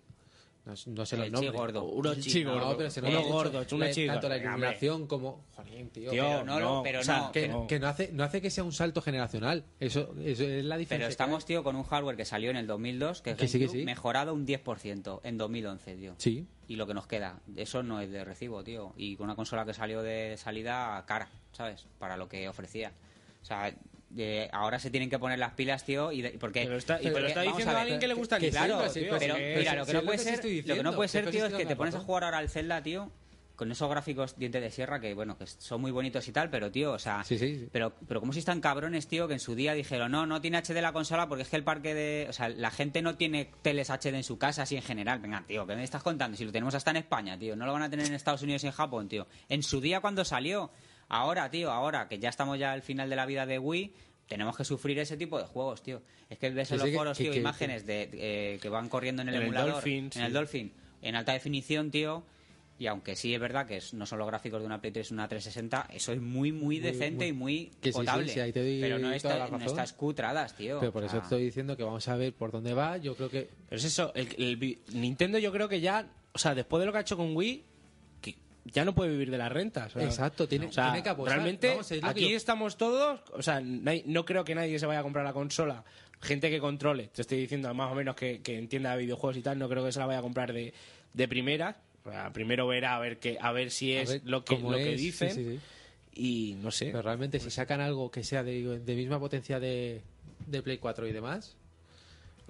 No No, no sé los
El
nombres.
chigordo.
Uno
El
chigordo.
chigordo.
No, pero se lo
Uno
hemos
gordo,
dicho.
uno
La-
chigordo.
Tanto la
Hombre.
iluminación como... Jolín, tío.
Tío,
Pero no,
no.
pero
O sea,
no.
que,
no.
que no hace no hace que sea un salto generacional. Eso, eso es la diferencia.
Pero estamos, tío, con un hardware que salió en el 2002, que es
Que sí, que
GameCube,
sí.
mejorado un 10% en 2011, tío.
Sí.
Y lo que nos queda, eso no es de recibo, tío. Y con una consola que salió de salida cara, ¿sabes? Para lo que ofrecía. O sea, eh, ahora se tienen que poner las pilas, tío, y de- porque...
Pero está-
y
pero
porque-
está
vamos
diciendo
ver,
alguien que le gusta el
claro,
Nintendo,
sí,
tío,
pero
sí,
mira,
sí,
lo que
sí,
no
es lo
puede
que
ser,
estoy
lo que no
diciendo,
puede
que
ser,
estoy
tío, es que
diciendo
te
la
pones a
razón.
jugar ahora al Zelda, tío, con esos gráficos dientes de sierra que, bueno, que son muy bonitos y tal, pero, tío, o sea...
Sí, sí, sí.
Pero, pero como si están cabrones, tío, que en su día dijeron, no, no tiene HD la consola porque es que el parque de... O sea, la gente no tiene teles HD en su casa así en general. Venga, tío, ¿qué me estás contando? Si lo tenemos hasta en España, tío. No lo van a tener en Estados Unidos y en Japón, tío. En su día cuando salió. Ahora, tío, ahora que ya estamos ya al final de la vida de Wii, tenemos que sufrir ese tipo de juegos, tío. Es que ves
Sí,
en los
sí, que-
foros,
que-
tío,
que-
imágenes de eh, que van corriendo en el
En el
emulador,
Dolphin,
en
sí.
el Dolphin, en alta definición, tío. Y aunque sí es verdad que es- no son los gráficos de una Play 3 una 360, eso es muy, muy decente
muy-
y muy
que sí, sí,
potable.
sí, ahí te doy
pero no,
toda
está-
la
no
razón.
estas cutradas, tío.
Pero por
O
eso
sea,
estoy diciendo que vamos a ver por dónde va. Yo creo que
Pero es eso, el, el vi- Nintendo yo creo que ya, o sea, después de lo que ha hecho con Wii, que ya no puede vivir de las rentas. o sea,
Exacto, tiene-
o sea,
tiene que apostar.
Realmente,
Vamos, es lo que
aquí
yo-
estamos todos, o sea, no, hay- no creo que nadie se vaya a comprar la consola. Gente que controle, te estoy diciendo más o menos que, que entienda de videojuegos y tal, no creo que se la vaya a comprar de, de primeras. O sea, primero verá a ver que a ver si
a
es
ver
lo que
cómo
lo que
es, sí,
dicen
sí, sí.
y no sé.
Pero realmente si sacan algo que sea de, de misma potencia de, de Play 4 y demás,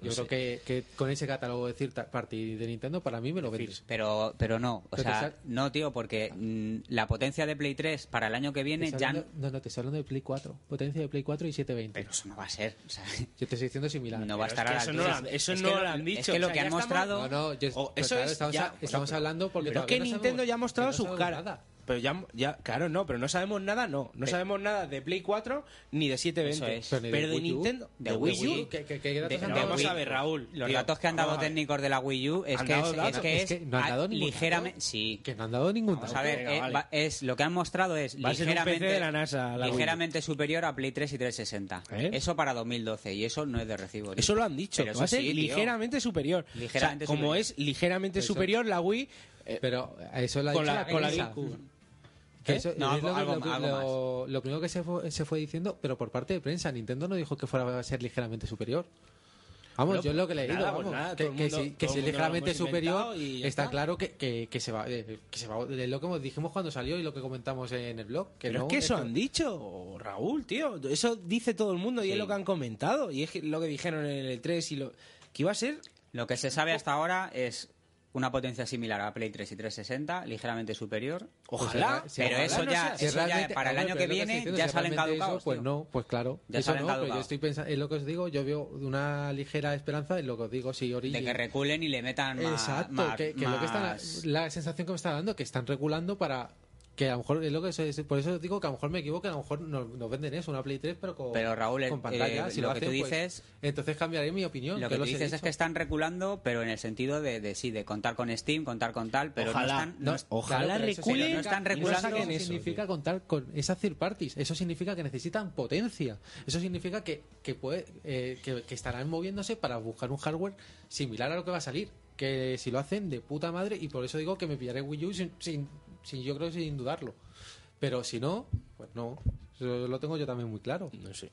yo creo que, que con ese catálogo de third party de Nintendo para mí me lo vendes.
Pero, pero no, o
Pero te
sea,
sa-
no, tío, porque mm, la potencia de Play 3 para el año que
Te
viene
estoy
ya... n-
hablando- No, no, te estoy hablando de Play 4. Potencia de Play 4 y 720.
Pero eso no va a ser, o sea,
yo te estoy diciendo similar.
no va a
es
estar
que
a la
eso no
altura.
lo han- eso
Es
no
que lo-
lo han
Es
dicho,
que
o
lo
sea,
que
ya
han
estamos-
mostrado...
No, no, yo,
O-
pero
Oh, eso
claro,
es
estamos,
ya-
a- estamos
pero-
hablando
pero
porque
es
todavía
que
no sabemos-
Nintendo ya ha mostrado
que no
sus
sabemos
caras
nada.
pero ya, ya claro no pero no sabemos nada no no sabemos nada de Play 4 ni de 720
Eso
es. Pero ni de
pero de,
Wii U.
Nintendo
De Wii U.
¿Qué- qué- qué
De-
datos han
de
dado?
vamos
Wii.
a ver Raúl
Los
tío,
datos que han dado
vamos a ver.
técnicos de la Wii U es
Han
que
dado
es, es
datos.
que
Es
es
que no han dado
a-
ningún
ligeramente
dato.
sí.
Que no han dado ningún
Vamos
dato.
a ver,
Venga,
eh,
vale.
va- es lo que han mostrado es
Va a ser un
ligeramente
PC de la NASA, la Wii.
ligeramente superior a Play 3 y 360.
¿Eh?
Eso para 2012 y eso no es de recibo. tío.
eso lo han dicho
Pero
que
eso
va a ser
sí, tío.
ligeramente superior O sea,
Ligeramente
como
superior.
es ligeramente superior la Wii eh,
Pero a eso lo ha
con
dicho
la, con la
prensa.
GameCube.
Que
¿Eh?
eso
No,
es lo,
algo-
lo-
algo
lo- lo primero que se fue, se fue diciendo, pero por parte de prensa, Nintendo no dijo que fuera a ser ligeramente superior. Vamos,
Bueno,
yo es lo que le he
nada,
leído,
pues
vamos,
nada,
que,
todo el
que
mundo-
si, que
todo el
si es
mundo lo
ligeramente
hemos inventado
superior,
y ya
está,
está.
claro que, que- que se va, eh, que se va, de lo que hemos- dijimos cuando salió y lo que comentamos en el blog. Que
Pero
no,
es que eso
esto-
han dicho, Raúl, tío. Eso dice todo el mundo y es lo que han comentado. Y es que- lo que dijeron en el 3 y lo. Que iba a ser.
Lo que se sabe hasta ahora es una potencia similar a Play 3 y 360, ligeramente superior.
Ojalá.
Pues si-
pero
ojalá
eso
no
ya-
sea así.
eso
realmente-
para el
hombre,
año
pero
que
es lo
viene
estoy diciendo,
ya
si
salen
realmente eso,
caducados,
pues
tío.
no, pues claro.
Ya
eso
salen
no, pero yo
caducados.
estoy pensando, es lo que os digo, yo veo una ligera esperanza en lo que os digo, sí, Origin.
De que reculen y le metan más.
Exacto,
más-
que, que lo que están-
más-
la sensación que me está dando que están regulando para que a lo mejor es lo que eso es- por eso digo que a lo mejor me equivoco, que a lo mejor nos, nos venden eso, una Play 3 pero con
Pero, Raúl,
con
eh,
pantalla,
eh,
si
lo
lo,
que
hacen,
tú
pues,
dices-
entonces cambiaré mi opinión.
Lo
yo
que tú
los he
dices es
dicho.
que están reculando, pero en el sentido de, de sí, de contar con Steam, contar con tal, pero
Ojalá.
no están. no
No,
es-
ojalá
pero eso
reculen
significa-
y no están
eso
reculando.
significa contar con esas third parties. Eso significa que necesitan potencia. Eso significa que, que, puede, eh, que, que estarán moviéndose para buscar un hardware similar a lo que va a salir. Que si lo hacen de puta madre, y por eso digo que me pillaré Wii U sin, sin, sin- yo creo que sin dudarlo. Pero si no, pues no. Eso lo tengo yo también muy claro.
No sé.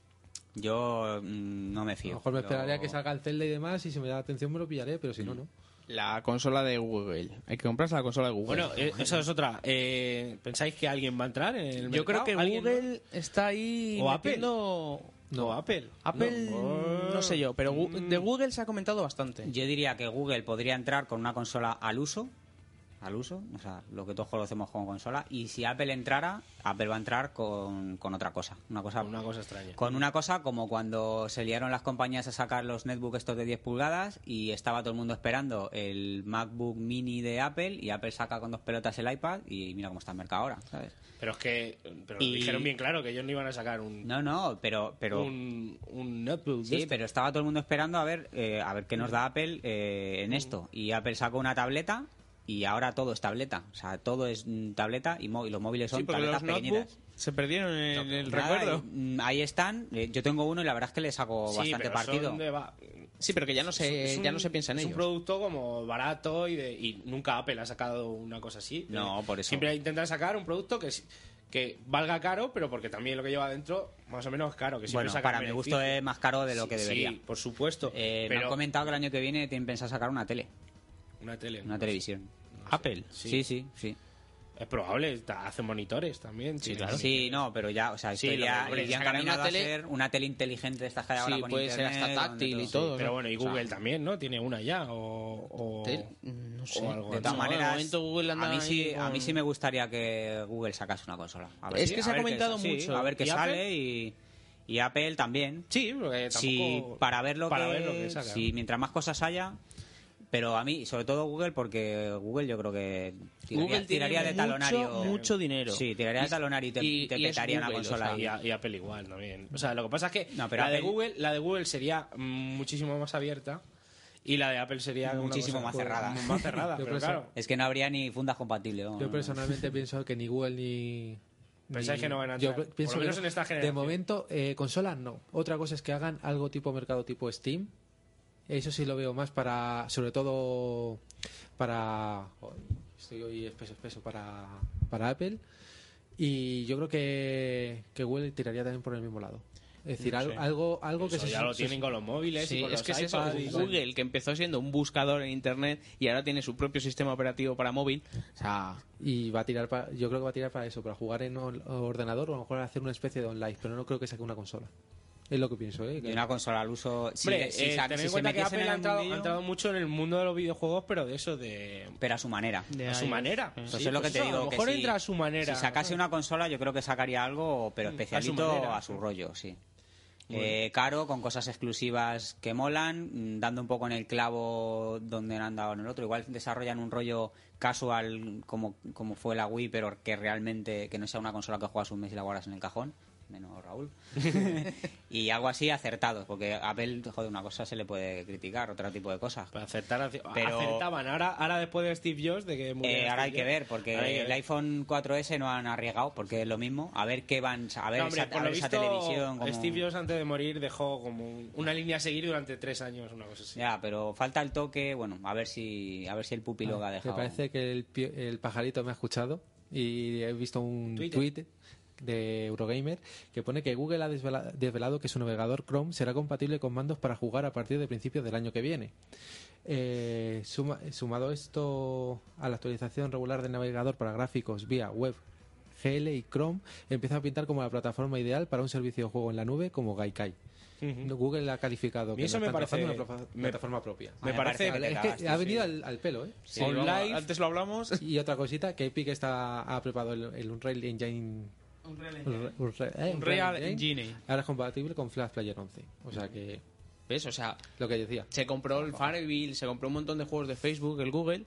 Yo mm, no me
A
fío.
lo mejor me
Yo-
esperaría que salga el Zelda y demás, y si me da la atención me lo pillaré, pero si no, no.
La consola de Google. Hay que comprarse la consola de Google.
Bueno, eh, esa es otra. Eh, ¿Pensáis que alguien va a entrar en el
yo creo
mercado?
que
¿Alguien no?
Google está ahí.
¿O Apple?
metiendo-
No, Apple.
Apple, no, Mm. sé yo, pero Gu- de Google se ha comentado bastante.
Yo diría que Google podría entrar con una consola al uso, al uso, o sea, lo que todos conocemos como consola, y si Apple entrara, Apple va a entrar con, con otra cosa, una cosa,
Una cosa extraña.
con una cosa como cuando se liaron las compañías a sacar los netbooks estos de 10 pulgadas y estaba todo el mundo esperando el MacBook Mini de Apple y Apple saca con dos pelotas el iPad y mira cómo está el mercado ahora, ¿sabes?
Pero es que. Pero
Y-
lo dijeron bien claro que ellos no iban a sacar un.
No, no, pero, pero
Un, un notebook. de
Sí,
esto.
pero estaba todo el mundo esperando a ver, eh, a ver qué nos da Apple eh,
Mm.
en esto. Y Apple sacó una tableta y ahora todo es tableta. O sea, todo es mm, tableta y, mó- y los móviles son
Sí, porque
tabletas
los
pequeñitas.
notebooks se perdieron en el
Nada,
recuerdo.
y, mm, ahí están. Eh, Yo tengo uno y la verdad es que le saco
Sí,
bastante
pero
partido.
son de va-
Sí, pero que ya no se,
Es un-
ya no se piensa en
es
ellos.
un producto como barato y, de- y nunca Apple ha sacado una cosa así.
No, por eso.
Siempre intentan sacar un producto que, es- que valga caro, pero porque también lo que lleva adentro más o menos es caro. Que siempre
Bueno,
sacan
para mi
beneficio.
gusto es más caro de lo que
Sí,
debería.
Sí, por supuesto.
Eh, Me han
pero
comentado que el año que viene tienen pensado sacar una tele,
una tele.
una
no
televisión.
Apple.
Sí.
Sí, sí, sí.
sé. Es probable, está- hacen monitores también.
Sí,
tiene-
claro.
Sí, no, pero ya, o sea,
Sí,
estoy
lo
ya,
que- hombre,
ya
sacarán
encaminado
una
a
tele-
ser una tele inteligente de estas que hay ahora
Sí,
con
puede ser
internet,
hasta
donde
táctil y
todo-
todo.
Pero bueno, y
O sea,
Google también, ¿no? Tiene una ya. O. o-
Tel- No sé.
o algo
De todas
No,
maneras,
momento Google anda
a, mí sí,
ahí con-
a mí sí me gustaría que Google sacase una consola. A ver
Es
si-
que
a
se ha
ver
comentado
sí,
mucho.
a ver qué
¿Y
sale
Apple?
Y, y Apple también.
Sí, porque tampoco.
Sí, para ver lo
para
que,
ver lo que saca.
sí, mientras más cosas haya. Pero a mí, sobre todo Google, porque Google yo creo que tiraría,
Google tiene
tiraría de
mucho,
talonario.
mucho dinero.
Sí, tiraría de talonario y te,
y-
te
y es
petaría una
Google, o
consola.
Y, a- y Apple igual también. O sea, lo que pasa es que
Ah, No, pero
la, de
Apple-
Google, la de Google sería mm, muchísimo más abierta y la de Apple sería una
Muchísimo
cosa
más
como-
cerrada.
Más cerrada,
Yo
pero
pensé-
claro.
Es que no habría ni fundas compatibles. vamos,
Yo
no.
personalmente pienso que ni Google ni.
Pensáis
ni-
que no van a
Yo
entrar,
pe-
por
pienso
lo
que
menos
no.
en esta
De
generación.
momento, eh, consolas no. Otra cosa es que hagan algo tipo mercado tipo Steam. Eso sí lo veo más para. Sobre todo para. oh, Estoy hoy espeso, espeso para, para Apple. Y yo creo que, que Google tiraría también por el mismo lado. Es decir, al- algo, algo que
Eso
se
ya lo tienen con los móviles y
Sí,
con
es
los
que es eso.
iPads y-
Google, que empezó siendo un buscador en Internet y ahora tiene su propio sistema operativo para móvil. O sea,
Y va a tirar para, yo creo que va a tirar para eso, para jugar en on- ordenador o a lo mejor hacer una especie de online, pero no creo que saque una consola. Es lo que pienso, ¿eh?
Y una consola al uso. Si,
Hombre,
si
eh,
sa-
tened
si
en
se
cuenta que
metiesen
Apple
en
ha
el
entrado,
mundillo,
ha entrado mucho en el mundo de los videojuegos, pero de eso de...
pero a su manera.
de
a su
iOS.
manera.
Sí.
Eso
Sí,
es lo
pues
que te
eso,
digo.
A lo
que
mejor
si-
entra a su manera. Mm,
Si sacase una consola, yo creo que sacaría algo, pero especialito a su,
manera.
rollo, sí. Eh, caro, con cosas exclusivas que molan, mm, dando un poco en el clavo donde han dado en el otro. Igual desarrollan un rollo casual como, como fue la Wii, pero que realmente que no sea una consola que juegas un mes y la guardas en el cajón, menos Raúl. y algo así acertado, porque a Apple, joder, una cosa se le puede criticar, otro tipo de cosas.
Para acertar, hacia-
Pero-
acertaban. Ahora, ahora después de Steve Jobs, de que muriera
Eh, ahora hay
Steve
que ver,
Jobs, ahora hay que
porque el
ver.
iPhone 4S no han arriesgado, porque es lo mismo. A ver qué van, a ver
No, hombre,
esa,
por
Pues, a
lo
ver esa
visto,
televisión. como-
Steve Jobs antes de morir dejó como un- una línea a seguir durante tres años, una cosa así.
Ya, pero falta el toque, bueno, a ver si, a ver si el pupilo lo ha
Me
dejado.
Ah, parece que el, pio- el pajarito me ha escuchado y he visto un
Twitter.
tweet de Eurogamer que pone que Google ha desvela- desvelado que su navegador Chrome será compatible con mandos para jugar a partir de principios del año que viene. Eh, suma- sumado esto a la actualización regular del navegador para gráficos vía web, GL y Chrome, empieza a pintar como la plataforma ideal para un servicio de juego en la nube como Gaikai. Google la ha calificado
Y
que
eso
lo
me
están
parece-
trabajando en una
me-
pla- plataforma propia.
me parece que te
Es que
cagaste,
ha
sí.
venido al, al pelo, ¿eh?
Sí, vamos,
Online-
Antes lo hablamos.
Y otra cosita, que Epic está, ha preparado el, el Unreal Engine. Unreal, eh,
Unreal
Unreal Engine.
Engine.
Ahora es compatible con Flash Player 11. O sea que,
¿Ves? O sea,
lo que decía.
se compró el Fareville, se compró un montón de juegos de Facebook, el Google.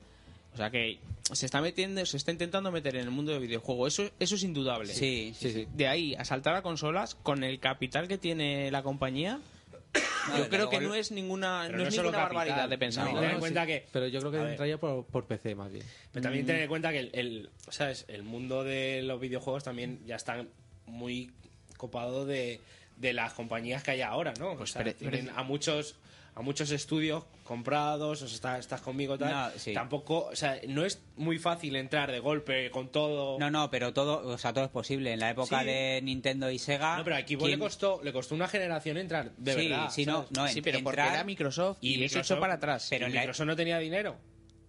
O sea que se está metiendo, se está intentando meter en el mundo del videojuego. Eso, eso es indudable.
Sí, sí,
Sí, sí.
De ahí a saltar a consolas con el capital que tiene la compañía,
No,
yo
desde
creo que
luego,
no es ninguna,
Pero
no es
solo
ninguna
capital.
barbaridad de pensar.
No,
¿no?
ten en cuenta
sí,
que.
Pero yo creo
a
que
ver,
entraría por, por PC más bien.
pero
Mm.
también ten en cuenta que el, el- ¿sabes? el mundo de los videojuegos también ya está muy copado de, de las compañías que hay ahora, ¿no?
Pues
O sea,
pre-
tienen
pre-
a muchos a muchos estudios comprados, o sea, está- estás conmigo tal.
No, sí.
Tampoco, o sea, no es muy fácil entrar de golpe con todo.
No, no, pero todo, o sea, todo es posible. En la época
Sí.
de Nintendo y Sega.
No, pero aquí
¿quién-
le costó, le costó una generación entrar, de
Sí,
verdad.
sí, no,
¿sabes?
no, en-
sí, pero
entrar-
porque era Microsoft y,
Y
eso echó
Microsoft-
para atrás.
Pero
Y
en la-
Microsoft no tenía dinero.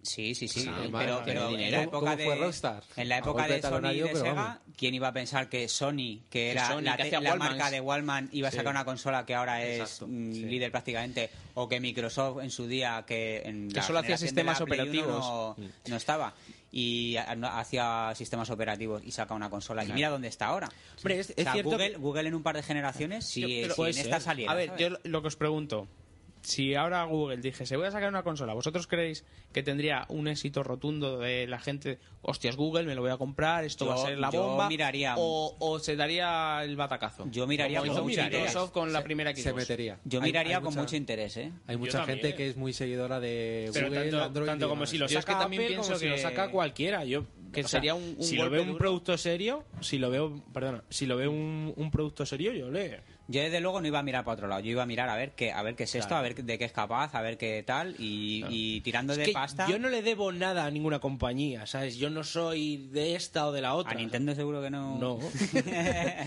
Sí, sí, sí.
Ah,
pero,
madre,
pero
madre,
en
dinero.
la
¿Cómo-
época
cómo fue
de
Rockstar?
en la
A
época
golpe
de
de
Sony y
talonario,
de
pero
Sega,
vamos.
¿quién iba a pensar que Sony, que era
Sony,
la,
que
te-
hacía
la
Walkmans.
marca de Wallman, iba a
Sí.
sacar una consola que ahora es
Exacto,
mm, líder prácticamente, o que Microsoft en su día que en
Que
la
solo hacía
generación de la
sistemas
Play
operativos.
uno no, no estaba y a- no- hacía sistemas operativos y saca una consola y mira dónde está ahora.
Hombre, es-
O sea,
es cierto
Google,
que-
Google en un par de generaciones si,
Yo-
si
pero-
en esta saliera.
A ver,
¿sabes?
yo lo- lo que os pregunto, si ahora Google dijese, voy a sacar una consola, ¿vosotros creéis que tendría un éxito rotundo de la gente, hostias, Google, me lo voy a comprar, esto
Yo-
va a ser la
yo
bomba?
miraría-
o, o se daría el batacazo?
Yo miraría
como
con
hizo
mucho
Microsoft
interés.
con la primera Xbox.
Se metería.
Yo
Hay-
miraría
hay
con
mucha-
mucho interés, ¿eh?
Hay
Yo
mucha
también,
gente
eh.
que es muy seguidora de
Pero
Google,
tanto,
Android.
tanto
y
como
demás.
si lo saca
Yo es que también
Apple, como
pienso
si lo
que-
saca cualquiera. Yo,
que
o
sería un- un
si lo
golpe
veo un
duro.
producto serio, si lo veo, perdona, si lo veo un, un producto serio, yo le,
Yo desde luego no iba a mirar para otro lado, yo iba a mirar a ver qué, a ver qué es esto, a ver de qué es capaz, a ver qué tal, y, y tirando
Es
de
que
pasta.
yo no le debo nada a ninguna compañía, ¿sabes? Yo no soy de esta o de la otra.
A Nintendo seguro que no.
No.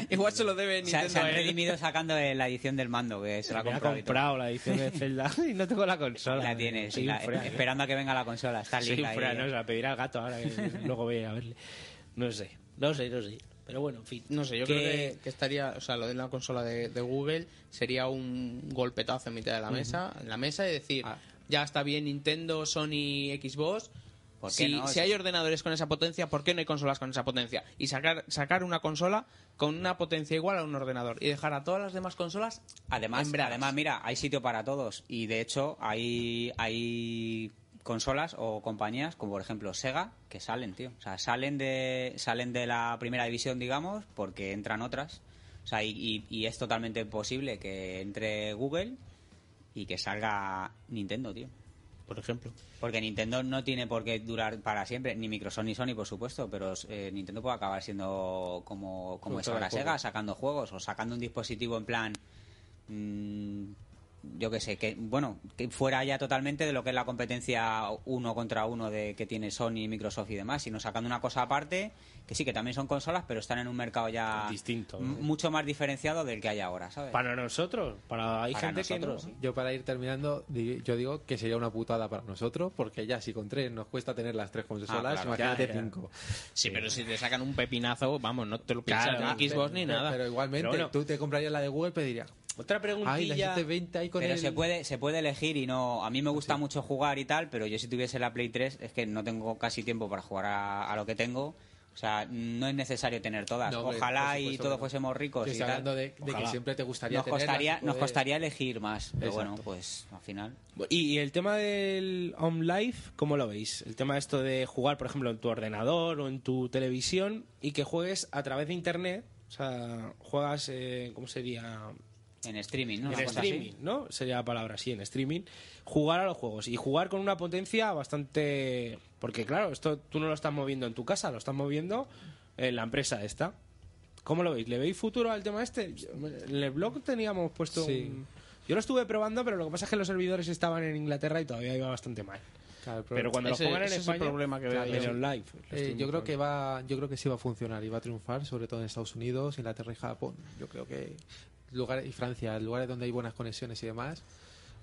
Igual se lo debe
Se, ha-
Nintendo
se han
a él.
redimido sacando eh, la edición del mando, que se la ha
Me ha
comprado. y todo.
comprado la edición de Zelda y no tengo la consola.
La tienes,
Soy
y
un
la-
frano.
esperando a que venga la consola. Está
Soy
lista
un
ahí. eh.
frano, se la pedirá al gato ahora que luego voy a ir a verle. No sé, no sé, no sé. Pero bueno, en fin.
No sé, yo
Que-
creo que, que estaría, o sea, lo de la consola de, de Google sería un golpetazo en mitad de la mesa, en la mesa y decir,
Ah.
ya está bien Nintendo, Sony, Xbox.
¿Por qué
Si,
no?
si hay ordenadores con esa potencia, ¿por qué no hay consolas con esa potencia? Y sacar, sacar una consola con una potencia igual a un ordenador y dejar a todas las demás consolas
Además,
en bragas.
además, mira, hay sitio para todos. Y de hecho, hay, hay consolas o compañías, como por ejemplo Sega, que salen, tío. O sea, salen de, salen de la primera división, digamos, porque entran otras. O sea, y, y- y es totalmente posible que entre Google y que salga Nintendo, tío.
por ejemplo.
Porque Nintendo no tiene por qué durar para siempre, ni Microsoft ni Sony, por supuesto, pero eh, Nintendo puede acabar siendo como, como es
Productora de
ahora Sega, sacando juegos o sacando un dispositivo en plan. mm, yo qué sé, que bueno, que fuera ya totalmente de lo que es la competencia uno contra uno de que tiene Sony, Microsoft y demás, sino sacando una cosa aparte, que sí, que también son consolas, pero están en un mercado ya
Distinto,
m-
¿no?
mucho más diferenciado del que hay ahora, ¿sabes?
Para nosotros, para hay
Para
gente
nosotros,
que no.
sí.
Yo para ir terminando, di- yo digo que sería una putada para nosotros, porque ya si con tres nos cuesta tener las tres consolas,
claro,
imagínate
Ah, ya, ya.
cinco.
Sí, pero si te sacan un pepinazo, vamos, no te lo piensas
Claro,
ni Xbox ni
Pero-
nada.
Pero igualmente,
Pero bueno.
tú te comprarías la de Google, pedirías,
Otra
ay, la
preguntilla.
hiciste 20 ahí con
pero
el...
se puede se puede elegir y no a mí me gusta mucho jugar y tal pero yo si tuviese la play 3 es que no tengo casi tiempo para jugar a, a lo que tengo o sea no es necesario tener todas
No, hombre,
ojalá
por
y
supuesto
todos
que no.
fuésemos ricos y
Yo estoy
tal.
hablando de, de que
Ojalá.
siempre te gustaría
nos
tenerlas y
costaría nos
poder-
costaría elegir más pero
Exacto.
bueno pues al final
Y, y el tema del home life, ¿cómo lo veis? El tema esto de jugar, por ejemplo, en tu ordenador o en tu televisión y que juegues a través de internet, o sea, juegas, eh, ¿cómo sería?
en streaming
en
no Una cosa así.
streaming, ¿no? Sería la palabra, sí, en streaming. Jugar a los juegos y jugar con una potencia bastante... Porque claro, esto tú no lo estás moviendo en tu casa, lo estás moviendo en la empresa esta. ¿Cómo lo veis? ¿Le veis futuro al tema este? Yo- En el blog teníamos puesto...
Sí.
un- Yo lo estuve probando, pero lo que pasa es que los servidores estaban en Inglaterra y todavía iba bastante mal.
Claro, el problema-
Pero cuando
Ese-
lo pongan en
ese es el
España,
problema que veo
claro,
yo.
en online, lo
Eh,
estoy
yo creo
probando.
que va, yo creo que sí va a funcionar y va a triunfar, sobre todo en Estados Unidos, Inglaterra y Japón. Yo creo que lugares y Francia, lugares donde hay buenas conexiones y demás,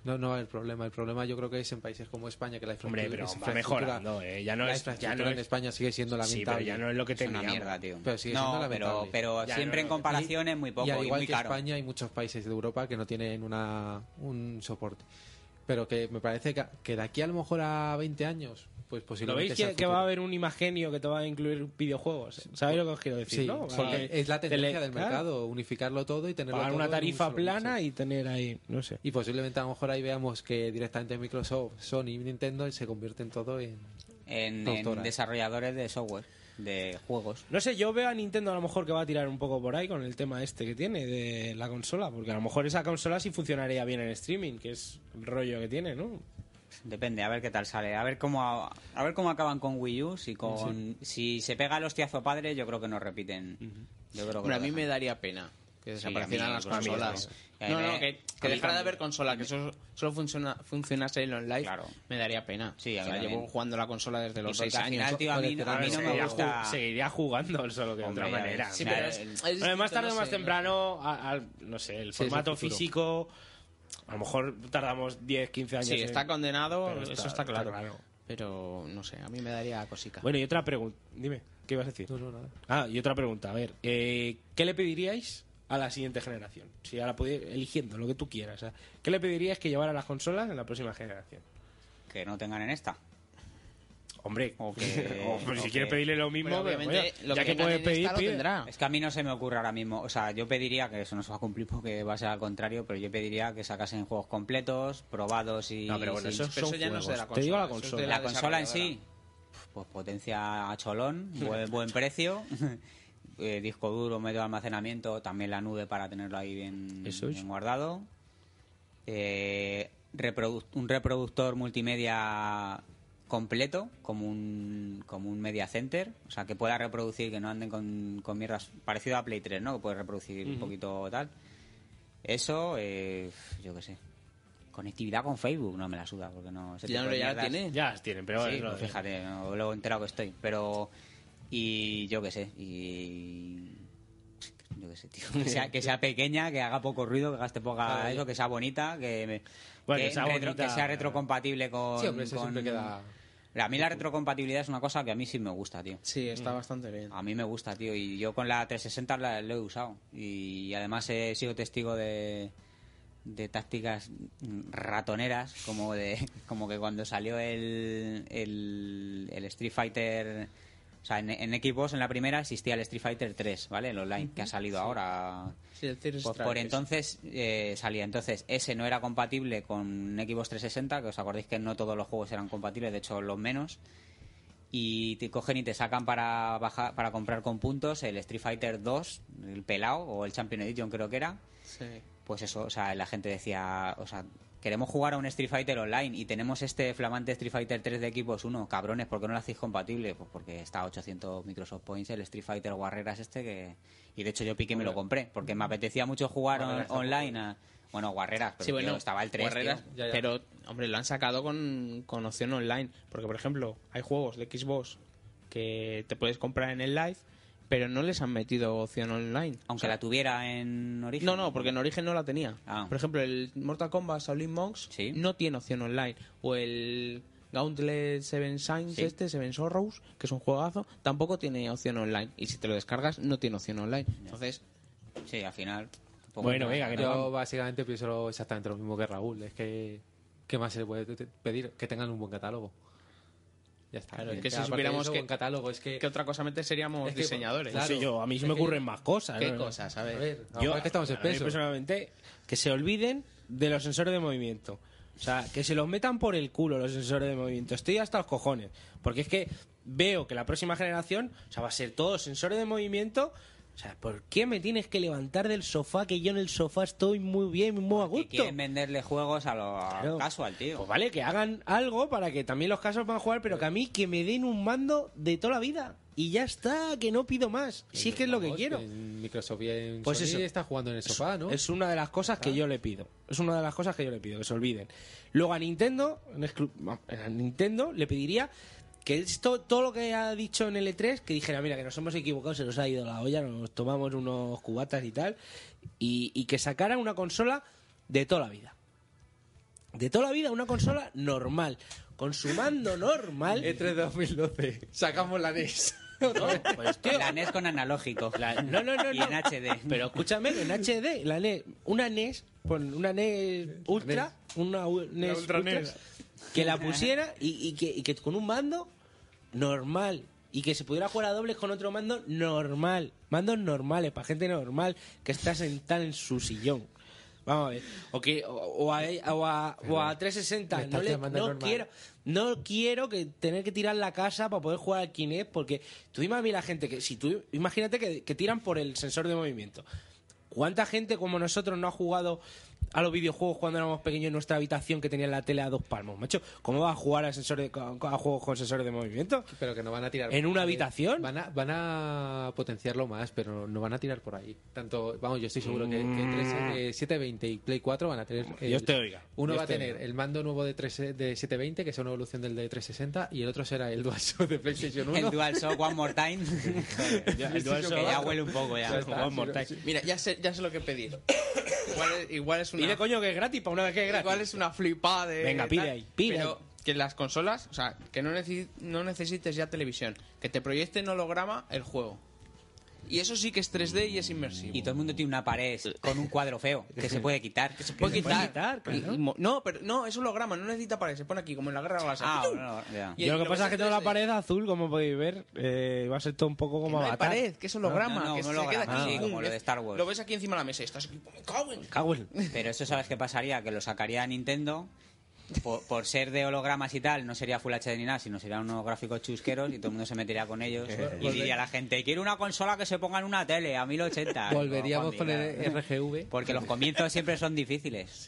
no, no va a haber problema. El problema yo creo que es en países como España que la infraestructura,
Hombre, pero va
infraestructura-
mejorando, ¿eh? Ya no
la
es... Ya
infraestructura
no
en
es
España sigue siendo
sí,
lamentable.
pero ya no es lo que
es una
teníamos.
mierda tío
Pero sigue siendo
no pero
lamentable.
pero
Ya,
siempre
no,
en
no,
comparación es muy
y
poco
al
y,
igual
muy
que
caro
España hay muchos países de Europa que no tienen una, un soporte. Pero que me parece que, que de aquí a lo mejor a 20 años, pues
¿Lo
posiblemente
veis
sea
que,
el
que va a
futuro.
haber un imagenio que te va a incluir videojuegos? ¿Sabéis lo que os quiero decir?
Sí,
¿no?
porque es la tendencia
tele-
del
claro,
mercado, unificarlo todo y tenerlo
Pagar
todo
una
en un
tarifa
solo
plana
mixer.
y tener ahí, no sé.
Y posiblemente a lo mejor ahí veamos que directamente Microsoft, Sony y Nintendo se convierten todo en...
en, en
Doctora.
desarrolladores de software de juegos
No sé, yo veo a Nintendo a lo mejor que va a tirar un poco por ahí con el tema este que tiene de la consola, porque a lo mejor esa consola sí funcionaría bien en streaming, que es el rollo que tiene, ¿no?
Depende, a ver qué tal sale. A ver cómo, a, a ver cómo acaban con Wii U. Si, con, si se pega el hostiazo padre, yo creo que no repiten. Yo creo que
Hombre, a
lo
mí
dejan.
me daría pena que
Sí, a mí,
desaparecieran las
por supuesto.
consolas.
Y a
No,
mí-
no, que,
a
que
mí
dejara de
también.
haber consola, que eso solo funciona, funcionase en online.
Claro.
Me daría pena.
Sí, a mí
O sea,
también.
llevo jugando la consola desde los
Y porque
6
al
años.
final, tío, a mí, a mí no me
Seguiría
gusta.
ju- Seguiría jugando, solo que de otra
Hombre, ya ves.
manera.
Sí,
¿no?
pero
Eh,
es- es
Bueno, más tarde o más
temprano
temprano, a- al- no sé, el
Sí, es el
formato
futuro.
físico, a lo mejor tardamos 10, 15 años.
Sí,
en-
está condenado,
Pero
eso está claro.
claro.
Pero no sé, a mí me daría cosica.
Bueno, y otra pregunta. Dime, ¿qué ibas a decir?
No, no, nada.
Ah, y otra pregunta. A ver, eh, ¿qué le pediríais a la siguiente generación? Si ahora podéis eligiendo lo que tú quieras. o sea, ¿Qué le pedirías que llevara las consolas en la próxima generación?
Que no tengan en esta.
Hombre,
O que-
o, pues,
o
si
que-
quieres pedirle lo mismo,
Bueno,
pero,
obviamente,
oye,
lo
ya
que,
que puedes pedir,
lo
pide.
tendrá.
Es que a mí no se me ocurre ahora mismo. O sea, yo pediría que eso no se va a cumplir porque va a ser al contrario, pero yo pediría que sacasen juegos completos, probados y.
No, pero bueno,
sin-
eso
Pero
son
eso ya no es de la
juegos.
consola.
Te digo la
eso es de
consola.
la consola en sí,
desarrolladora.
pues potencia a cholón, buen, buen precio, eh, disco duro, medio de almacenamiento, también la nube para tenerlo ahí bien,
Eso es.
bien guardado. Eh, reproduc- un reproductor multimedia completo, como un, como un media center, o sea, que pueda reproducir, que no anden con, con mierdas, parecido a Play 3, ¿no? Que puede reproducir un poquito tal. Eso, eh, yo qué sé. Conectividad con Facebook, no me la suda, porque no... ese
Ya
tipo
no-
de
ya la
mierdas-
tiene.
Ya las tienen, pero
sí,
bueno,
pues
no-
fíjate, no, lo enterado que estoy. Pero. Y yo qué sé. Y. Yo qué sé, tío. Que sea, que sea pequeña, que haga poco ruido, que gaste poca. eso, que sea bonita, que. me-
Bueno, que sea
retro-
bonita.
que sea retrocompatible con.
Sí, hombre, eso
con-
siempre queda-
A mí la retrocompatibilidad es una cosa que a mí sí me gusta, tío.
Sí, está bastante bien.
A mí me gusta, tío. Y yo con la 360 la, lo he usado. Y además he sido testigo de, de tácticas mm, ratoneras, como de como que cuando salió el, el, el Street Fighter... O sea, en, en Xbox en la primera existía el Street Fighter 3, ¿vale? El online, que ha salido ahora.
Sí, el Tears
Pues por
Strikers.
entonces eh, salía. Entonces, ese no era compatible con Xbox 360, que os acordáis que no todos los juegos eran compatibles, de hecho, los menos. Y te cogen y te sacan para, bajar, para comprar con puntos el Street Fighter 2, el pelao, o el Champion Edition, creo que era
Sí.
pues eso, o sea, la gente decía, o sea, queremos jugar a un Street Fighter online y tenemos este flamante Street Fighter 3 de equipos 1, cabrones, ¿por qué no lo hacéis compatible? Pues porque está a 800 Microsoft Points el Street Fighter Guerreras este que... Y de hecho yo piqué y me lo compré, porque me apetecía mucho jugar on- online a... Bueno, Guerreras, pero
Sí, bueno,
tío, estaba el 3,
Guerreras,
tío.
Ya, ya.
Pero, hombre, lo han sacado con, con opción online. Porque, por ejemplo, hay juegos de Xbox que te puedes comprar en el live, pero no les han metido opción online.
Aunque
O sea,
la tuviera en origen.
No, no, porque en origen no la tenía.
Ah.
Por ejemplo, el Mortal Kombat Shaolin Monks
Sí.
no tiene opción online. O el Gauntlet Seven Signs,
Sí.
este, Seven Sorrows, que es un juegazo, tampoco tiene opción online. Y si te lo descargas, no tiene opción online. Entonces,
Sí, al final... tampoco-
Bueno, venga, que no
Yo básicamente pienso lo- exactamente lo mismo que Raúl. Es que, ¿qué más se le puede te- pedir? Que tengan un buen catálogo. Ya está.
Claro,
Y
es que si
aparte de
supiéramos
eso,
que-
buen catálogo es que...
¿qué otra cosa mente seríamos
Es que,
diseñadores?
No sé
claro.
yo, a mí se me
Es que-
ocurren más cosas.
¿Qué
¿no?
cosas? A
a
ver.
ver,
Yo,
yo, que estamos
a mí
espesos.
personalmente, que se olviden de los sensores de movimiento. O sea, que se los metan por el culo los sensores de movimiento. Estoy hasta los cojones. Porque es que veo que la próxima generación, o sea, va a ser todo sensores de movimiento. O sea, ¿por qué me tienes que levantar del sofá? Que yo en el sofá estoy muy bien, muy a
Que
gusto.
quieren venderle juegos a los
Claro.
casual, tío.
Pues vale, que hagan algo para que también los casos van a jugar, pero que a mí que me den un mando de toda la vida. Y ya está, que no pido más. Si es que es lo que
Vamos,
quiero.
en Microsoft y en
Pues
Sony
eso.
está jugando en el sofá, ¿no? Ah.
Es una de las cosas que yo le pido. Es una de las cosas que yo le pido, que se olviden. Luego a Nintendo, en exclu- vamos, a Nintendo le pediría que esto, todo lo que ha dicho en el E3, que dijera, mira, que nos hemos equivocado, se nos ha ido la olla, nos tomamos unos cubatas y tal, y, y que sacara una consola de toda la vida. De toda la vida, una consola normal, con su mando normal.
E3 2012. Sacamos la NES.
No, pues, tío,
La NES con analógico.
no, no, no,
Y
no.
en HD.
Pero escúchame, en HD, la NES, una NES, pon una NES Ultra, una u- NES,
Ultra
Ultra,
NES.
que la pusiera y, y que, y que con un mando normal y que se pudiera jugar a dobles con otro mando normal, mandos normales para gente normal que está sentada en su sillón. Vamos a ver, o, que, o, o a, o a- o a 360,
me
no,
estás
le-
llamando
no
normal.
quiero, no quiero que tener que tirar la casa para poder jugar al Kinect porque tú imagínate la gente que si tú imagínate que, que tiran por el sensor de movimiento. ¿Cuánta gente como nosotros no ha jugado a los videojuegos cuando éramos pequeños en nuestra habitación que tenía la tele a dos palmos, macho? ¿Cómo va a jugar a, sensor de- a juegos con sensores de movimiento?
Pero que no van a tirar.
¿En una
Eh,
habitación?
Van a, van a potenciarlo más, pero no van a tirar por ahí. Tanto, vamos, yo estoy seguro que, que tres- eh, 720 y Play 4 van a tener. el-
Dios te oiga.
Uno
Dios
va a
te
tener el mando nuevo de, 3 de 720, que es una evolución del de 360, y el otro será el DualShock de PlayStation 1.
El DualShock One More Time.
Ya, el
que
DualShock
ya
One.
huele un poco ya.
Ya está, One More Time.
Mira, ya sé, ya sé lo que pedir. Igual es, igual es una...
Pide coño que es gratis para una vez que es gratis.
Igual es una flipada de.
Venga, pide ahí, pide
Pero que las consolas, o sea, que no, necesi- no necesites ya televisión, que te proyecte en holograma el juego. Y eso sí que es 3D y es inmersivo.
Y todo el mundo tiene una pared con un cuadro feo que se puede quitar. Que se
Puedes quitar.
quitar,
Y-
claro.
y mo- no, pero no, es holograma, no necesita pared, se pone aquí como en la guerra de las
Ah, bueno, ya.
Yo lo que pasa es que tengo la pared azul, como podéis ver, eh, va a ser todo un poco como
No hay
avatar. Ah,
pared, que es holograma,
No, no,
que
no
se
holograma,
queda aquí.
sí, como lo de Star Wars.
Lo ves aquí encima de la mesa y estás aquí, me cago en-
Cago en-
Pero eso sabes qué pasaría, que lo sacaría Nintendo por, por ser de hologramas y tal, no sería Full HD ni nada, sino serían unos gráficos chusqueros y todo el mundo se metería con ellos y diría a la gente, quiero una consola que se ponga en una tele a 1080.
Volveríamos
Juanmi,
con el
claro.
RGV.
Porque los comienzos siempre son difíciles.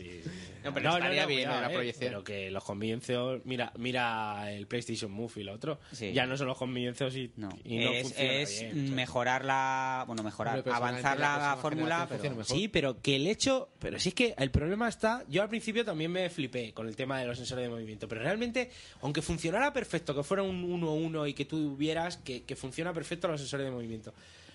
No, pero estaría bien
cuidado,
una
eh,
proyección.
Pero que los comienzos. Mira, mira el PlayStation Move y lo otro.
Sí.
Ya no son los comienzos y
No.
y no
es
funciona
es
bien, ¿sabes?
mejorar la... Bueno, mejorar,
Hombre, pero
avanzar
seguramente la
la,
próxima
fórmula,
generación
pero...
funcione mejor.
Sí, pero que el hecho. Pero sí es que el problema está. Yo al principio también me flipé con el tema de los sensores de movimiento. Pero realmente, aunque funcionara perfecto, que fuera un 1-1 y que tú vieras que, que funciona perfecto los sensores de movimiento,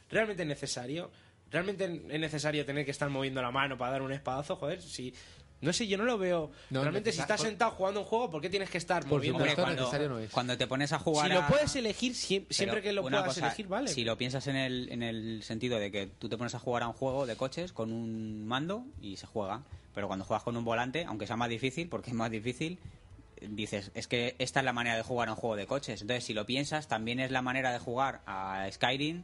¿realmente es necesario? ¿Realmente es necesario tener que estar moviendo la mano para dar un espadazo? Joder, si. No sé, yo no lo veo.
No,
realmente, si
necesitas-
estás sentado jugando un juego, ¿por qué tienes que estar
Por
moviendo
Hombre,
supuesto,
la mano?
cuando,
necesario no es.
cuando te pones a jugar
Si lo
a-
puedes elegir, siem-
Pero
siempre que lo
una
puedas
cosa,
elegir, vale.
Si lo piensas en el, en el sentido de que tú te pones a jugar a un juego de coches con un mando y se juega, pero cuando juegas con un volante, aunque sea más difícil, porque es más difícil, dices, es que esta es la manera de jugar a un juego de coches. Entonces, si lo piensas, también es la manera de jugar a Skyrim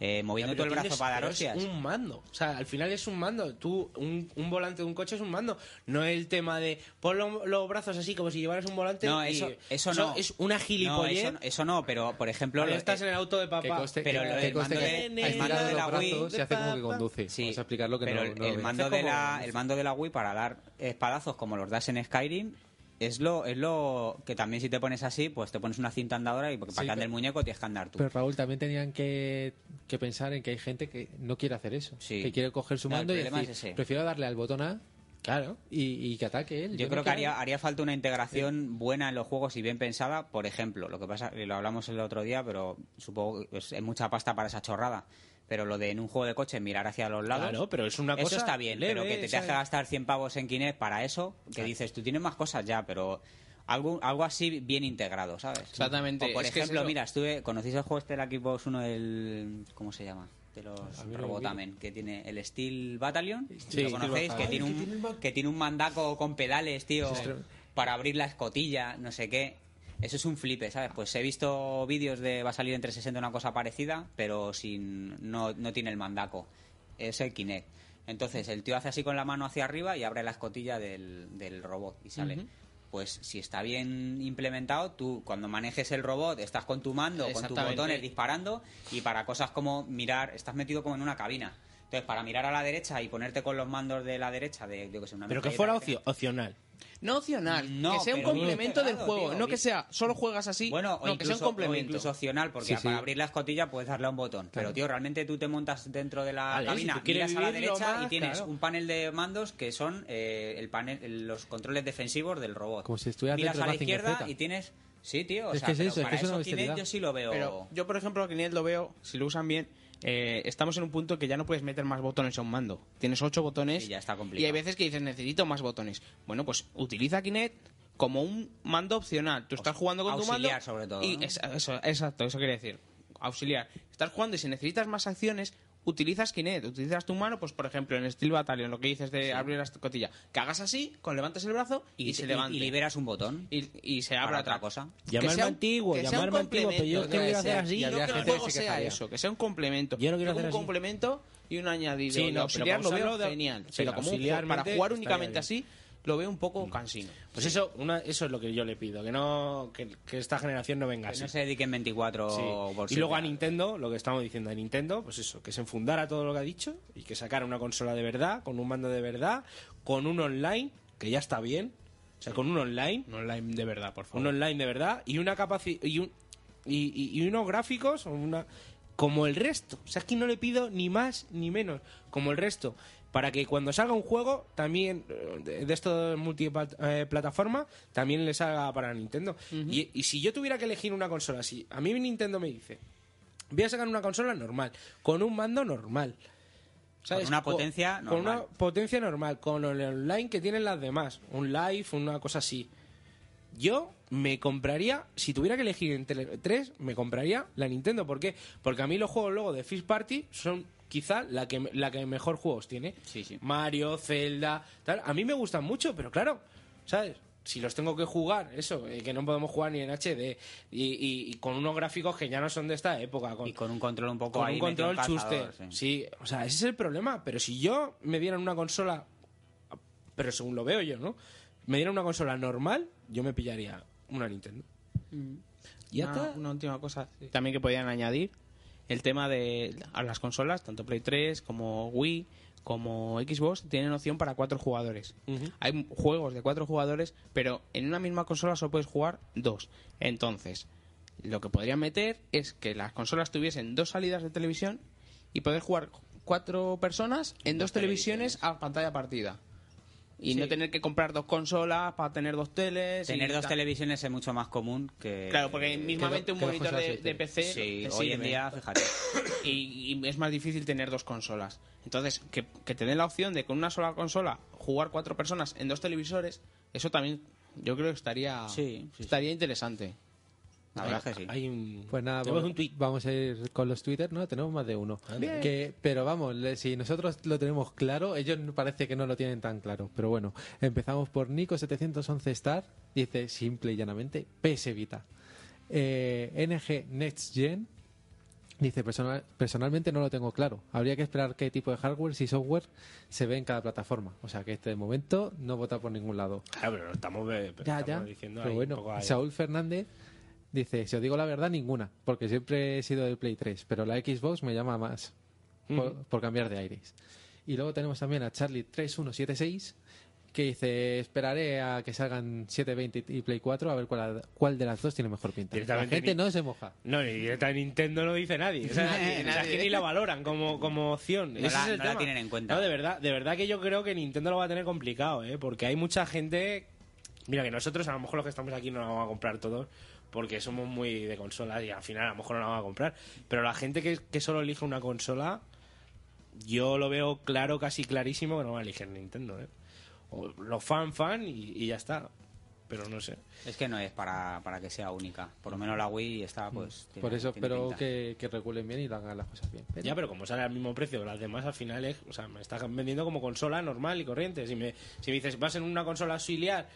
eh, moviendo
Pero
todo el brazo
tienes-
para dar
pero es
hostias.
un mando. O sea, al final es un mando. Tú, un, un volante de un coche es un mando. No el tema de pon lo- los brazos así como si llevaras un volante.
No,
y-
eso, eso no.
Es una
No, eso,
gilipollez.
no- eh, eso no, pero por ejemplo.
Cuando
lo-
estás en el auto de
Que
papá.
coste,
pero
que,
lo
que
del
conste
mando
que
de-
ha
el mando
estirado
de
los
la Wii,
brazos se hace como que
papá.
conduce.
Sí,
Vamos a explicar lo que
pero
no,
el-
no
el,
lo veis.
mando de
como-
la el mando de la Wii para dar espadazos como los das en Skyrim es lo es lo que también si te pones así pues te pones una cinta andadora y porque para
Sí,
que ande
pero-
el muñeco tienes que andar tú
Pero Raúl, también tenían que, que pensar en que hay gente que no quiere hacer eso.
Sí.
Que quiere coger su
No, el
mando y
problema
decir,
es ese.
prefiero darle al botón A
Claro.
y, y que ataque él.
yo,
no
creo que
quiero-
haría, haría falta una integración buena en los juegos y bien pensada por ejemplo lo que pasa y lo hablamos el otro día pero supongo que es es mucha pasta para esa chorrada pero lo de en un juego de coche mirar hacia los lados
Claro, pero es una
Eso
cosa.
está bien,
leve,
pero que te, te
¿sabes?
hace gastar 100 pavos en Kinect para eso, que dices, tú tienes más cosas ya, pero algo, algo así bien integrado, ¿sabes?
Exactamente,
O, por
es que es
ejemplo,
eso.
mira, estuve, ¿conocéis el juego este del Xbox 1 del... ¿Cómo se llama? De los
mí no me
Robotamen, que tiene el Steel Battalion.
Sí,
¿Lo
Steel
conocéis? Que
Battalion.
tiene,
Ay, que tiene
un, que tiene un mandaco con pedales, tío,
Eso es
para abrir la escotilla, no sé qué. Eso es un flipe, ¿sabes? Pues he visto vídeos de va a salir en 360 una cosa parecida, pero sin no, no tiene el mandaco. Es el Kinect. Entonces, el tío hace así con la mano hacia arriba y abre la escotilla del, del robot y sale. Pues si está bien implementado, tú cuando manejes el robot estás con tu mando, con tus
Exactamente.
botones disparando y para cosas como mirar, estás metido como en una cabina. Entonces, para mirar a la derecha y ponerte con los mandos de la derecha, de yo que sé, una
Pero que
metralleta
fuera
tenga-
ocio- opcional.
No opcional,
No,
que sea un
pero
complemento del
integrado,
juego,
tío,
no que
bien.
sea solo juegas así,
Bueno,
no,
o,
que sea un
incluso, o
complemento.
incluso opcional, porque
Sí,
para
sí.
abrir la escotilla puedes darle a un botón. Pero, tío, realmente tú te montas dentro de la
Vale,
cabina,
si tú quieres
miras a la
vivirlo
derecha
más,
y tienes
claro.
un panel de mandos que son eh, el panel, el- los controles defensivos del robot.
Como si estuvieras
Miras
dentro
a
de
la
Mazinger
izquierda
Z.
y tienes... Sí, tío, o
Es
sea,
que es
pero
eso, es
para
que es una
eso Kinect
bestialidad.
yo sí lo veo...
Pero yo, por ejemplo, a Kinect lo veo, si lo usan bien, eh, estamos en un punto que ya no puedes meter más botones a un mando. Tienes ocho botones
Sí, ya está complicado.
y hay veces que dices, necesito más botones. Bueno, pues utiliza Kinect como un mando opcional. Tú estás jugando con tu mando...
auxiliar, sobre todo,
Y
¿no?
es- eso, exacto, eso quería decir. Auxiliar. Estás jugando y si necesitas más acciones, utilizas Kinect, utilizas tu mano, pues por ejemplo en Steel Battalion, lo que dices de abrir la escotilla. Que hagas así, con levantas el brazo y,
y,
se
y-
levanta.
y liberas un botón
y, y se
para
abra
otra cosa.
Llamarme
Que sea un-
antiguo,
que sea un
llamarme antiguo, pero yo es que
complemento,
quiero
que sea-
hacer así.
y
Yo
no que
quiero
el
hacer así
juego
que
sea
estaría.
eso, que sea un complemento.
Yo no quiero
un
hacer así.
complemento y un añadido.
Sí,
Y
no, pero
auxiliar
vamos
lo
a
veo
hablar de-
genial.
sí,
pero como un juego- para
auxiliarmente
jugar
estaría
únicamente
bien.
así, lo veo un poco cansino.
Pues eso, una, eso es lo que yo le pido. Que no que, que esta generación no venga
Que
así.
no se dediquen 24
Sí.
por
Y luego a
siete.
Nintendo, lo que estamos diciendo a Nintendo, pues eso, que se enfundara todo lo que ha dicho y que sacara una consola de verdad, con un mando de verdad, con un online, que ya está bien, o sea, con un online,
Un online de verdad, por
un online de verdad y una capacidad y, un- y, y- y unos gráficos o una como el resto. O sea, es que no le pido ni más ni menos, como el resto. Para que cuando salga un juego, también eh, de de esto multiplataforma, también le salga para Nintendo. y, y si yo tuviera que elegir una consola, si a mí Nintendo me dice, voy a sacar una consola normal, con un mando normal.
Con una potencia
con,
normal.
una potencia normal, con el online que tienen las demás, un live, una cosa así. Yo me compraría, si tuviera que elegir entre tres, me compraría la Nintendo. ¿Por qué? Porque a mí los juegos luego de Fish Party son quizá la que, la que mejor juegos tiene.
Sí, sí.
Mario, Zelda, tal. A mí me gustan mucho, pero claro, ¿sabes? Si los tengo que jugar, eso, eh, que no podemos jugar ni en HD, y, y- y con unos gráficos que ya no son de esta época. Con,
Y con un control un poco
con
ahí
un
metido
control
en
chuste.
cazador,
Sí.
sí.
o sea, ese es el problema. Pero si yo me dieran una consola, pero según lo veo yo, ¿no? me dieran una consola normal, yo me pillaría una Nintendo.
Y
Ya
una,
está.
una última cosa también que podían añadir, el tema de a las consolas, tanto Play 3 como Wii, como Xbox, tienen opción para cuatro jugadores. Hay m- juegos de cuatro jugadores, pero en una misma consola solo puedes jugar dos. Entonces, lo que podrían meter es que las consolas tuviesen dos salidas de televisión y poder jugar cuatro personas en dos, televisiones, a pantalla partida. Y no tener que comprar dos consolas para tener dos teles. y
Tener dos
tal.
televisiones es mucho más común que.
Claro, porque
Eh,
mismamente
que
un
dos
monitor
consolas
de,
sí
de PC
Sí,
te
hoy en
sirve.
día, fíjate.
Y, y es más difícil tener dos consolas. Entonces, que, que te den la opción de con una sola consola jugar cuatro personas en dos televisores, eso también yo creo que estaría,
Sí, sí, sí.
estaría interesante.
La verdad es que sí.
Hay un...
Pues nada,
tenemos
vol-
un tweet.
vamos a ir con los Twitter, ¿no? Tenemos más de uno. Que, pero vamos, le- si nosotros lo tenemos claro, ellos no- parece que no lo tienen tan claro. Pero bueno, empezamos por Nico711Star, dice simple y llanamente PS Vita. Eh, NG Next Gen dice "Personal- personalmente no lo tengo claro. Habría que esperar qué tipo de hardware y software se ve en cada plataforma. O sea que este de momento no vota por ningún lado.
Claro, pero estamos, eh, pero
pues, Ya,
estamos
ya.
diciendo
pero
ahí
bueno,
un poco ahí.
Saúl Fernández dice, si os digo la verdad, ninguna, porque siempre he sido del Play 3, pero la Xbox me llama más por, por cambiar de aires. Y luego tenemos también a Charlie3176 que dice, esperaré a que salgan 720 y Play 4 a ver cuál, cuál de las dos tiene mejor pinta. La
Directamente
gente
ni-
no se moja.
No, ni directa Nintendo no dice nadie. O sea,
Nadie,
o sea, es que ni la valoran como, como opción.
No
Ese
la-
es el
no la
tema.
tienen en cuenta.
No, de verdad, de verdad que yo creo que Nintendo lo va a tener complicado, ¿eh? Porque hay mucha gente... Mira, que nosotros a lo mejor los que estamos aquí no la vamos a comprar todos porque somos muy de consolas y al final a lo mejor no la vamos a comprar. Pero la gente que, que solo elige una consola, yo lo veo claro, casi clarísimo que no va a elegir Nintendo, ¿eh? O lo fan, fan y- y ya está. Pero no sé.
Es que no es para, para que sea única. Por lo menos la Wii está, pues. tiene-
Por eso
tiene
espero
pinta.
que, que regulen bien y lo hagan las cosas bien. Pero-
Ya, pero como sale al mismo precio que las demás, al final es, o sea, me estás vendiendo como consola normal y corriente. Si me, si me dices, vas en una consola auxiliar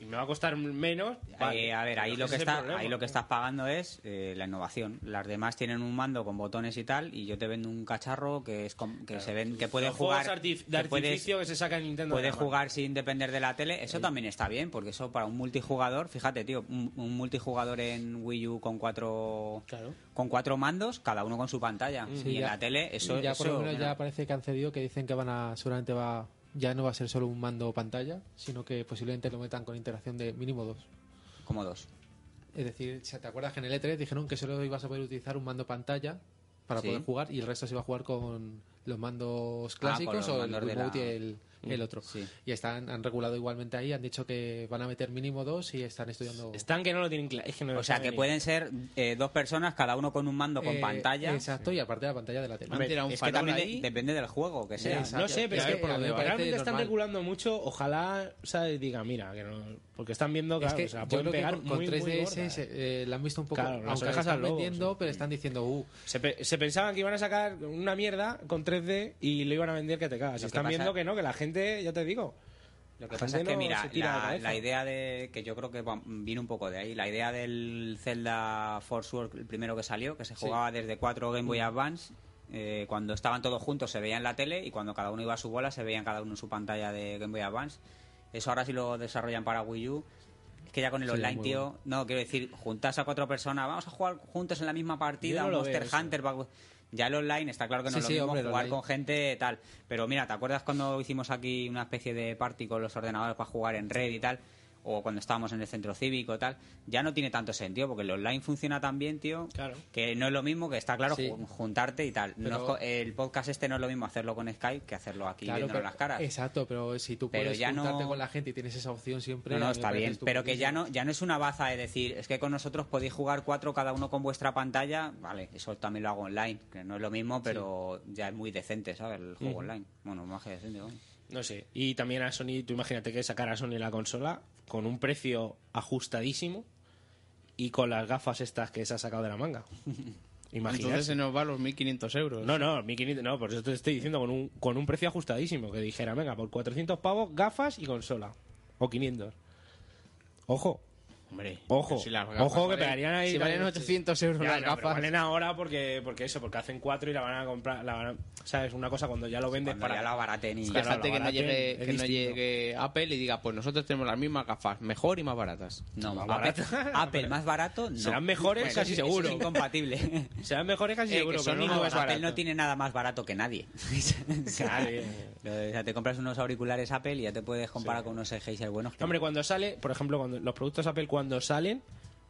y me va a costar menos.
Ahí,
vale.
Eh, a ver, ahí
Pero
lo,
ese
que
es el
está,
problema.
ahí lo que estás pagando es eh, la innovación. Las demás tienen un mando con botones y tal, y yo te vendo un cacharro que es com- que se ven que puede
Los juegos
jugar
artif- de
que puedes-
artificio que se saca en Nintendo.
Puedes
nada más.
jugar sin depender de la tele, eso también está bien, porque eso para un multijugador, fíjate, tío, un, un multijugador en Wii U con cuatro
Claro.
con cuatro mandos, cada uno con su pantalla.
Sí,
y en
ya-
la tele, eso
ya por
eso,
lo menos
mira,
ya parece que han cedido que dicen que van a seguramente va ya no va a ser solo un mando o pantalla sino que posiblemente lo metan con integración de mínimo dos
como dos.
es decir si te acuerdas que en el E3 dijeron que solo ibas a poder utilizar un mando pantalla para
Sí. Ah,
poder jugar y el resto se iba a jugar con los mandos
con los
clásicos o el
mandos de
remote
la- Mm,
y el, el otro
sí.
y están han regulado igualmente ahí han dicho que van a meter mínimo dos y están estudiando
Están que no lo tienen claro. es que no lo
O sea
saben
que
ni-
pueden ser eh, dos personas, cada uno con un mando con
Eh,
pantalla.
exacto y aparte la pantalla de la tele
Antes era un
es que
farol
también de-
ahí.
depende del juego que sea.
Exacto.
No sé, pero
Es
a ver,
que
por
a
lo
mí me
que
parece
realmente están
normal.
regulando mucho, ojalá, o sea, diga, mira, que no, porque están viendo que,
Es que
se la
yo
pueden
creo que
pegar
con, con
muy, muy
3DS
gorda, ¿eh?
se- eh, la han visto un poco,
Claro, las
aunque la
orejas
están
al lobo,
vendiendo,
sí.
pero están diciendo, uh,
Se, pe- se pensaban que iban a sacar una mierda con 3D y lo iban a vender que te cagas.
Lo
Y
que
están
pasa-
viendo que no, que la gente, ya te digo.
Lo que pasa es
gente
que,
no
mira,
se tira de
la,
cabeza.
la idea de. que yo creo que va- viene un poco de ahí. La idea del Zelda Force World, el primero que salió, que se jugaba desde cuatro Game Boy Advance. eh, cuando estaban todos juntos se veía en la tele y cuando cada uno iba a su bola se veían cada uno en su pantalla de Game Boy Advance. Eso ahora sí lo desarrollan para Wii U. Es que ya con el online, tío. No, quiero decir, juntas a cuatro personas, vamos a jugar juntos en la misma partida,
Yo no
un
lo
Monster
veo eso.
Hunter. va- Ya el online está claro que no
Sí,
es lo
sí,
mismo
hombre, el
jugar
online.
con gente tal. Pero mira, ¿te acuerdas cuando hicimos aquí una especie de party con los ordenadores para jugar en red y tal? O cuando estábamos en el centro cívico y tal. Ya no tiene tanto sentido porque el online funciona tan bien, tío,
Claro.
que no es lo mismo que está claro
Sí.
ju- juntarte y tal. No
Pero-
es co- el podcast este no es lo mismo hacerlo con Skype que hacerlo aquí
claro,
viéndonos
pero-
las caras.
Exacto, pero si tú
Pero
puedes
ya no-
juntarte con la gente y tienes esa opción
No,
siempre. a
no,
mí me
está
parece
bien, pero que ya
estupendísimo.
no, ya no es una baza de decir, es que con nosotros podéis jugar cuatro cada uno con vuestra pantalla, vale, eso también lo hago online, que no es lo mismo, pero ya es muy decente, ¿sabes? El juego online. Bueno, más que decente, vamos.
No sé. Y también a Sony, tú imagínate que sacar a Sony la consola con un precio ajustadísimo y con las gafas estas que se ha sacado de la manga.
Entonces
Imagínate.
se nos va los 1.500 euros.
No, no, 1500, no, por eso te estoy diciendo con un, con un precio ajustadísimo. Que dijera, venga, por 400 pavos, gafas y consola. O 500. Ojo,
Hombre.
Ojo,
pero si las gafas
ojo que
valen-
pegarían ahí.
Si valen
la-
800 euros
Ya,
las
no, pero
gafas.
Valen ahora porque, porque eso, porque hacen cuatro y la van a comprar. La van a- ¿Sabes? Una cosa cuando ya lo vendes
Cuando
para.
ya la baraten y-
Claro, la
Fíjate que no,
baraten,
llegue,
es
que no
distinto.
llegue Apple y diga, pues nosotros tenemos las mismas gafas, mejor y más baratas.
No,
Más
Apple,
barato.
Apple más barato, no.
Serán mejores
Bueno,
casi
eso es
seguro.
incompatible.
Serán mejores casi
Eh, que
seguro, pero
Sony
no
no
más
es
barato.
Apple no tiene nada más barato que nadie. o, sea,
Claro, bien.
o sea, te compras unos auriculares Apple y ya te puedes comparar con unos Sennheiser buenos. que-
Hombre, cuando sale, por ejemplo, cuando los productos Apple cuando salen,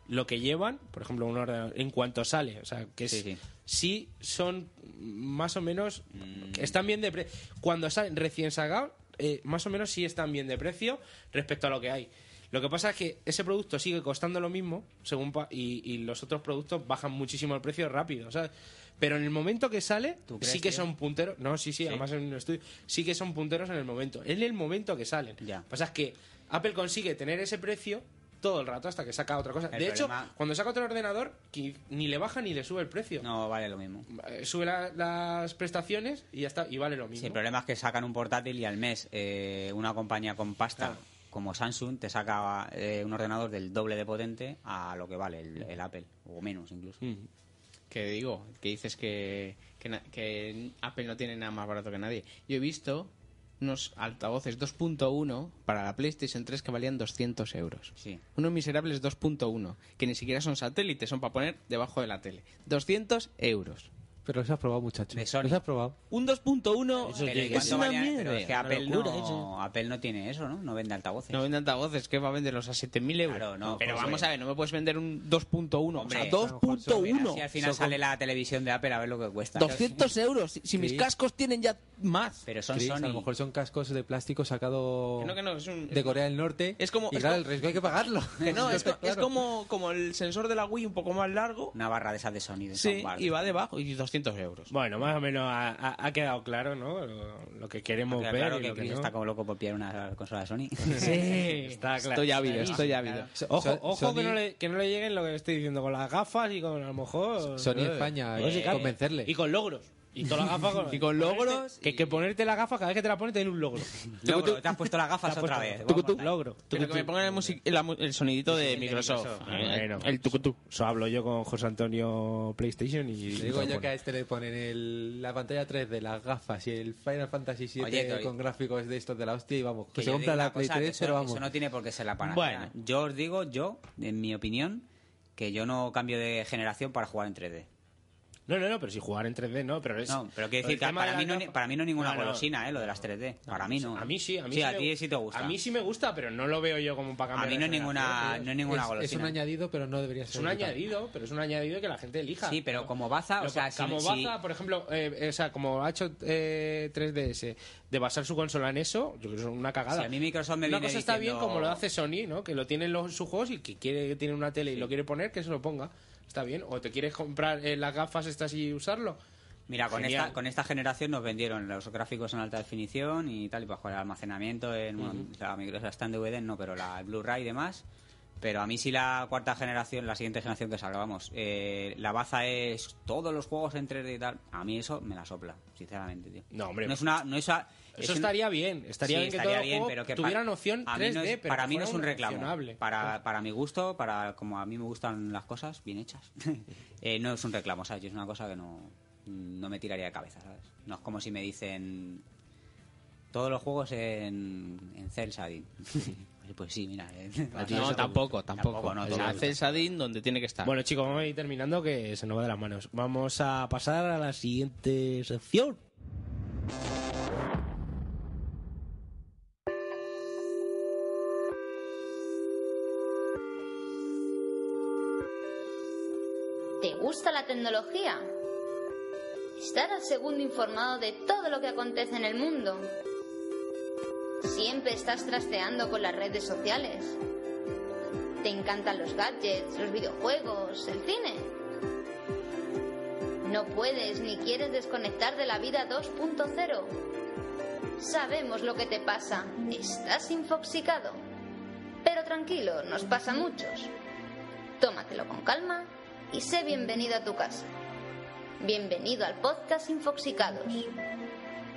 lo que llevan, por ejemplo, un ordenador, en cuanto sale, o sea, que
Sí,
es-
sí.
sí son más o menos
Mm.
están bien de pre cuando salen recién sacados, eh, más o menos sí están bien de precio respecto a lo que hay. Lo que pasa es que ese producto sigue costando lo mismo según pa- y, y los otros productos bajan muchísimo el precio rápido, ¿sabes? Pero en el momento que sale,
¿Tú crees,
sí que
tío?
son punteros. No, sí, sí, además en un estudio. Sí que son punteros en el momento. En el momento que salen.
Ya.
Lo que pasa es que Apple consigue tener ese precio todo el rato hasta que saca otra cosa.
El
de
problema-
hecho, cuando saca otro ordenador, qui- ni le baja ni le sube el precio.
No vale lo mismo.
Eh, Sube la- las prestaciones y ya está. Y vale lo mismo.
Sí, el problema es que sacan un portátil y al mes eh, una compañía con pasta
Claro.
como Samsung te saca eh, un ordenador del doble de potente a lo que vale el, el Apple, o menos incluso.
Mm.
Que digo, que dices que, que, na- que Apple no tiene nada más barato que nadie. Yo he visto unos altavoces 2.1 para la PlayStation 3 que valían 200 euros.
Sí.
Unos miserables 2.1, que ni siquiera son satélites, son para poner debajo de la tele. 200 euros.
Pero los has probado, muchacho.
De Sony.
Los has probado.
Un 2.1
Pero, ¿y
es
cuánto
una
valía?
mierda.
Pero es que Apple,
locura,
¿eh?
no, Apple no tiene eso, ¿no? No vende altavoces.
No venden altavoces, que va a venderlos a 7.000 euros.
Claro, no,
Pero
José.
vamos a ver, no me puedes vender un 2.1. O
Hombre,
sea,
Verás Si
2.1.
al final sale la televisión de Apple a ver lo que cuesta.
200 euros. Si, si mis
Chris.
cascos tienen ya más.
Pero son
Chris,
Sony.
A lo mejor son cascos de plástico sacado
Que no, que no, es un-
de Corea del Norte.
Es como-
Y
es
claro,
como-
el riesgo hay que pagarlo.
Que no, es,
Claro.
es como, como el sensor de la Wii un poco más largo.
Una barra de esas de sonido.
Sí, y va debajo y 200 euros.
Bueno, más o menos ha, ha- ha quedado claro, ¿no? Lo, lo que queremos ver.
Claro
y
que
lo que
Chris
no.
está como loco por pillar una consola de Sony.
Está claro.
Estoy ávido, estoy ávido.
So-
Ojo,
so-
ojo que,
Sony-
no le, que no le lleguen lo que le estoy diciendo con las gafas y con a lo mejor.
Sony
Eh,
España,
no sé,
eh,
claro.
convencerle.
Y con logros. Y con las gafas.
Y con logros
ponerte- que, que ponerte la gafa cada vez que te la pones te den un logro.
Luego te has puesto las gafas
Te has
otra
puesto-
vez.
tucu,
Vamos,
tucu,
dale.
logro.
Pero que me pongan el, musi- el amu- el sonidito de Microsoft.
ah, Bueno.
eh, El tucutú.
Eso hablo yo con José Antonio PlayStation y.
Te digo yo que a este le ponen el- la pantalla 3 de las gafas y el Final Fantasy VII
Oye, que hoy-
con gráficos de estos de la hostia y vamos, que
Que
se
yo
compra
digo
la
una
Play
cosa, que
3,
eso,
pero vamos.
eso no tiene por qué ser la panacea.
Bueno.
Yo os digo, yo, en mi opinión, que yo no cambio de generación para jugar en 3D.
No, no, no, pero si jugar en 3D no, pero es.
No, pero quiero
el
decir que
Pues, tema de
para
la
mí, no,
gafa-
para mí no ninguna
No, no.
golosina, ¿eh? Lo de las 3D. para mí no.
A mí sí, a mí
sí.
sí.
a
me-
ti sí te gusta.
A mí sí me gusta, pero no lo veo yo como para
A
cambiar.
mí
de
no es ninguna,
generación,
no
tío.
es ninguna
es, es un
golosina.
añadido, pero no debería ser.
Es un
vital.
añadido, pero es un añadido que la gente elija.
Sí, pero como baza, Ah, o
Lo-
sea, si-
como
si-
Baza, por ejemplo, eh, o sea, como ha hecho eh, 3DS, de basar su consola en eso, yo creo que es una cagada.
Si a mí Microsoft me
Una
viene
cosa está
diciendo-
bien como lo hace Sony, ¿no? Que lo tienen los, sus juegos y que quiere que tiene una tele y lo quiere poner, que se lo ponga. Está bien. O te quieres comprar eh, las gafas estas y usarlo.
Mira, con
pues, Genial.
esta, con esta generación nos vendieron los gráficos en alta definición y tal, y para jugar al almacenamiento, en, bueno, la Microsoft está en DVD, no, pero la el Blu-ray y demás. Pero a mí sí la cuarta generación, la siguiente generación que salga, vamos, eh, la baza es todos los juegos en 3D y tal. A mí eso me la sopla, sinceramente, tío.
No, hombre.
No es una... No es a- es
Eso
un-
estaría bien. Estaría
Sí,
bien que
estaría
todos los
bien,
juegos
pero que pa-
tuvieran opción
a mí
3D,
no es-
pero
para
que
mí no
fuera
es un
una
reclamo.
accionable.
Para, para mi gusto, para como a mí me gustan las cosas bien hechas, eh, no es un reclamo, ¿sabes? Yo es una cosa que no, no me tiraría de cabeza, ¿sabes? No es como si me dicen todos los juegos en, en cel shading. pues sí, mira. eh,
Ah,
No, tampoco, tampoco.
no,
O
todo
sea,
eso.
hace el Sadin donde tiene que estar.
Bueno, chicos, vamos a ir terminando que se nos va de las manos. Vamos a pasar a la siguiente sección.
¿Te gusta la tecnología? Estarás segundo informado de todo lo que acontece en el mundo. Siempre estás trasteando con las redes sociales. Te encantan los gadgets, los videojuegos, el cine. No puedes ni quieres desconectar de la vida 2.0. Sabemos lo que te pasa. Estás infoxicado. Pero tranquilo, nos pasa a muchos. Tómatelo con calma y sé bienvenido a tu casa. Bienvenido al podcast Infoxicados.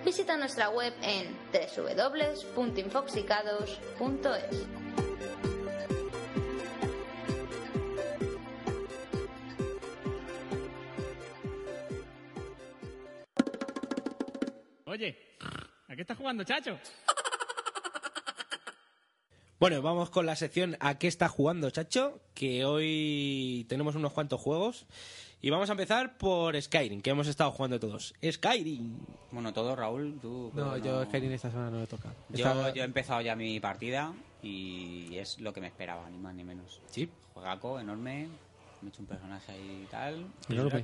Visita nuestra web en www.infoxicados.es.
Oye, ¿a qué estás jugando, chacho?
Bueno, vamos con la sección ¿A qué está jugando, chacho? Que hoy tenemos unos cuantos juegos. Y vamos a empezar por Skyrim, que hemos estado jugando todos. Skyrim.
Bueno, todo, Raúl, tú...
No,
bueno,
yo Skyrim esta semana no he tocado.
Yo,
Esta-
yo he empezado ya mi partida y es lo que me esperaba, ni más ni menos.
Sí.
Juegaco enorme, me he hecho un personaje ahí y tal.
Enorme.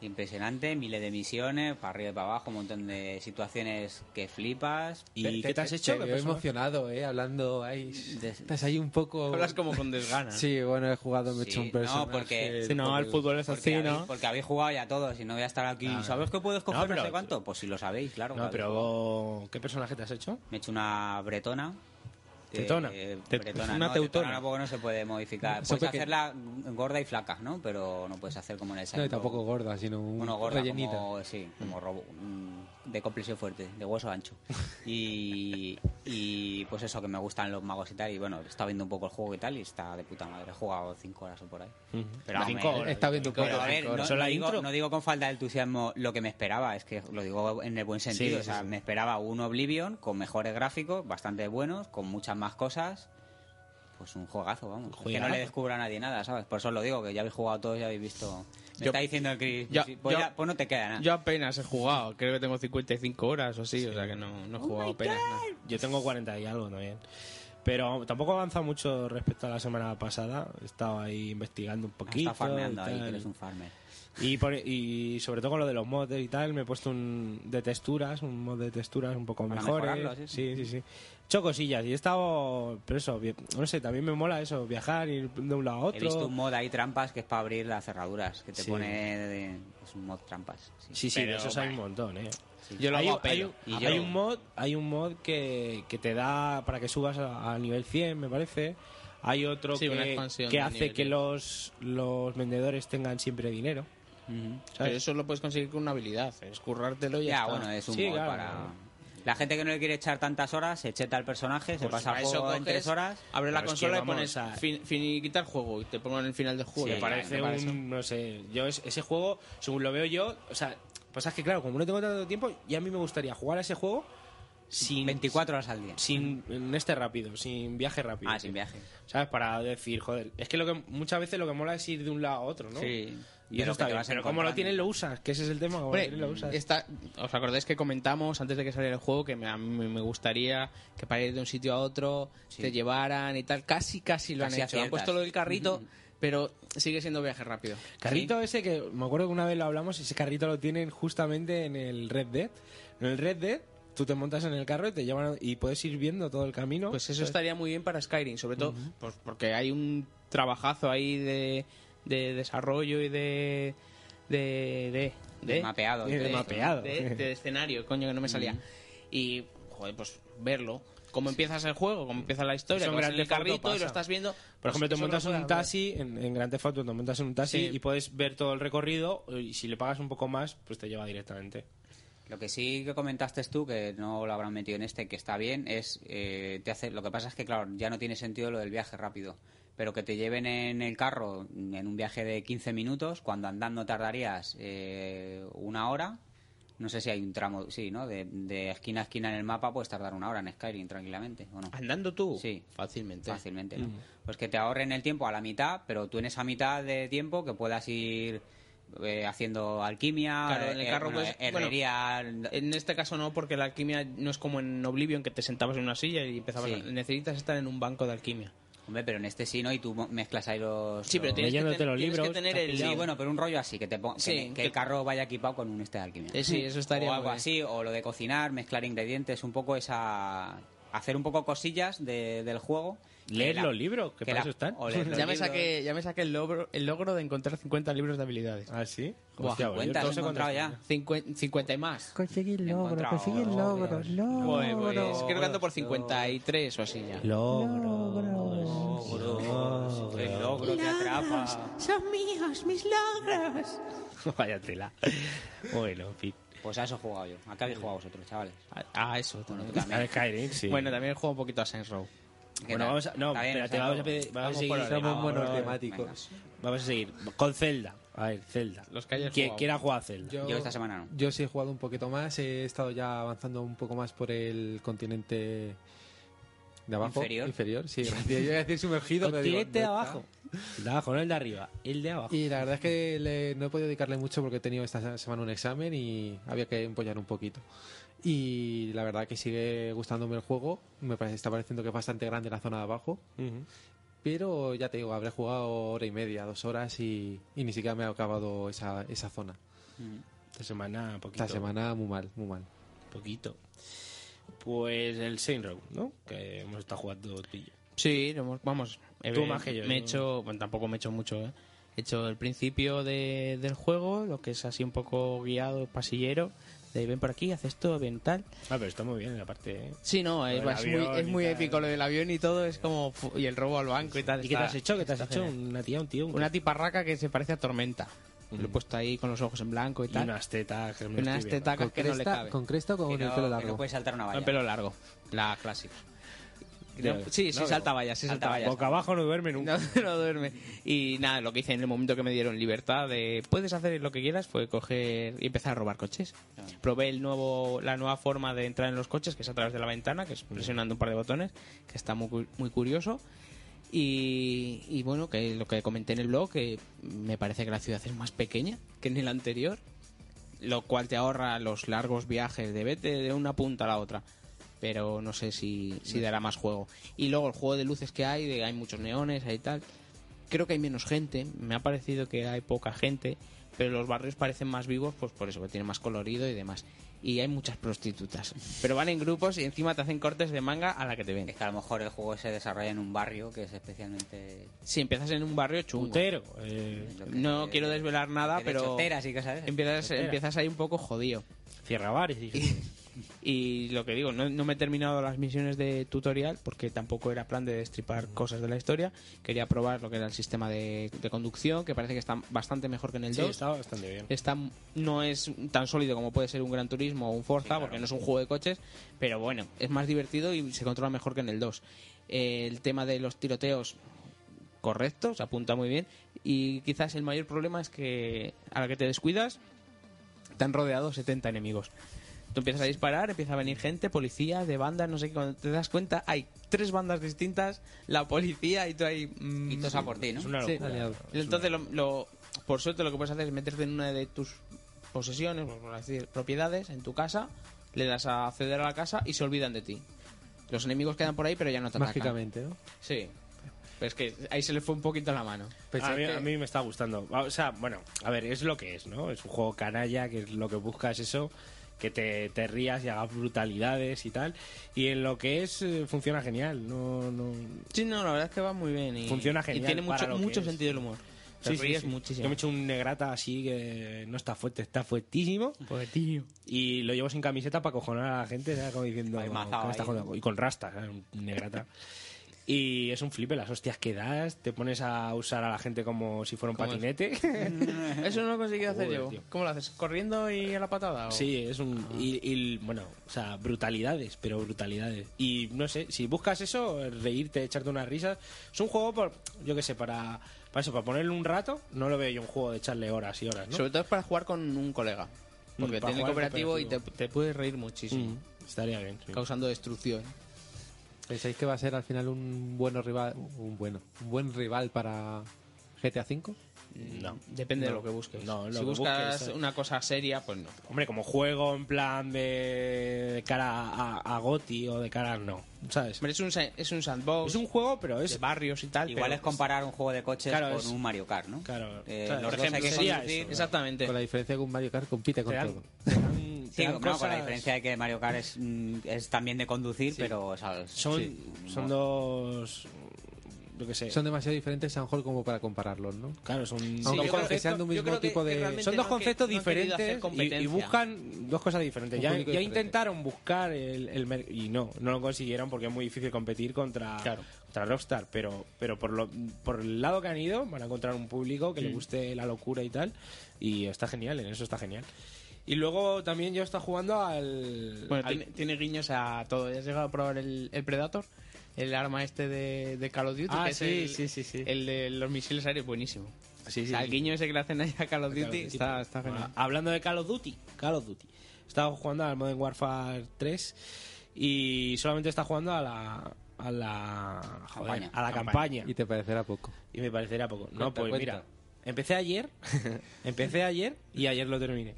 Impresionante, miles de misiones, para arriba y para abajo, un montón de situaciones que flipas.
Te veo emocionado, eh, hablando ahí. Estás ahí un poco.
Hablas como con desgana.
Sí, bueno, he jugado, me he hecho un personaje.
no, porque... porque habéis- porque habéis jugado ya todos y no voy a estar aquí.
Claro.
¿Sabes qué puedes coger? No,
No, pero-
sé cuánto. Pues si lo sabéis, claro.
No,
claro.
pero ¿qué personaje te has hecho?
Me he hecho una bretona. Eh,
Tetona.
eh,
Te-
bretona,
una
no,
teutona.
tetona tampoco no se puede modificar.
Eso
Puedes
peque-
hacerla gorda y flaca, ¿no? Pero no puedes hacer como en el
No, y
Cyberpunk.
tampoco gorda, sino un
Uno gorda,
rellenita.
como, sí, como robo, mm, de complexión fuerte, de hueso ancho. Y, y pues eso, que me gustan los magos y tal. Y bueno, está viendo un poco el juego y tal, y está de puta madre. He jugado 5 horas o por ahí.
Ujú.
Pero vamos,
Las cinco
eh,
horas, Está viendo un
pero
poco,
a
las
ver,
cinco
no,
horas.
no
Solo la
digo,
intro.
no digo con falta de entusiasmo lo que me esperaba, es que lo digo en el buen sentido.
Sí,
o sea,
sí, sí.
me esperaba un Oblivion con mejores gráficos, bastante buenos, con muchas más cosas. Pues un juegazo, vamos. Es que no
Juegazo.
le descubro a nadie nada, ¿sabes? Por eso lo digo, que ya habéis jugado todos, ya habéis visto. Me
Yo-
está diciendo el Chris.
yo-
sí, pues,
yo-
ya- pues no te queda nada.
Yo apenas he jugado, creo que tengo 55 horas o así, o sea que no,
Oh
no he jugado apenas nada.
Yo tengo 40 y algo también. Pero tampoco he avanzado mucho respecto a la semana pasada. He estado ahí investigando un poquito.
Está farmeando
y
ahí, que
tal.
eres un farmer.
Y, por- y sobre todo con lo de los mods y tal, me he puesto un de texturas, un mod de texturas un poco
Para
mejores.
mejorarlo,
Sí, sí, sí. He hecho cosillas y he estado preso. No sé, también me mola eso, viajar, ir de un lado a otro.
He visto un mod ahí trampas que es para abrir las cerraduras, que te
Sí.
pone. de- es un mod trampas.
Sí, sí, de esos hay un montón, ¿eh?
Yo lo
hay,
hago
un-
a pelo.
Hay, un-
Y yo-
hay un mod, hay un mod que, que te da para que subas a, a nivel 100, me parece. Hay otro
Sí, una
que,
expansión
que
de
hace
nivel
que
10.
los, los vendedores tengan siempre dinero.
Pero eso lo puedes conseguir con una habilidad, es currártelo y ya.
Ya,
está.
bueno, es un mod para. La gente que no le quiere echar tantas horas se cheta el personaje, se
Pues
pasa
para
el
eso
juego en
coges,
tres horas.
Abre la
Pero es que
consola y
vamos
pones
a-
fin, finiquita el juego y te pongan el final del juego.
me
Ya,
parece
para
un,
eso.
no sé, yo es- ese juego, según lo veo yo, o sea, pasa es que claro, como no tengo tanto tiempo, y a mí me gustaría jugar a ese juego sin
24 horas al día.
Sin en este rápido, sin viaje rápido.
Ah, sin viaje.
¿Sabes? Para decir, joder, es que lo que muchas veces lo que mola es ir de un lado a otro, ¿no?
Sí.
Y
De
eso
lo que
está
te
bien,
vas
pero como lo
encontrando.
tienes lo usas, que ese es el tema, como
Hombre,
lo tienes lo usas.
esta- ¿Os acordáis que comentamos antes de que saliera el juego que me- a mí me gustaría que para ir de un sitio a otro te llevaran y tal? Casi, casi lo
Casi
han hecho.
aciertas.
Han puesto lo del carrito, pero sigue siendo viaje rápido.
Carrito ese que me acuerdo que una vez lo hablamos, ese carrito lo tienen justamente en el Red Dead. En el Red Dead tú te montas en el carro y te llevan a- y puedes ir viendo todo el camino.
Pues eso estaría muy bien para Skyrim, sobre todo pues, porque hay un trabajazo ahí de, de desarrollo y de. de. de.
De mapeado y
de,
todo esto, ¿no?
mapeado. de- de escenario, coño, que no me salía. Y, joder, pues verlo. Cómo empiezas el juego, cómo empieza la historia,
Eso
que
en
vas en el
Grand Theft Auto
carrito y
pasa.
lo estás viendo.
Por ejemplo, te
Pues, eso
montas
lo
en un
puedes ver.
taxi, en, en Grand Theft Auto te montas en un taxi
Sí.
y puedes ver todo el recorrido y si le pagas un poco más, pues te lleva directamente.
Lo que sí que comentaste tú, que no lo habrán metido en este, que está bien, es eh, te hace, lo que pasa es que claro, ya no tiene sentido lo del viaje rápido, pero que te lleven en el carro mm, en un viaje de 15 minutos, cuando andando tardarías eh, una hora, no sé si hay un tramo, sí, ¿no? De, de esquina a esquina en el mapa puedes tardar una hora en Skyrim tranquilamente, ¿o no?
Andando tú.
Sí.
Fácilmente.
Fácilmente, ¿no? Pues que te ahorren el tiempo a la mitad, pero tú en esa mitad de tiempo que puedas ir eh, haciendo alquimia,
Claro, en el
eh,
carro
bueno,
puedes- bueno,
herrería,
En este caso no, porque la alquimia no es como en Oblivion, que te sentabas en una silla y empezabas.
Sí.
a- necesitas estar en un banco de alquimia.
Hombre, pero en este sí, ¿no? Y tú mo- mezclas ahí los...
Sí, pero tienes que Pues Leyéndote ten- los tienes que libros, tener te has el- pillado.
Sí, bueno, pero un rollo así, que, te pon- que
Sí,
me- que,
que-
el carro vaya equipado con un este de alquimia.
Eh, sí, eso estaría
O
muy
algo
bien.
así, o lo de cocinar, mezclar ingredientes, un poco esa... Hacer un poco cosillas de- del juego.
Leer
Que la-
los libros, que para
la-
eso están.
o leer los
Ya me,
libros.
saqué, ya me saqué el logro, el logro de encontrar 50 libros de habilidades.
¿Ah, sí?
Buah,
Hostia, bueno, yo
50,
todos he
encontrado
encontrado
ya. 50, 50 y más.
Conseguí el logro,
encontrado conseguí el
logro,
Bueno, pues, creo que ando por 53 o así ya.
Logros, el logro te atrapa.
Son míos, mis logros.
Vaya tela. Bueno, en fin.
Pues a eso he jugado yo. ¿A qué habéis jugado vosotros, chavales?
Ah, eso. Bueno,
tú
A ver, Skyrim, sí.
bueno, también juego un poquito a Saints Row.
Bueno, vamos a, no,
Está bien,
espérate,
está
Eh,
vamos a, pedir-
bien.
vamos a
Vamos
seguir.
por
Vamos,
orden.
Somos
por orden.
monotemáticos.
Vamos a seguir. Con Zelda. A ver, Zelda.
Los que hayas
Quien
jugado.
quiera jugar a Zelda.
Yo sí he jugado un poquito más, he estado ya avanzando un poco más por el continente de abajo.
Inferior.
sí. gracias. Yo iba a decir sumergido, pero digo,
Continente de
¿dónde
abajo. El de abajo, no el de arriba. El de abajo.
Y la verdad es que le- no he podido dedicarle mucho porque he tenido esta semana un examen y había que empollar un poquito. Y la verdad que sigue gustándome el juego. Me parece, está pareciendo que es bastante grande la zona de abajo. Pero ya te digo, habré jugado hora y media, dos horas y, y ni siquiera me ha acabado esa, esa zona.
Esta semana, poquito.
Esta semana muy mal, muy mal.
Poquito. Pues el Saint Row, ¿no? Que hemos estado jugando tú y yo.
Sí, lo hemos- vamos. he-
Tú más que yo,
Eh, Me he
yo-
hecho, bueno, tampoco me he hecho mucho, ¿eh? He hecho el principio de- del juego, lo que es así un poco guiado, pasillero, de ven por aquí, haz esto, ven tal.
Ah, pero está muy bien la parte. ¿eh?
Sí, no, es,
Lo del
es
avión
muy, es
y
muy
tal.
épico lo del avión y todo, es como... fu- Y el robo al banco y tal.
¿Y qué te
está-
has hecho? ¿Qué te has
está
hecho?
genial.
Una tía, un tío, un
Una tiparraca que se parece a Tormenta. Lo he puesto ahí con los ojos en blanco y
Y
tal.
unas tetas que no
Unas
estoy viendo.
tetacas que no le caben.
¿Con cresta o con
Que
el
no-
pelo
que no
largo?
puede
saltar
Ah,
una
El pelo largo, la clásica.
Ya
No,
ves.
sí, sí,
No,
salta
no.
vallas, sí,
Salta
salta vallas.
Boca abajo no duerme nunca.
No, no duerme. Y nada, lo que hice en el momento que me dieron libertad de puedes hacer lo que quieras fue coger y empezar a robar coches.
Ah.
Probé el nuevo, la nueva forma de entrar en los coches, que es a través de la ventana, que es presionando un par de botones, que está muy, cu- muy curioso. Y, y bueno, que lo que comenté en el blog, que me parece que la ciudad es más pequeña que en el anterior, lo cual te ahorra los largos viajes de vete de una punta a la otra. Pero no sé si, si dará más juego. Y luego el juego de luces que hay, de, hay muchos neones, hay tal. Creo que hay menos gente, me ha parecido que hay poca gente, pero los barrios parecen más vivos, pues por eso, que tiene más colorido y demás. Y hay muchas prostitutas. Pero van en grupos y encima te hacen cortes de manga a la que te ven.
Es que a lo mejor el juego se desarrolla en un barrio que es especialmente...
Si empiezas en un barrio chungo.
Putero. eh,
no quiero desvelar nada,
de
pero.
choteras y cosas de esas.
Empiezas,
Choteras.
empiezas ahí un poco jodido.
Cierra bares.
Y lo que digo, no, no me he terminado las misiones de tutorial porque tampoco era plan de destripar cosas de la historia. Quería probar lo que era el sistema de, de conducción, que parece que está bastante mejor que en el
Sí,
2.
está bastante bien.
Está- no es tan sólido como puede ser un Gran Turismo o un Forza, porque no es un juego de coches, pero bueno, es más divertido y se controla mejor que en el 2. Eh, el tema de los tiroteos, correcto, se apunta muy bien. Y quizás el mayor problema es que a la que te descuidas, te han rodeado 70 enemigos. Tú empiezas a disparar, empieza a venir gente, policía, de bandas, no sé qué. Cuando te das cuenta, hay tres bandas distintas, la policía y tú ahí. mm, y
todos a por ti, ¿no? Pues Es una locura.
Entonces, lo, lo- por suerte, lo que puedes hacer es meterte en una de tus posesiones, por así decir, propiedades, en tu casa, le das a acceder a la casa y se olvidan de ti. Los enemigos quedan por ahí, pero ya no te atacan.
Mágicamente, ¿no?
Sí. Pero es que ahí se le fue un poquito la mano. Ah,
a, mí, a mí me está gustando. O sea, bueno, a ver, es lo que es, ¿no? Es un juego canalla, que es lo que buscas eso, que te, te rías y hagas brutalidades y tal. Y en lo que es, eh, funciona genial. No, no...
Sí, no, la verdad es que va muy bien. Y,
Funciona
Y
genial
tiene
para
mucho,
lo que
mucho
es.
sentido del humor. Te
Sí, sí,
ríes
sí. Yo
muchísimo.
me he hecho un negrata así que no está fuerte, está fuertísimo.
Pues,
Fuertísimo.
Y lo llevo sin camiseta para cojonar a la gente, ¿sabes? como diciendo.
mazao
"¿Qué me está
ahí".
jodiendo?". Y con rastas, ¿sabes? un negrata. Y es un flipe las hostias que das, te pones a usar a la gente como si fuera un
Como es- Mm.
patinete.
Eso no lo he conseguido hacer
Joder,
yo.
tío.
¿Cómo lo haces? ¿Corriendo y a la patada? o?
Sí, es un.
Ah.
Y, y, bueno, o sea, brutalidades, pero brutalidades. Y no sé, si buscas eso, reírte, echarte unas risas. Es un juego, por, yo qué sé, para, para eso, para ponerle un rato, no lo veo yo un juego de echarle horas y horas, ¿no?
Sobre todo es para jugar con un colega. Porque
para
tiene
jugar
cooperativo Mm. y te,
cooperativo.
te puedes reír muchísimo.
Estaría bien. sí.
Causando destrucción.
¿Pensáis que va a ser al final un bueno rival, un bueno, un buen rival para GTA V?
No.
Depende de
No.
lo que busques.
No, lo
si
que
buscas
busques, eh.
una cosa seria, pues no.
Hombre, como juego en plan de, de cara a, a Goti o de cara a no, ¿sabes?
Hombre, es un, sa- es un sandbox.
Es un juego, pero es...
de barrios y tal.
Igual
pero
es comparar un juego de coches
Claro,
con
es-
un Mario Kart, ¿no?
Claro.
Eh,
claro.
los
Por
dos hay
ejemplo,
que
sería
conducir.
eso.
Exactamente.
Con la diferencia que un Mario Kart compite con
Te dan-
todo.
te
Sí,
dan
no, con la
cosas-
diferencia de que Mario Kart es, mm, es también de conducir, pero o sea,
Son,
sí.
son dos... Yo qué sé.
Son demasiado diferentes a lo mejor como para compararlos, ¿no?
Claro, son,
Aunque
son
que sean de un mismo tipo de- realmente
son dos
no han que-
conceptos
no han querido hacer
diferentes y- y,
competencia.
buscan dos cosas diferentes.
Un
Ya,
público
ya
diferente.
intentaron buscar el, el mer- y no, no lo consiguieron porque es muy difícil competir contra,
Claro.
contra Rockstar, pero pero por lo, por el lado que han ido van a encontrar un público que
Mm.
le guste la locura y tal y está genial, en eso está genial. Y luego también yo está jugando al,
Bueno,
al-
tiene, tiene guiños a todo. ¿Ya has llegado a probar el, el Predator? El arma este de, de Call of Duty.
Ah,
que es
sí,
el,
sí, sí, sí.
El de los misiles aéreos, buenísimo.
Sí,
O
sí,
sea,
sí.
el guiño ese que le hacen ahí a Call of Duty está, está
Bueno,
genial.
ah, Hablando de Call of Duty, Call of Duty. Estaba jugando al Modern Warfare 3 y solamente está jugando a la a la joder,
Campaña.
a la campaña.
Y te parecerá poco.
Y me parecerá poco. no,
Cuenta,
pues
cuenta.
mira, empecé ayer, empecé ayer y ayer lo terminé.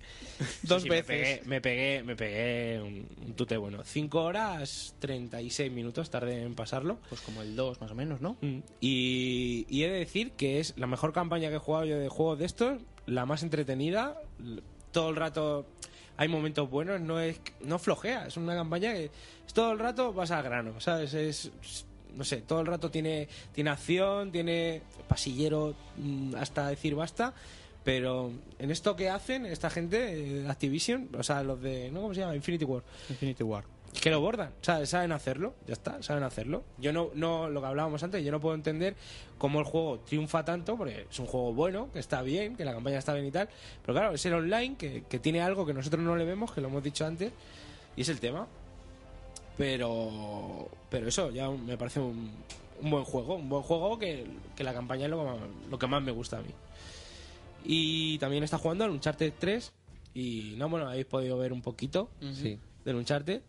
Dos
me
veces.
pegué- Me pegué, me pegué, un, un tute bueno. 5 horas 36 minutos tardé en pasarlo.
Pues como el 2 más o menos, ¿no?
Mm. Y, y he de decir que es la mejor campaña que he jugado yo de juegos de estos, la más entretenida, l- todo el rato hay momentos buenos, no es no flojea, es una campaña que es todo el rato vas al grano, ¿sabes? Es es- no sé, todo el rato tiene tiene acción, tiene pasillero mm, hasta decir basta. Pero en esto que hacen esta gente, eh, Activision, o sea, los de, ¿no? ¿Cómo se llama? Infinity War.
Infinity War.
Que lo bordan, ¿sabes? saben hacerlo, ya está, saben hacerlo. Yo no, no, lo que hablábamos antes, yo no puedo entender cómo el juego triunfa tanto, porque es un juego bueno, que está bien, que la campaña está bien y tal, pero claro, es el online que, que tiene algo que nosotros no le vemos, que lo hemos dicho antes, y es el tema. Pero, pero eso, ya me parece un, un buen juego, un buen juego que, que la campaña es lo que, más, lo que más me gusta a mí. Y también está jugando al Uncharted 3, y no, bueno, habéis podido ver un poquito
Sí.
del Uncharted.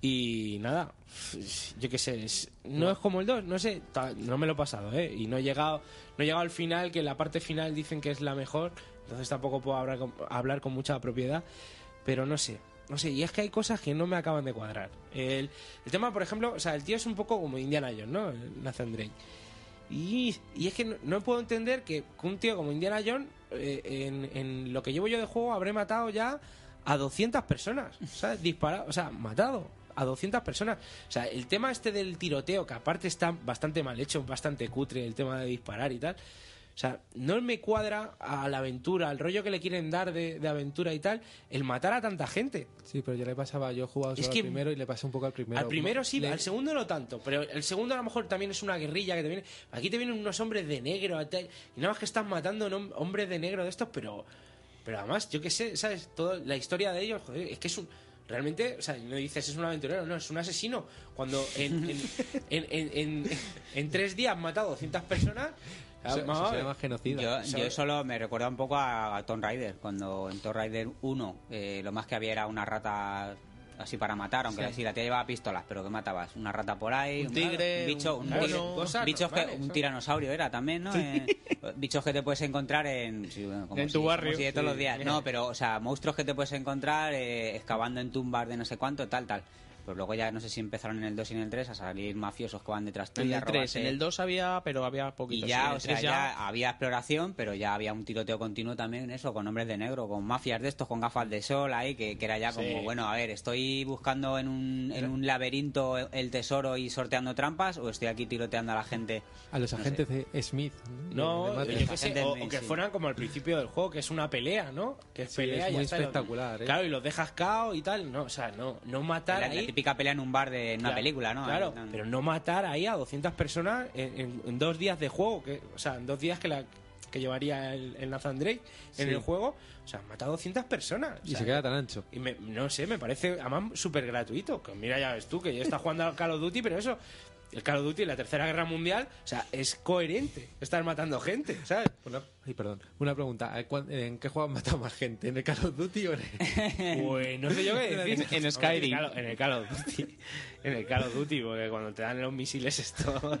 Y nada, pues, yo qué sé, es- no es como el 2, no sé, ta- no me lo he pasado, ¿eh? Y no he llegado, no he llegado al final, que la parte final dicen que es la mejor, entonces tampoco puedo hablar con, hablar con mucha propiedad, pero no sé, no sé, y es que hay cosas que no me acaban de cuadrar. El, el tema, por ejemplo, o sea, el tío es un poco como Indiana Jones, ¿no? Nathan Drake. Y, y es que no, no puedo entender que un tío como Indiana Jones, eh, en, en lo que llevo yo de juego, habré matado ya a 200 personas. O sea, disparado, o sea, matado a 200 personas. O sea, el tema este del tiroteo, que aparte está bastante mal hecho, bastante cutre el tema de disparar y tal. O sea, no me cuadra a la aventura, al rollo que le quieren dar de, de aventura y tal, el matar a tanta gente.
Sí, pero yo le pasaba, yo he jugado
Es
solo
que-
al primero y le pasé un poco al primero.
Al primero sí,
Le-
al segundo no tanto, pero el segundo a lo mejor también es una guerrilla que te viene. Aquí te vienen unos hombres de negro a tal, y nada más que estás matando nom- hombres de negro de estos, pero pero además, yo qué sé, ¿sabes? Toda la historia de ellos, joder, es que es un. Realmente, o sea, no dices es un aventurero, no, es un asesino. Cuando en, en, en- en- en- en tres días mata a 200 personas.
ah, Eso- eso
vamos a
se
ver.
llama genocida.
Yo, yo solo me recuerda un poco a, Tom Raider, cuando en Tomb Raider 1 eh, lo más que había era una rata así para matar, aunque
Sí.
la- sí, la tía llevaba pistolas, pero que matabas? Una rata por ahí,
Un tigre,
bicho,
un
un,
mono.
tigre,
Cosas
bichos que-
normales,
un
¿no?
tiranosaurio era también, ¿no? Eh, bichos que te puedes encontrar en, sí, bueno, como
En
si-
tu
como
barrio.
si de todos
Sí.
los días, no, pero o sea, monstruos que te puedes encontrar eh, excavando en tumbas de no sé cuánto, tal, tal. Pero luego ya no sé si empezaron en el 2 y en el 3 a salir mafiosos que van detrás
En
tuya,
el 3,
robarte-
en el 2 había, pero había poquito.
y ya,
sí,
o sea,
en el tres
ya... había exploración, pero ya había un tiroteo continuo también, eso, con hombres de negro, con mafias de estos, con gafas de sol ahí, que, que era ya como,
Sí.
bueno, a ver, ¿estoy buscando en un, en un laberinto el tesoro y sorteando trampas o estoy aquí tiroteando a la gente?
A los
No sé.
agentes de Smith.
No,
De- de
yo
Matrix.
qué sé, o, o que fueran como al principio del juego, que es una pelea, ¿no? Que es
Sí,
pelea
es
y ya
muy
está, y lo-
espectacular, ¿eh?
Claro, y los dejas cao y tal. No, o sea, no, no matar
La, la
ahí.
típica pelea en un bar de en una
Claro,
película, ¿no?
Claro,
Ahí, no, no.
pero no matar ahí a 200 personas en, en- en dos días de juego, que, o sea, en dos días que la que llevaría el, el Nathan Drake en
Sí.
el juego, o sea, han matado 200 personas. o
Y
sea,
se queda tan ancho.
y me- no sé, me parece además súper gratuito. Que mira, ya ves tú, que ya está jugando al Call of Duty, pero eso, el Call of Duty en la Tercera Guerra Mundial, o sea, es coherente estar matando gente, ¿sabes?
Ay, perdón. Una pregunta. ¿eh, cuán- ¿En qué juego han matado más gente? ¿En el Call of Duty o en el...
Pues no sé yo qué decir.
En- en
Hombre,
Skyrim.
En el, Call, en el Call of Duty. En el Call of Duty, porque cuando te dan los misiles esto... más,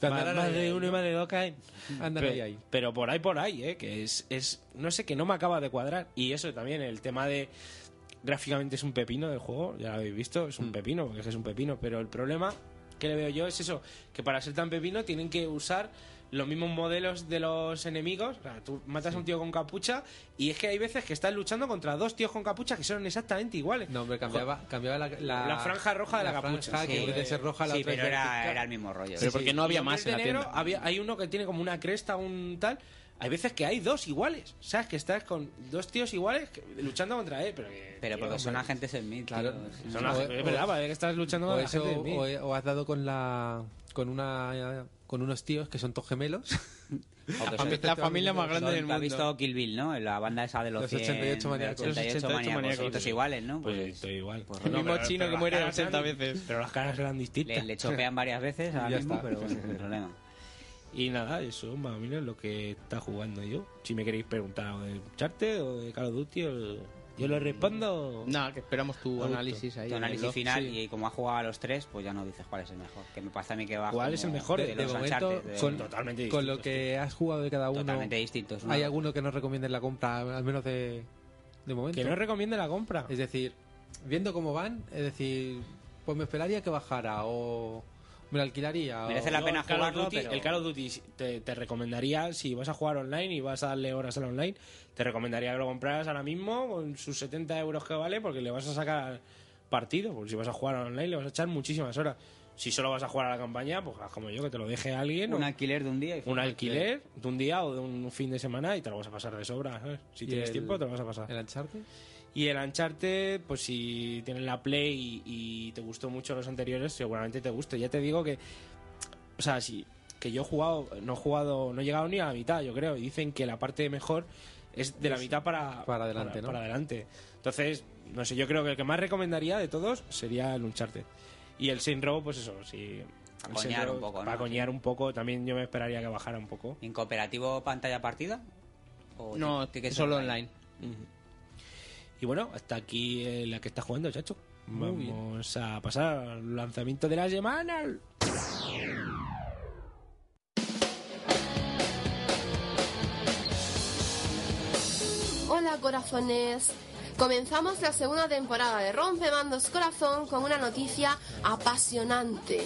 andarán
más
ahí,
de
ahí,
uno y
¿no?
más de dos caen.
Andan
Pe-
ahí, ahí.
Pero por ahí, por ahí, ¿eh? Que es, es... No sé, que no me acaba de cuadrar. Y eso también, el tema de... Gráficamente es un pepino del juego, ya lo habéis visto,
Mm.
es un pepino, porque es que es un pepino. Pero el problema que le veo yo es eso, que para ser tan pepino tienen que usar los mismos modelos de los enemigos. O sea, tú matas a un tío con capucha y es que hay veces que estás luchando contra dos tíos con capucha que son exactamente iguales.
No, hombre, cambiaba, cambiaba la, la...
La franja roja de la
franja
capucha.
que
Sí.
en vez de ser roja, la
Sí,
otra es
pero era,
vertical.
era el mismo rollo.
Pero porque no había
Y
más
vez
en
de
la
negro,
tienda.
había- hay uno que tiene como una cresta, un tal. Hay veces que hay dos iguales. ¿Sabes? Que estás con dos tíos iguales que- luchando contra él. Pero, que,
Pero porque
tío,
son
hombre,
agentes en mí,
Claro.
son agentes-
O-
es verdad,
o-
vale, que estás luchando
O,
contra
eso,
gente de mí.
o, e- o has dado con la... Con una... Con unos tíos que son todos gemelos.
Aunque
La
son-
familia- la familia más grande
son-
del
¿Has
mundo.
visto Kill Bill, no? La banda esa de los,
Los
100,
88
de
maníacos.
88
Los 88
maníacos.
maníacos.
Todos iguales, ¿no?
Pues estoy igual.
El mismo chino que
las
muere
caras
80
eran-
veces.
Pero las caras eran distintas.
Le, le chopean varias veces ahora
Ya
mismo,
está.
pero bueno, sin problema.
Y nada, eso más o menos lo que está jugando yo. Si me queréis preguntar o de Charter o de Call of Duty, o- yo lo respondo.
Nada, que esperamos tu
Auto.
análisis ahí.
Tu
en el
análisis
blog.
final
Sí.
y como ha jugado a los tres, pues ya no dices cuál es el mejor. Que me pasa a mí que va
¿Cuál es el mejor?
De,
De
los
momento,
Uncharted, de-
son totalmente
Con lo que has jugado de cada uno,
Totalmente distintos, ¿no?
¿hay alguno que nos recomiende la compra, al menos de, de momento?
Que no recomiende la compra.
Es decir, viendo cómo van, es decir, pues me esperaría que bajara o me lo alquilaría. o-
Yo el Call of Duty- El Call of Duty te, te recomendaría, si vas a jugar online y vas a darle horas al online, te recomendaría que lo compraras ahora mismo con sus 70 euros que vale, porque le vas a sacar partido. Porque si vas a jugar online, le vas a echar muchísimas horas. Si solo vas a jugar a la campaña, pues haz como yo, que te lo deje a alguien.
un
o-
alquiler de un día. y
un
fuera.
alquiler de un día o de un fin de semana y te lo vas a pasar de sobra. ¿sabes? Si
¿Y
tienes
el-
tiempo, te lo vas a pasar.
¿El Uncharted?
Y el Uncharted, pues si tienes la Play y, y te gustó mucho los anteriores, seguramente te guste. Ya te digo que, o sea, si, que yo he jugado, no he jugado, no he llegado ni a la mitad, yo creo. Y dicen que la parte mejor es de la mitad para,
Para adelante,
para,
¿no?
para adelante. Entonces, no sé, yo creo que el que más recomendaría de todos sería el Uncharted. Y el Saint Row, pues eso, sí.
Para
el
coñar
Saints Row,
un poco, ¿no?
Para coñar un poco, también yo me esperaría que bajara un poco.
¿En cooperativo pantalla partida? ¿O
No,
tiene que ser
solo online. Y bueno, hasta aquí eh, la que está jugando, chacho.
Muy
Vamos a pasar al lanzamiento de la semana.
Hola corazones. Comenzamos la segunda temporada de Rompe Mandos Corazón con una noticia apasionante.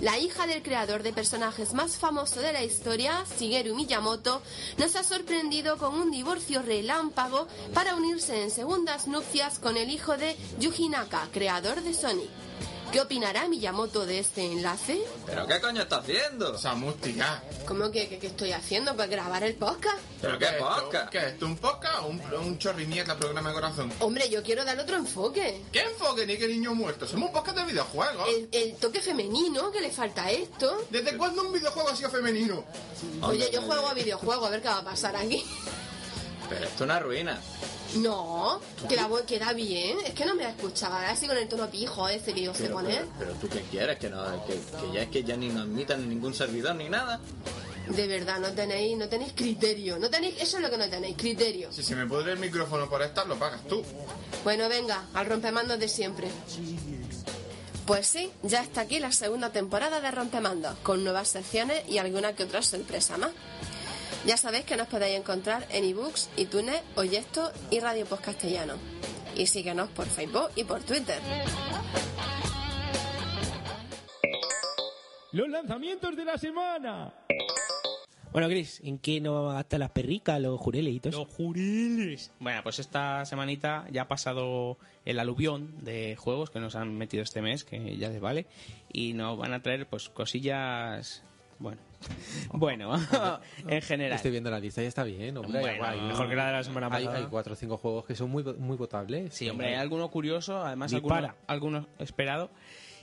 La hija del creador de personajes más famoso de la historia, Shigeru Miyamoto, nos ha sorprendido con un divorcio relámpago para unirse en segundas nupcias con el hijo de Yuji Naka, creador de Sonic. ¿Qué opinará Miyamoto de este enlace?
¿Pero qué coño estás haciendo? Samústica.
¿Cómo que, que- que estoy haciendo para grabar el podcast?
¿Pero qué, podcast? ¿Qué es esto? ¿Un podcast o un, un chorrimierda programa de corazón?
Hombre, yo quiero dar otro enfoque.
¿Qué enfoque ni qué niño muerto? Somos un podcast de videojuegos.
El, el toque femenino que le falta a esto.
¿Desde cuándo un videojuego ha sido femenino?
Oye, yo juego a videojuegos, a ver qué va a pasar aquí.
Pero esto es una ruina.
No, queda, bu- queda bien. Es que no me escuchaba, así con el tono pijo ese que yo sé
Pero,
poner.
pero- pero tú qué quieres, que, no, que, que ya es que ya ni nos admitan ningún servidor ni nada.
De verdad, no tenéis, no tenéis criterio. No tenéis, eso es lo que no tenéis, criterio.
Si se me pudre el micrófono por estar, lo pagas tú.
Bueno, venga, al rompemandos de siempre. Pues sí, ya está aquí la segunda temporada de Rompemandos, con nuevas secciones y alguna que otra sorpresa más. Ya sabéis que nos podéis encontrar en ebooks, iTunes, Oyesto y Radio Post Castellano. Y síguenos por Facebook y por Twitter.
Los lanzamientos de la semana. Bueno, Chris, ¿en qué no gastar las perricas, los jureles y todo eso?
Los juriles. Bueno, pues esta semanita ya ha pasado el aluvión de juegos que nos han metido este mes, que ya les vale, y nos van a traer pues cosillas, bueno, bueno, en general.
Estoy viendo la lista y está bien, hombre.
Bueno,
guay.
mejor que la de la semana
Hay-
pasada.
Hay cuatro o cinco juegos que son muy, muy votables.
Sí, hombre, hay alguno curioso, además alguno,
Dispara.
alguno esperado.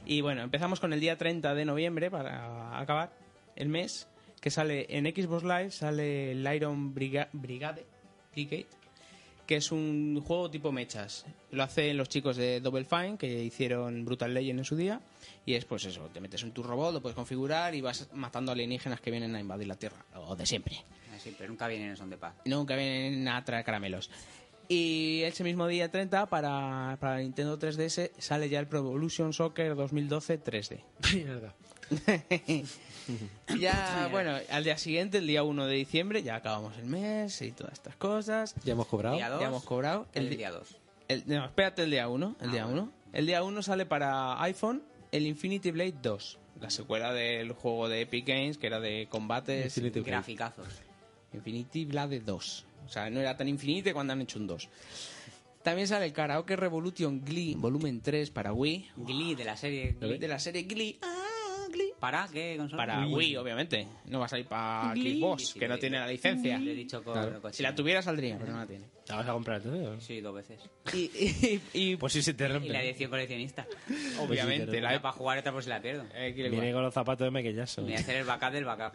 Y bueno, empezamos con el día 30 de noviembre para acabar el mes, que sale en Xbox Live, sale el Iron Briga- Brigade, Brigade, que es un juego tipo mechas. Lo hacen los chicos de Double Fine, que hicieron Brutal Legend en su día, y es pues eso, te metes en tu robot, lo puedes configurar y vas matando alienígenas que vienen a invadir la Tierra, lo de siempre.
Sí, pero nunca vienen en son de paz.
Nunca vienen a traer caramelos. Y ese mismo día 30 para, para Nintendo 3DS sale ya el Pro Evolution Soccer 2012 3D.
Mierda.
Ya, bueno, al día siguiente, el día 1 de diciembre, ya acabamos el mes y todas estas cosas.
Ya hemos cobrado.
Ya hemos cobrado.
El
di-
día
2.
el- no, espérate el día 1. El
Ah,
día
vale.
1. El día 1 sale para iPhone el Infinity Blade 2, la secuela del juego de Epic Games que era de combates
Infinity
y
Blade. Graficazos.
Infinity Blade 2. O sea, no era tan infinite cuando han hecho un 2. También sale el Karaoke Revolution Glee volumen 3 para Wii.
Glee de la serie.
Glee de la serie Glee. Ah, Glee.
¿Para qué consola?
Para Wii, obviamente. No vas a ir para
Glee.
Xbox,
Sí,
que no
le-
tiene la licencia.
le he dicho con- con-
Si la tuviera saldría, pero no la tiene.
¿La vas a comprar entonces?
Sí, dos veces.
Y, y- y-
Pues si se te
Y
rompe.
la edición coleccionista.
Obviamente,
Pues sí,
la- Eh.
Una para jugar, otra por si la pierdo.
Viene con los zapatos de mequellazo.
Voy a hacer el backup del backup.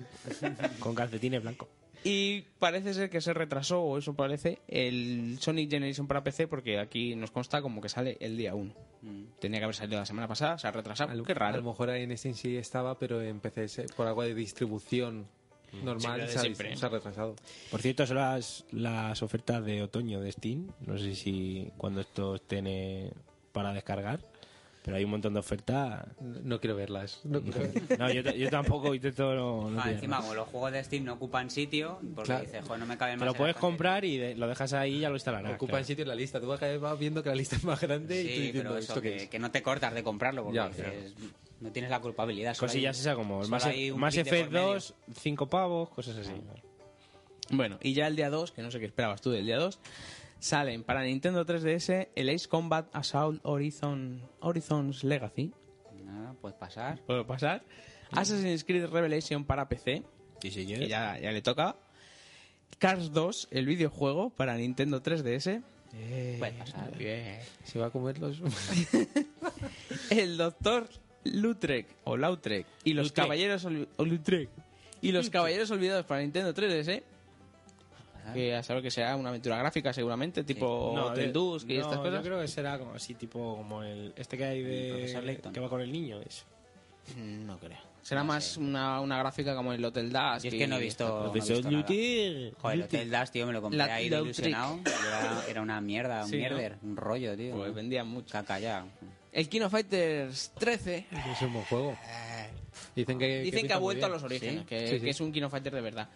Con calcetines blancos.
Y parece ser que se retrasó, o eso parece, el Sonic Generation para PC, porque aquí nos consta como que sale el día 1. Tenía que haber salido la semana pasada, se ha retrasado. Ah, Qué
A lo
raro.
eh, mejor en Steam sí estaba, pero en PC se- por algo de distribución normal
Sí,
se, ha,
siempre.
se ha retrasado.
Por cierto, son las, las ofertas de otoño de Steam. No sé si cuando esto esté en, eh, para descargar. Pero hay un montón de ofertas.
No quiero verlas. No,
yo, ta- yo tampoco intento. No, no
Ah,
pillarlas.
encima, como los juegos de Steam no ocupan sitio, porque
Claro.
dices, joder, no me caben
Te
más.
lo
en
puedes
la
comprar y de- lo dejas ahí y ya lo instalarás.
Ocupan
claro.
sitio en la lista. Tú vas cada vez más viendo que la lista es más grande y tú
Sí,
diciendo
pero
esto
eso,
qué
que,
es.
que no te cortas de comprarlo, porque
Ya,
dices, no tienes la culpabilidad. solo
Cosillas
hay-
esas como e el
solo
Mass,
hay un
Mass
clic de por
Effect
medio.
2, 5 pavos, cosas así.
Bueno, y ya el día 2, que no sé qué esperabas tú del día 2, salen para Nintendo 3DS el Ace Combat Assault Horizon, Horizons Legacy.
Nada, puedes pasar.
Puedo pasar. Assassin's Creed Revelation para PC.
Eh.
Que ya, ya le toca. Cars 2, el videojuego para Nintendo 3DS.
Puedes pasar.
Eh. Se va a comer los...
El Doctor Lutrec o Lautrec y los
Lutrec.
Caballeros Olvi- o Lutrec y los Caballeros Olvidados para Nintendo 3DS. Que a saber que será una aventura gráfica seguramente, tipo Hotel
de-
Dusk y
no,
estas cosas.
Yo creo que será como así, tipo como el este que hay
El profesor
de
Layton.
que va con el niño, es.
No creo. Será más una, una gráfica como el Hotel Dash.
Yo es que no he visto. no he visto nada. Joder, el Hotel Dash, tío, me lo compré
La-
ahí
la
de ilusionado. Y Era, era una mierda, un
Sí, ¿no?
mierder, un rollo, tío.
Pues vendían mucho.
Caca ya.
El Kino Fighters 13
Es un buen juego. Dicen que,
Eh, dicen que ha
pinta muy
vuelto a
bien.
los orígenes,
Sí.
que,
Sí, sí.
que es un Kino Fighter de verdad.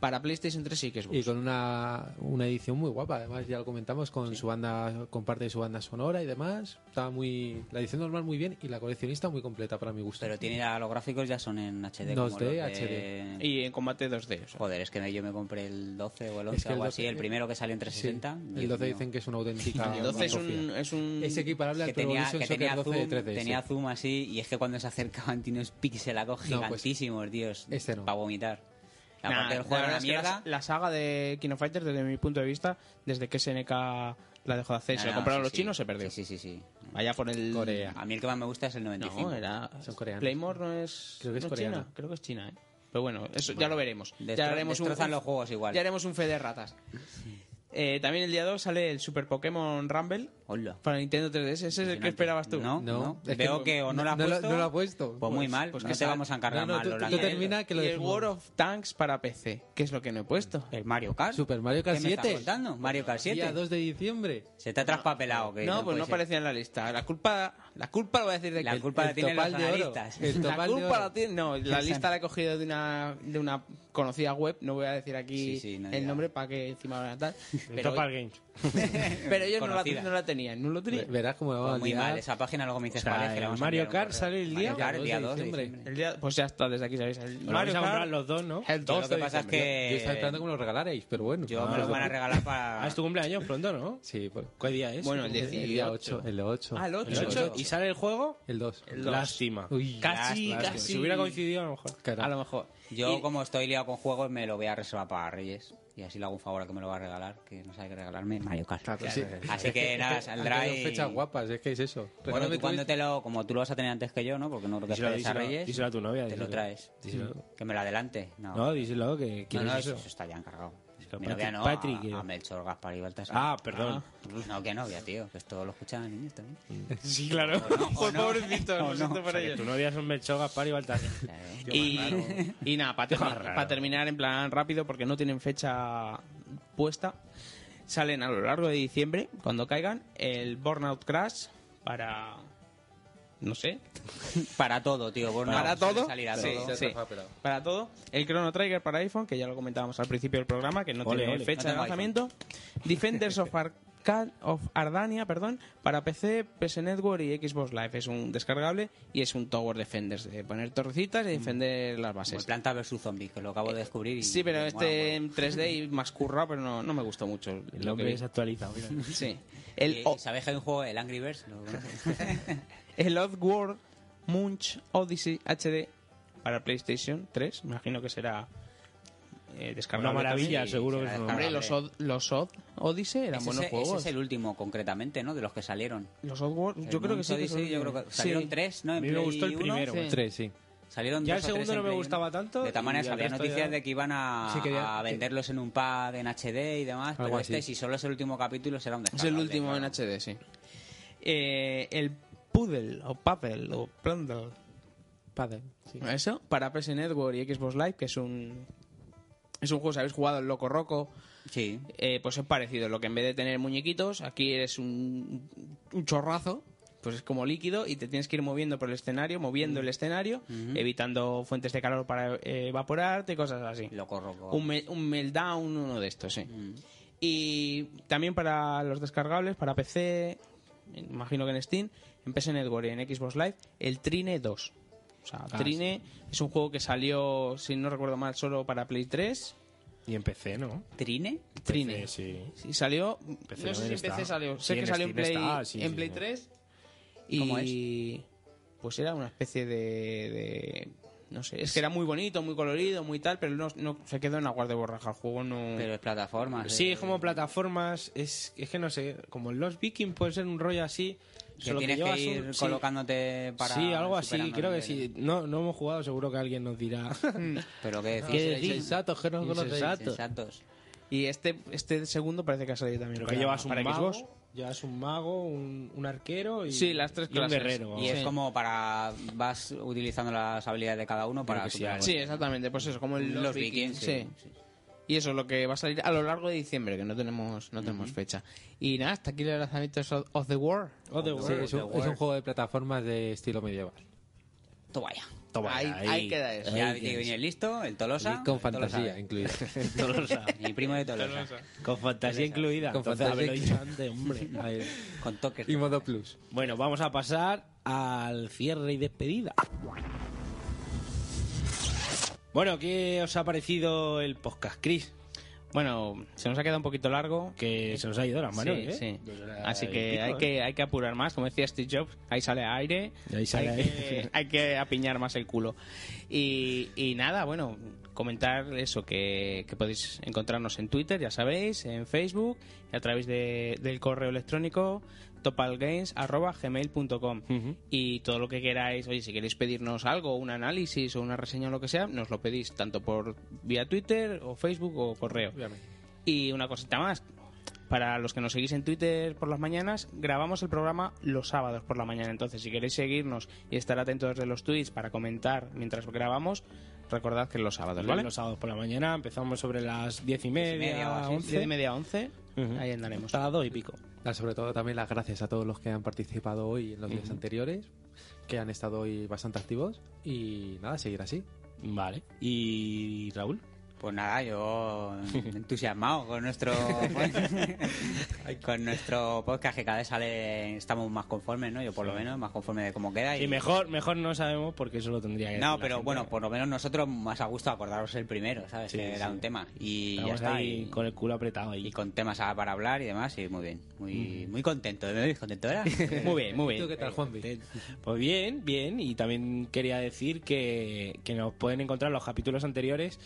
Para PlayStation 3 sí que es bueno.
Pues.
Y con una, una edición muy guapa, además ya lo comentamos, con su banda, con parte de su banda sonora y demás. Estaba muy. La edición normal muy bien y la coleccionista muy completa para mi gusto.
Pero tiene ya los gráficos ya son en HD.
2D,
como los de-
HD.
Y en combate 2D.
Joder, es que yo me compré el 12 o el 11
Es que
o
el
algo
12
así, el primero que salió en 360.
Sí, el
Dios
12
mío.
dicen que es una auténtica.
El 12 es un-
monografía.
es un-
Es equiparable al
que
Pro
tenía,
Evolution
que
Soccer
tenía
12
zoom,
de 3D.
tenía
sí.
zoom así y es que cuando se acercaban tiene unos pixelacos
No, pues,
gigantísimos, Dios,
este no.
para vomitar.
Nah,
Aparte el
la
juego era
verdad
una
es que la-
mierda.
La, saga de Kino Fighters, desde mi punto de vista, desde que SNK la dejó de hacer,
No,
se la
no,
compraron
sí,
los
sí.
chinos, se perdió.
Sí, sí, sí.
Vaya por el. Corea.
A mí el que más me gusta es el 95.
No, era.
Son coreanos.
Playmore no es.
Creo que es
no
coreano.
China. Creo que es China, ¿eh? Pero bueno, eso ya lo veremos.
Destro-
ya haremos un,
destrozan los juegos igual.
Ya haremos un fe de ratas. Eh, también el día 2 sale el Super Pokémon Rumble
Hola.
para Nintendo 3DS. Ese es el que esperabas tú.
No,
No,
no.
es que
Veo
no-
que o no, lo has
no lo-
puesto.
no lo ha puesto.
Pues, muy mal, pues
pues
no
que
te
sal-
vamos a encargar
No, no,
mal.
tú- tú
Lola.
termina que lo
y el
decimos.
World of Tanks para PC, que es lo que no he puesto.
El Mario Kart.
Super Mario Kart
¿Qué me estás
7.
contando? Mario Kart 7.
Día 2 de diciembre.
Se te ha traspapelado. que
No, pues
puede
no
ser.
aparecía en la lista. La culpa, la culpa lo voy a decir de
La
que el-
culpa
el
la tienen los
topal de oro.
analistas.
El
La
topal de
culpa
oro.
la tiene. No, la
Exacto.
lista la he cogido de una, de una conocida web. No voy a decir aquí
Sí, sí, no
el
digas.
nombre para que encima ahora tal. Pero,
Topal Games.
pero ellos no la,
Conocida.
no la tenían. No lo
Ve-
tenían.
Verás cómo la vamos
Pues
a
muy
liar.
mal. Esa página luego me dices
O sea,
cuál es, que le
el
vamos a
Mario
enviar un
Kart
correo.
sale el día-
Mario Kart,
el
día 2
2 de
de
diciembre.
diciembre.
El día- pues ya está, desde aquí sabéis. El
Lo
Mario
vais a comprar
Kart,
los dos, ¿no?
el
Yo
2
lo que
de
pasa es
diciembre.
Yo estaba esperando que
que
me lo regalarais, pero bueno.
yo me lo van a regalar
Ah,
para...
es tu cumpleaños pronto, ¿no?
Sí, pues,
¿Qué día es?
Bueno, el
el, el día
18.
8. El 8.
Ah, el 8.
El 8. ¿Y sale el juego?
El 2.
El dos.
Lástima.
Uy,
Casi,
Lástima.
casi.
Si hubiera coincidido, a lo mejor.
cara.
A lo mejor.
Yo,
Y-
como estoy liado con juegos, me lo voy a reservar para Reyes. Y así le hago un favor a que me lo va a regalar, que no sabe qué regalarme. Mario Kart.
Claro, sí.
Así que nada,
Han
saldrá
quedado
y...
fechas guapas, es que es eso.
Bueno,
Regálame
tú
tú
cuando
este.
te lo... Como tú lo vas a tener antes que yo, ¿no? Porque no lo que
Díselo,
esperes a
díselo,
Reyes.
díselo a tu novia.
Te lo
díselo.
traes.
Díselo.
Que me lo adelante. No,
No, díselo que
no,
quieres
no,
eso.
eso está ya encargado.
Díselo,
Mi novia
Patrick-
no,
Patrick,
a,
quiero.
a Melchor, Gaspar y Baltasar.
Ah, perdón.
No, que novia, tío. Que esto lo escuchan niños también.
Sí, claro. Pues pobrecitos, lo siento por
O sea, que
ellos.
tu novia son Melchor, Gaspar y Baltasar.
Y, y nada, para
más raro.
terminar en plan rápido, porque no tienen fecha puesta, salen a lo largo de diciembre, cuando caigan, el Burnout Crash para. No sé,
Para todo, tío. Bueno,
Para
suele
todo.
Salir a
Sí,
todo.
sí.
Se ha traspapelado.
para todo. El Chrono Trigger para iPhone, que ya lo comentábamos al principio del programa, que no
Ole,
tiene
ole.
fecha
No
de
tengo
lanzamiento. Defenders of, Arca- of Ardania, perdón, para PC, PS Network y Xbox Live. Es un descargable y es un Tower Defenders, de poner torrecitas y defender
Mm. Como
las
el
bases.
Planta vs Zombies, que lo acabo de descubrir. y-
Sí, pero
y
este
mola,
en 3D y más currado, pero no, no me gustó mucho.
El
lo que
hombre
vi.
es actualizado. mira.
Sí.
mola.
El,
Y-
O-
y ¿Sabéis que hay un juego, el Angry Birds? ¿Lo conoces?
el Oddworld Munch Odyssey HD para PlayStation 3. Me imagino que será eh, descargable.
Una maravilla,
también.
seguro que
será
es una
Hombre,
maravilla.
los Odd, los Odd Odyssey eran
Ese
buenos
es-
juegos.
Ese es el último, concretamente, ¿no? De los que salieron.
Los Oddworld, yo
El
creo que
Monk's
sí. que
Odyssey,
son-
yo creo que
sí.
salieron tres, ¿no? En
A mí me
Play
gustó el
uno.
primero.
Sí.
3, sí.
Salieron
Ya el
dos o
segundo
tres
no
en
me
Play
gustaba
uno.
tanto
De tal manera
y
que
el
había
resto
noticias
ya-
de que iban a,
Sí, quería-
a venderlos en un pad en HD y demás,
Algo
pero
así.
este, si solo es el último capítulo, será un
Es el
descargable.
último en
claro.
HD, sí. Eh, el Puddle o Puddle o Plundle.
Padre. Sí.
Eso, para PS Network y Xbox Live, que es un es un juego, ¿sabéis? Jugado el Loco Roco.
Sí.
pues es parecido, lo que en vez de tener muñequitos, aquí eres un, un chorrazo, pues es como líquido y te tienes que ir moviendo por el escenario, moviendo
Mm.
el escenario, evitando fuentes de calor para eh, evaporarte, cosas así.
Loco Roco.
Un, me- un meltdown, uno de estos, sí.
Mm.
Y también para los descargables, para PC, imagino que en Steam, en PS Network y en Xbox Live, el Trine 2. O sea,
Ah,
Trine es un juego que salió, si no recuerdo mal, solo para Play 3.
Y en PC, ¿no?
¿Trine?
Trine. Eh,
sí.
Sí, salió.
PC
no sé si en
también
PC
está.
salió.
Sí,
Sé que
en
salió en
Steam
Play,
está, sí,
en
sí,
Play
sí.
3. Y,
¿Cómo
Pues era una especie de, de- No sé, es que era muy bonito, muy colorido, muy tal, pero no, no- se quedó en la de borraja. El juego no.
Pero es plataforma. eh,
Sí, es como plataformas, es, es que no sé, como los Vikings puede ser un rollo así.
Que
solo
tienes que,
llevas
ir
un- sí.
colocándote para.
Sí, algo así,
superando
creo que
niveles.
sí. No, no hemos jugado, seguro que alguien nos dirá.
Pero que decís.
¿Qué decís? Insensatos, que no conocéis.
Insensatos.
Y este, este segundo parece que ha salido también.
Pero que
para-
llevas un
para
mago,
Xbox.
llevas un mago, un, un arquero y,
Sí, las tres
y un
clases.
guerrero.
Y
vamos.
es como para. Vas utilizando las habilidades de cada uno para.
que sí
superar-
hay.
Sí, exactamente, pues eso, como el-
Los Vikings, sí,
Y eso es lo que va a salir a lo largo de diciembre, que no tenemos no tenemos fecha. Y nada, hasta aquí el lanzamiento de of the War.
Oh,
Sí, es, un, es un juego de plataformas de estilo medieval.
Toma ya.
Toma ya,
ahí,
ahí.
ahí queda eso.
Ahí
Ya
queda
viene
eso.
el listo, el Tolosa.
Y con
el Tolosa.
fantasía incluida.
Tolosa.
Mi primo de Tolosa.
Con fantasía incluida.
Con
Entonces,
fantasía
haberlo dicho antes, hombre. A ver.
Con toques.
Y modo plus.
Bueno, vamos a pasar al cierre y despedida. Bueno, ¿qué os ha parecido el podcast, Chris?
Bueno, se nos ha quedado un poquito largo.
Que se nos ha ido las manos,
Sí,
¿eh?
sí.
Dos horas
Así
y
que
pico,
hay,
¿eh?
que hay que apurar más, como decía Steve Jobs, ahí sale aire,
Ahí sale
hay,
aire.
Que, hay que apiñar más el culo. Y, y nada, bueno, comentar eso, que, que podéis encontrarnos en Twitter, ya sabéis, en Facebook, y a través de- del correo electrónico topalgames.gmail.com y todo lo que queráis, oye, si queréis pedirnos algo, un análisis o una reseña o lo que sea, nos lo pedís tanto por vía Twitter o Facebook o correo. Y una cosita más. Para los que nos seguís en Twitter por las mañanas, grabamos el programa los sábados por la mañana. Entonces, si queréis seguirnos y estar atentos de los tweets para comentar mientras grabamos, recordad que es los sábados, ¿vale?
Los sábados por la mañana empezamos sobre las diez y media,
media o así,
once.
diez y media, once. Ahí andaremos. Hasta
las dos y pico.
Dar Ah, sobre todo también las gracias a todos los que han participado hoy en los días
Ujú.
anteriores, que han estado hoy bastante activos y nada, seguir así.
Vale. ¿Y Raúl?
Pues nada, yo entusiasmado con nuestro con nuestro podcast que cada vez sale estamos más conformes, ¿no? Yo por lo
Sí.
menos más conforme de cómo queda y,
Y mejor, mejor no sabemos porque eso lo tendría que
No,
decir la
pero
gente.
bueno, por lo menos nosotros más a gusto acordaros el primero, ¿sabes?
Sí,
que era
sí.
un tema y ya
Estamos
está
ahí
y
con el culo apretado ahí.
y con temas a- para hablar y demás, y muy bien, muy muy contento, ¿me veis contento ahora?
Muy bien, muy bien.
¿Tú qué tal, Juanvi?
Pues bien, bien. Y también quería decir que, que nos pueden encontrar los capítulos anteriores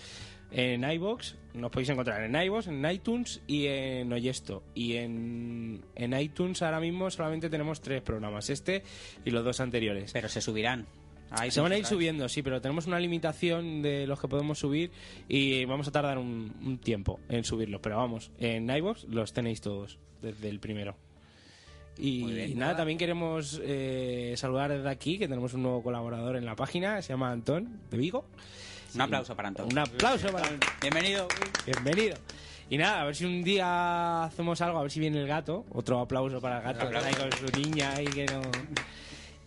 en iBox. Nos podéis encontrar en iBox, en iTunes y en Oyesto. Y en, en iTunes ahora mismo solamente tenemos tres programas: este y los dos anteriores.
Pero se subirán. Ahí
Se van a ir
otra vez.
subiendo, sí, pero tenemos una limitación de los que podemos subir y vamos a tardar un, un tiempo en subirlos. Pero vamos, en iVoox los tenéis todos, desde el primero. Y
Muy bien.
nada, también queremos eh, saludar desde aquí, que tenemos un nuevo colaborador en la página, se llama Antón de Vigo.
Un aplauso para Antonio.
Un aplauso para
Bienvenido.
Bienvenido. Y nada, a ver si un día hacemos algo, a ver si viene el gato. Otro aplauso para el gato,
Un aplauso.
ahí con su niña ahí que no...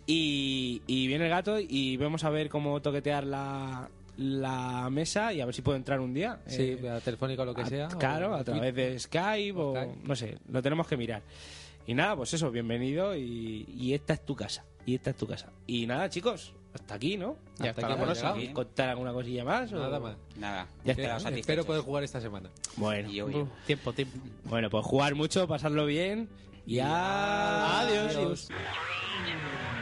Y, y viene el gato y vemos a ver cómo toquetear la, la mesa y a ver si puedo entrar un día.
Sí,
Eh,
a telefónica o lo que
a-
sea.
Claro,
o-
a través de Skype o, no sé, lo tenemos que mirar. Y nada, pues eso, bienvenido y, y esta es tu casa. Y esta es tu casa. Y nada, chicos, hasta aquí, ¿no?
Ya
hasta
está,
aquí,
hemos
¿no?
llegado.
¿Queréis contar alguna cosilla más? o-
Nada más.
Nada.
Ya
Que-
está.
Espero poder jugar esta semana.
Bueno,
tiempo, tiempo.
Bueno, pues jugar mucho, pasarlo bien y adiós.
adiós.